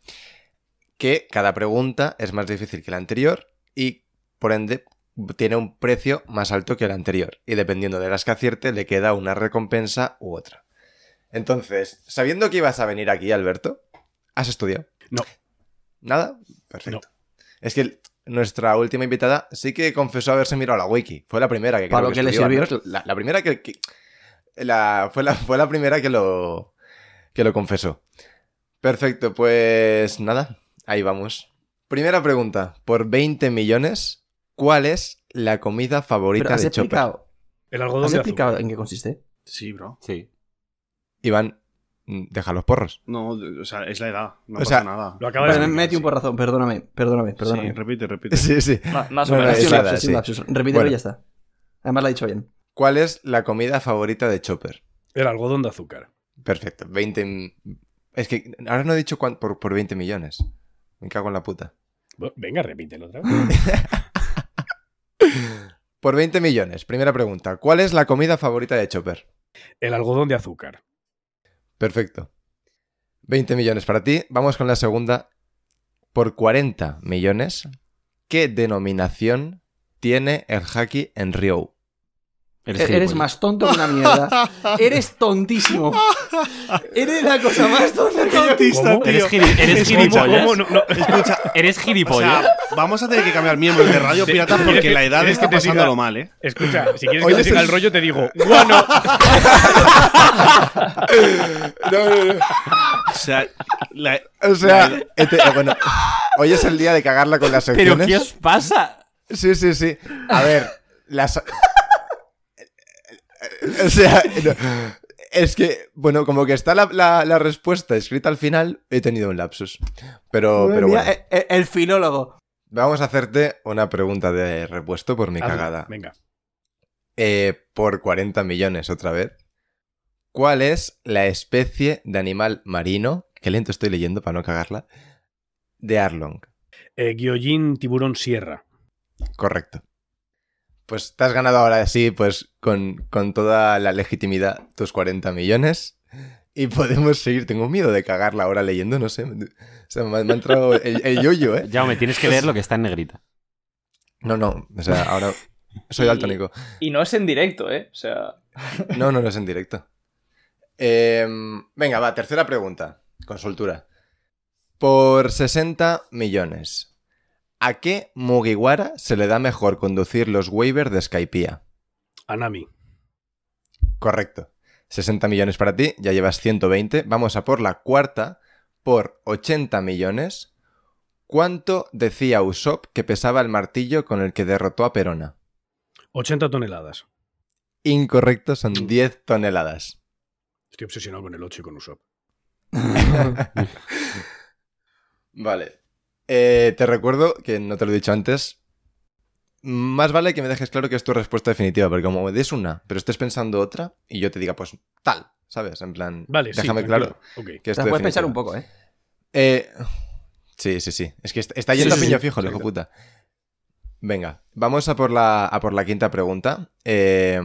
que cada pregunta es más difícil que la anterior y por ende tiene un precio más alto que el anterior. Y dependiendo de las que acierte, le queda una recompensa u otra. Entonces, sabiendo que ibas a venir aquí, Alberto, ¿has estudiado? No. ¿Nada? Perfecto. Es que nuestra última invitada sí que confesó haberse mirado la wiki. Fue la primera que eh, creo Para lo que le estudió, al sirvió. menos La, la primera que, que- la- fue, la, fue la primera que lo, que lo confesó. Perfecto, pues nada, ahí vamos. Primera pregunta, por 20 millones, ¿cuál es la comida Pero favorita has de Chopper? explicado, El algodón has de azúcar. explicado en qué consiste. Sí, bro. Sí. Iván, mm, deja los porros. No, de- o sea, es la edad. No O pasa sea, nada. Lo acaba de Vale, me explicar, metí un sí. porrazón, perdóname, perdóname, Sí, perdóname. repite, repite. Sí, sí. Ma- Más o No, no, menos. Ha sido es un la lapsus, edad, ha sido un sí. lapsus. Repítelo Bueno. y ya está. Además la ha dicho bien. ¿Cuál es la comida favorita de Chopper? El algodón de azúcar. Perfecto. 20. m- Es que ahora no he dicho cuán- por, por 20 millones. Me cago en la puta. Bu- Venga, repítelo otra vez. Por 20 millones, primera pregunta. ¿Cuál es la comida favorita de Chopper? El algodón de azúcar. Perfecto. 20 millones para ti. Vamos con la segunda. Por 40 millones, ¿qué denominación tiene el haki en Ryo? E-, Eres más tonto que una mierda. Eres tontísimo. Eres la cosa más tonta que yo. Autista, ¿Cómo? tío. Eres, giri- eres ¿Cómo, gilipollas. cómo? No, no, escucha, Eres o gilipollas. sea, vamos a tener que cambiar miembros de Radio Pirata ¿Quieres porque que- la edad quieres está que te diga- pasándolo mal, ¿eh? Escucha, si quieres Oye, que te siga es- el rollo, te digo, bueno, O sea, la- O sea, este- eh, bueno, hoy es el día de cagarla con las ¿Pero secciones. qué os pasa? Sí, sí, sí. A ver, las. O sea, no, es que, bueno, como que está la, la- la respuesta escrita al final, he tenido un lapsus. Pero, pero bueno, Mira, eh, eh, el, filólogo. vamos a hacerte una pregunta de repuesto por mi Hazlo, cagada. Venga. Eh, por 40 millones otra vez. ¿Cuál es la especie de animal marino? Qué lento estoy leyendo para no cagarla. De Arlong. Eh, Guillotine, tiburón, sierra. Correcto. Pues te has ganado ahora sí, pues con, con toda la legitimidad, tus 40 millones. Y podemos seguir. Tengo miedo de cagarla ahora leyendo, no sé. O sea, me, ha- me ha entrado el, el yoyo, ¿eh? Ya, me tienes que leer lo que está en negrita. No, no. O sea, ahora soy daltónico. Y no es en directo, ¿eh? O sea, No, no, no es en directo. Em, venga, va, tercera pregunta. Con soltura. Por 60 millones. ¿A qué Mugiwara se le da mejor conducir los waivers de Skypiea? Anami. Correcto. 60 millones para ti, ya llevas 120. Vamos a por la cuarta, por 80 millones. ¿Cuánto decía Usopp que pesaba el martillo con el que derrotó a Perona? 80 toneladas. Incorrecto, son 10 toneladas. Estoy obsesionado con el 8 y con Usopp. Vale. Eh, te recuerdo que no te lo he dicho antes. Más vale que me dejes claro que es tu respuesta definitiva, porque como des una, pero estés pensando otra, y yo te diga, pues tal, ¿sabes? En plan, Vale, sí, déjame claro tranquilo. Ok. que es Te tu puedes pensar definitiva. un poco, ¿eh? Eh, sí, sí, sí. Es que est- está yendo Sí, a sí, piño sí. fijo, el hijo Exacto. puta. Venga, vamos a por la, a por la quinta pregunta. Eh,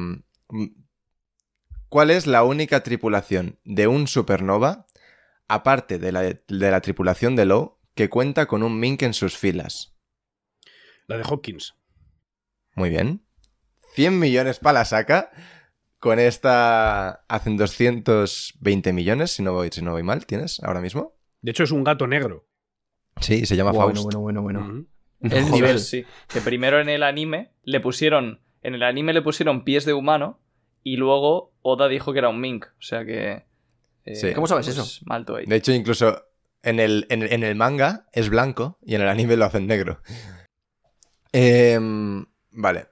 mm, ¿Cuál es la única tripulación de un supernova, aparte de la, de la tripulación de Low, que cuenta con un Mink en sus filas? La de Hopkins. Muy bien. 100 millones para la saca. Con esta hacen 220 millones, si no voy, si no voy mal, ¿tienes ahora mismo? De hecho, es un gato negro. Sí, se llama Guau, Faust. Bueno, bueno, bueno, bueno. Ujú. El joder, nivel. sí. Que primero en el anime le pusieron. En el anime le pusieron pies de humano. Y luego Oda dijo que era un mink. O sea que. eh, Sí. ¿Cómo sabes eso? Malto ahí. De hecho, incluso en el, en, en el manga es blanco y en el anime lo hacen negro. Em, vale.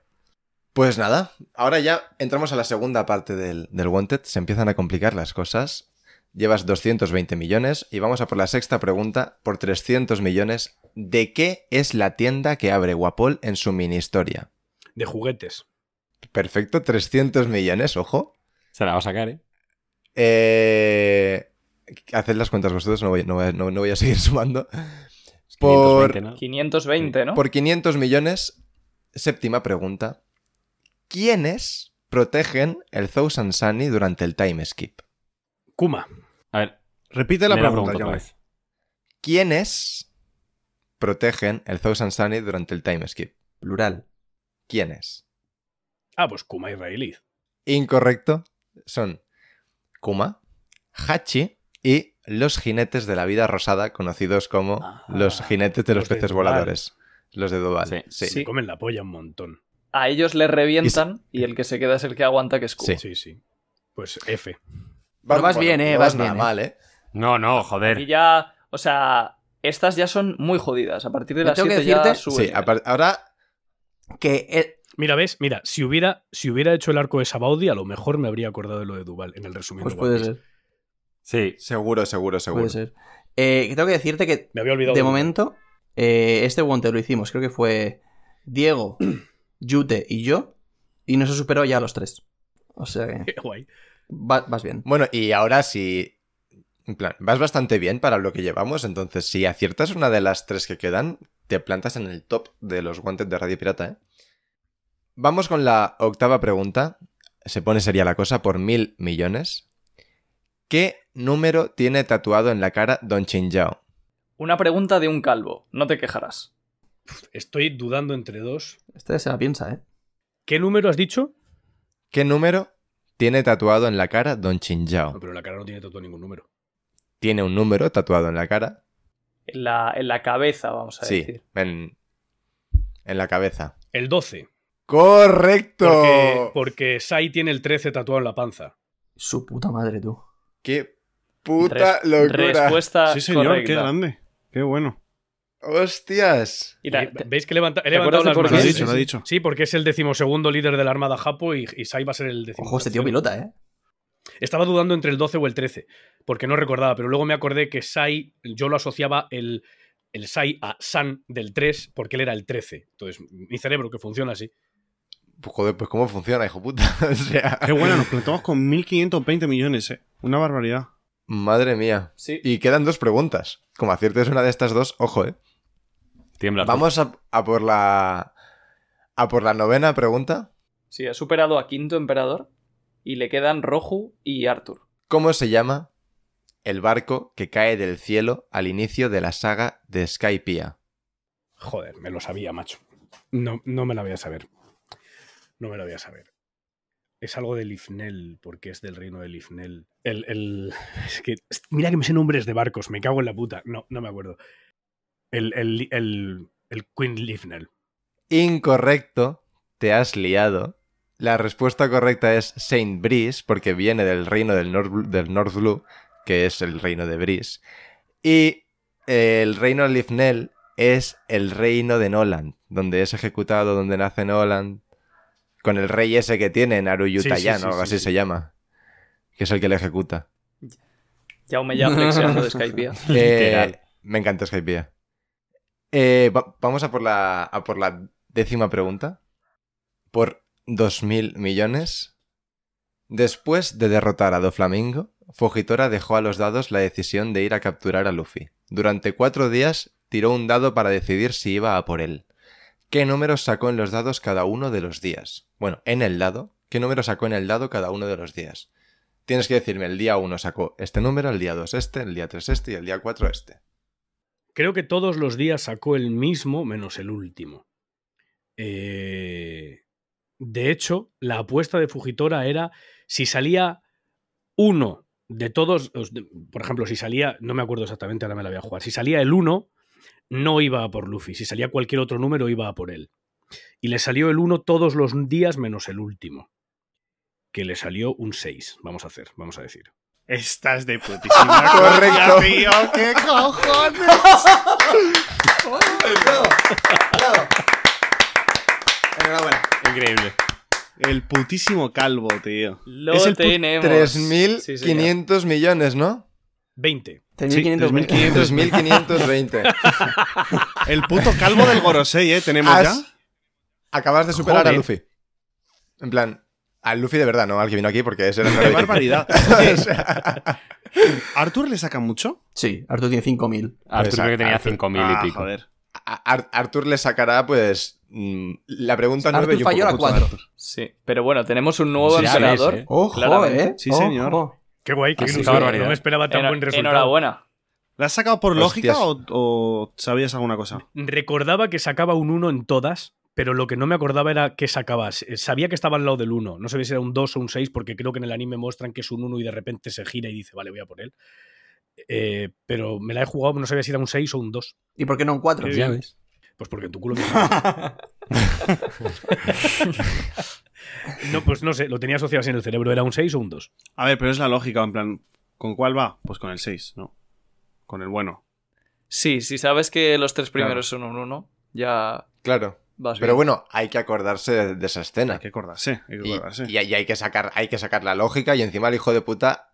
Pues nada, ahora ya entramos a la segunda parte del, del Wanted. Se empiezan a complicar las cosas. Llevas 220 millones y vamos a por la sexta pregunta por 300 millones. ¿De qué es la tienda que abre Guapol en su mini historia? De juguetes. Perfecto, 300 millones, ojo. Se la va a sacar, ¿eh? Eh, haced las cuentas vosotros, no voy, no voy a- no- no voy a seguir sumando. Por- 520, ¿no? 520, ¿no? Por 500 millones, séptima pregunta. ¿Quiénes protegen el Thousand Sunny durante el time skip? Kuma. A ver, Repite la lee la pregunta, pregunta otra Jaume. vez. ¿Quiénes protegen el Thousand Sunny durante el time skip? Plural. ¿Quiénes? Ah, pues Kuma israelí. Incorrecto. Son Kuma, Hachi y los jinetes de la vida rosada, conocidos como Ah, los jinetes de los, los de peces Duval. voladores. Los de Duval. Sí, sí. sí. Se comen la polla un montón. A ellos les revientan. Y, el que se queda es el que aguanta que es Kuma. Sí. Sí, sí. Pues F. Pero vas bien, eh, no vas es nada bien, eh. mal, eh. No, no, Y joder. ya. O sea. Estas ya son muy jodidas. A partir de Yo las tengo que 7 ya decirte- sube. Sí, apar- ahora Que el- Mira, ¿ves? Mira, si hubiera, si hubiera hecho el arco de Sabaudi, a lo mejor me habría acordado de lo de Duval en el resumen. Pues de puede One Piece. Sí. ser, Seguro, seguro, seguro. puede ser. Eh, que tengo que decirte que Me había olvidado. de Duval. momento eh, este guante lo hicimos, creo que fue Diego, Yute y yo, y nos ha superado ya a los tres. O sea que... Qué guay. Va- vas bien. Bueno, y ahora sí. En plan, vas bastante bien para lo que llevamos. Entonces, si aciertas una de las tres que quedan, te plantas en el top de los guantes de Radio Pirata, ¿eh? Vamos con la octava pregunta. Se pone seria la cosa por mil millones. ¿Qué número tiene tatuado en la cara Don Chinjao? Una pregunta de un calvo, no te quejarás. Estoy dudando entre dos. Esta ya se la piensa, ¿eh? ¿Qué número has dicho? ¿Qué número tiene tatuado en la cara Don No, Chinjao? pero la cara no tiene tatuado ningún número. Tiene un número tatuado en la cara. En la, en la cabeza, vamos a Sí, decir. en, en la cabeza. El 12. ¡Correcto! Porque, porque Sai tiene el 13 tatuado en la panza. Su puta madre, tú. ¡Qué puta Res- locura! Respuesta Sí, señor, correcta. qué grande. Qué bueno. ¡Hostias! Y la- Eh, ¿Veis que he levanta- he levantado acuerdas de las por manos? Lo ha qué? Sí, dicho, lo ha sí. dicho. Sí, porque es el decimosegundo líder de la Armada Japo y, y Sai va a ser el decimotercero. Ojo, este tío pilota, ¿eh? Estaba dudando entre el 12 o el 13, porque no recordaba, pero luego me acordé que Sai, yo lo asociaba el, el Sai a San del 3, porque él era el 13. Entonces, mi cerebro que funciona así. Pues, joder, pues cómo funciona, hijo puta. O sea, Qué bueno, nos plantamos con 1.520 millones, eh. Una barbaridad. madre mía. Sí. Y quedan dos preguntas. Como aciertes una de estas dos, ojo, eh. Tiembla. Artur. Vamos a, a por la. A por la novena pregunta. Sí, ha superado a Quinto Emperador y le quedan Roju y Arthur. ¿Cómo se llama el barco que cae del cielo al inicio de la saga de Skypiea? Joder, me lo sabía, macho. No, no me la voy a saber. No me la voy a saber. Es algo de Lifnel, porque es del reino de Lifnel. El, el- es que, mira que me sé nombres de barcos, me cago en la puta. No, no me acuerdo. El, el, el, el Queen Lifnel. Incorrecto, te has liado. La respuesta correcta es Saint Brice, porque viene del reino del North, Blu- del North Blue, que es el reino de Brice. Y eh, el reino Lifnel es el reino de Noland, donde es ejecutado, donde nace Noland, con el rey ese que tiene, Naruyu Sí, sí, Tayan, sí, o algo sí, así sí. se llama, que es el que le ejecuta. Ya me ya flexeando de Skype. Eh, Literal. me encanta Skype. Eh, va- vamos a por, la, a por la décima pregunta. Por 2.000 millones. Después de derrotar a Doflamingo, Fujitora dejó a los dados la decisión de ir a capturar a Luffy. Durante cuatro días tiró un dado para decidir si iba a por él. ¿Qué números sacó en los dados cada uno de los días? Bueno, en el dado. ¿Qué número sacó en el dado cada uno de los días? Tienes que decirme, el día 1 sacó este número, el día 2 este, el día 3 este y el día 4 este. Creo que todos los días sacó el mismo menos el último. Eh, de hecho, la apuesta de Fujitora era si salía uno de todos, os- de- por ejemplo, si salía, no me acuerdo exactamente, ahora me la voy a jugar, si salía el uno, no iba a por Luffy, si salía cualquier otro número, iba a por él. Y le salió el uno todos los días menos el último, que le salió un 6, vamos a hacer, vamos a decir. Estás de putísima. Correcto. Tío, qué cojones. Increíble. El putísimo calvo, tío. Lo Es el pu- tenemos. 3.500 Sí, señor. millones, ¿no? 20. 3.500 3.500. millones. 3.520. El puto calvo del Gorosei, ¿eh? Tenemos Has- ya. Acabas de superar Joder. a Luffy. En plan, al Luffy de verdad, no al que vino aquí porque ese era el Qué Naruto. barbaridad. O sea, ¿Arthur le saca mucho? Sí, Arthur tiene 5.000. Artur Pues, creo Ah, que tenía Artur. 5.000 Ah, y pico. joder. a- Ar- Arthur le sacará, pues, mm, la pregunta 9 Arthur y un falló poco la justo. 4. Sí, pero bueno, tenemos un nuevo Sí, ya emperador. ves, ¿eh? Ojo, Claramente. ¿eh? Sí, señor. Ojo. Qué guay, qué Ah, sí, ilusión, barbaridad. No me esperaba tan Eno- buen resultado. Enhorabuena. ¿La has sacado por Hostias. lógica o, o sabías alguna cosa? Recordaba que sacaba un 1 en todas, pero lo que no me acordaba era que sacaba. S- eh, Sabía que estaba al lado del 1. No sabía si era un 2 o un 6, porque creo que en el anime muestran que es un 1 y de repente se gira y dice, vale, voy a por él. Eh, pero me la he jugado, no sabía si era un 6 o un 2. ¿Y por qué no un 4? Ya ves. Pues porque en tu culo me No, pues no sé, lo tenía asociado así en el cerebro. ¿Era un 6 o un 2? A ver, pero es la lógica, en plan, ¿con cuál va? Pues con el 6, ¿no? Con el bueno. Sí, si sabes que los tres Claro. primeros son un uno, ya Claro. vas bien. Pero bueno, hay que acordarse de, de esa escena. Hay que acordarse, hay que Y, acordarse. y- y hay, que sacar, hay que sacar la lógica y encima el hijo de puta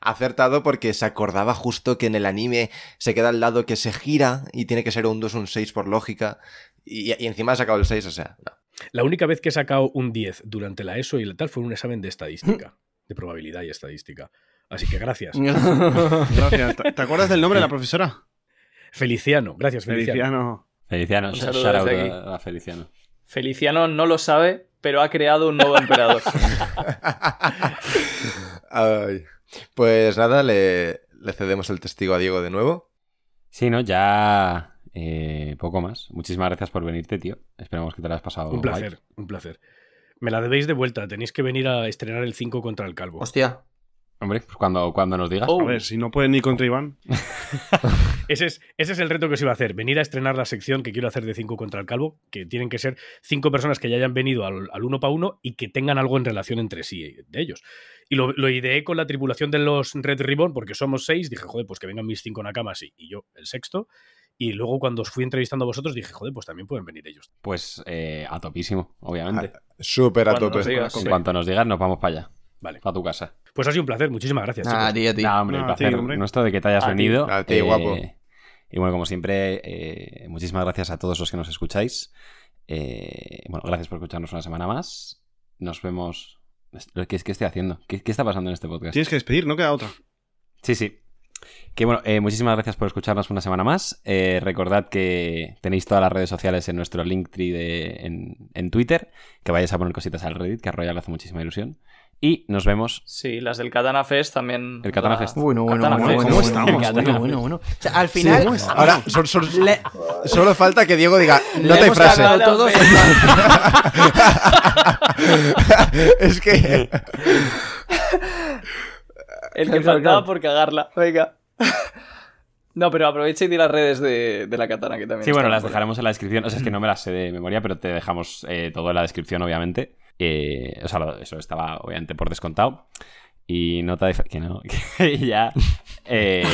ha acertado porque se acordaba justo que en el anime se queda al lado que se gira y tiene que ser un 2, un 6 por lógica y, y encima ha sacado el 6, o sea, no. E La única vez que he sacado un 10 durante la ESO y la tal fue en un examen de estadística. de probabilidad y estadística. Así que gracias. Mm. Gracias. ¿Te- ¿Te acuerdas del nombre de la profesora? Feliciano, gracias, Feliciano. Feliciano. Feliciano, Un sh- saludo shout out desde aquí. a, a Feliciano. Feliciano no lo sabe, pero ha creado un nuevo emperador. Ay. Pues nada, le, le cedemos el testigo a Diego de nuevo. Sí, ¿no? Ya eh, poco más. Muchísimas gracias por venirte, tío. Esperamos que te lo has pasado. Un guay. placer, un placer. Me la debéis de vuelta, tenéis que venir a estrenar el 5 contra el calvo. Hostia. Hombre, pues cuando, cuando nos digas. Oh. A ver, si no puede ni contra Iván. Ese es, ese es el reto que os iba a hacer, venir a estrenar la sección que quiero hacer de 5 contra el calvo, que tienen que ser 5 personas que ya hayan venido al, al uno para uno y que tengan algo en relación entre sí, eh, de ellos. Y lo, lo ideé con la tripulación de los Red Ribbon, porque somos seis, dije, joder, pues que vengan mis cinco nakamas y, y yo el sexto. Y luego cuando os fui entrevistando a vosotros dije, joder, pues también pueden venir ellos. Pues eh, a topísimo, obviamente. Ah, Súper a Cuando tope. nos digas. Con Sí. cuanto nos digas, nos vamos para allá. Vale. A tu casa. Pues ha sido un placer, muchísimas gracias. chicos. Ah, a ti, a ti. No, hombre, el No, a ti, placer hombre. nuestro de que te hayas A ti. venido. A ti, guapo. Y bueno, como siempre, eh, muchísimas gracias a todos los que nos escucháis. Eh, bueno, gracias por escucharnos una semana más. Nos vemos. ¿Qué, qué estoy haciendo? ¿Qué, qué está pasando en este podcast? Tienes que despedir, no queda otra. Sí, sí. Que bueno, eh, muchísimas gracias por escucharnos una semana más. Eh, recordad que tenéis todas las redes sociales en nuestro Linktree de, en, en Twitter. Que vayáis a poner cositas al Reddit, que a Royal le hace muchísima ilusión. Y nos vemos. Sí, las del Katana Fest también. El Katana la- Fest. Bueno, bueno, Katana bueno, Fest. bueno, ¿eh? ¿Cómo bueno, estamos? bueno, Katana bueno, bueno. O sea, al final. Ahora, sol- sol- le- solo falta que Diego diga, le no te hay hemos frase. cagado todos. es que... El que Claro, faltaba claro. por cagarla. Venga. No, pero aprovecha y di las redes de, de la katana que también. Sí, bueno, están las por ahí. dejaremos en la descripción. O sea, es que no me las sé de memoria, pero te dejamos eh, todo en la descripción, obviamente. Eh, o sea, lo- eso estaba obviamente por descontado. Y nota de... fa- Que no, que ya... eh,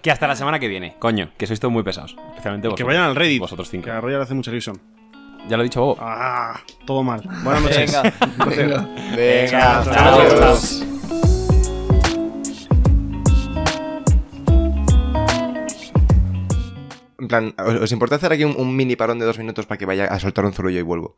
que hasta la semana que viene, coño, que sois todos muy pesados. Especialmente Y que vosotros. vayan al Reddit. Vosotros cinco. Que a Royal hace mucha ilusión. Ya lo he dicho Bobo. Ah, todo mal. Buenas noches. Venga. Venga, chao, adiós. chao. En plan, ¿os, os importa hacer aquí un, un mini parón de dos minutos para que vaya a soltar un zurullo y vuelvo?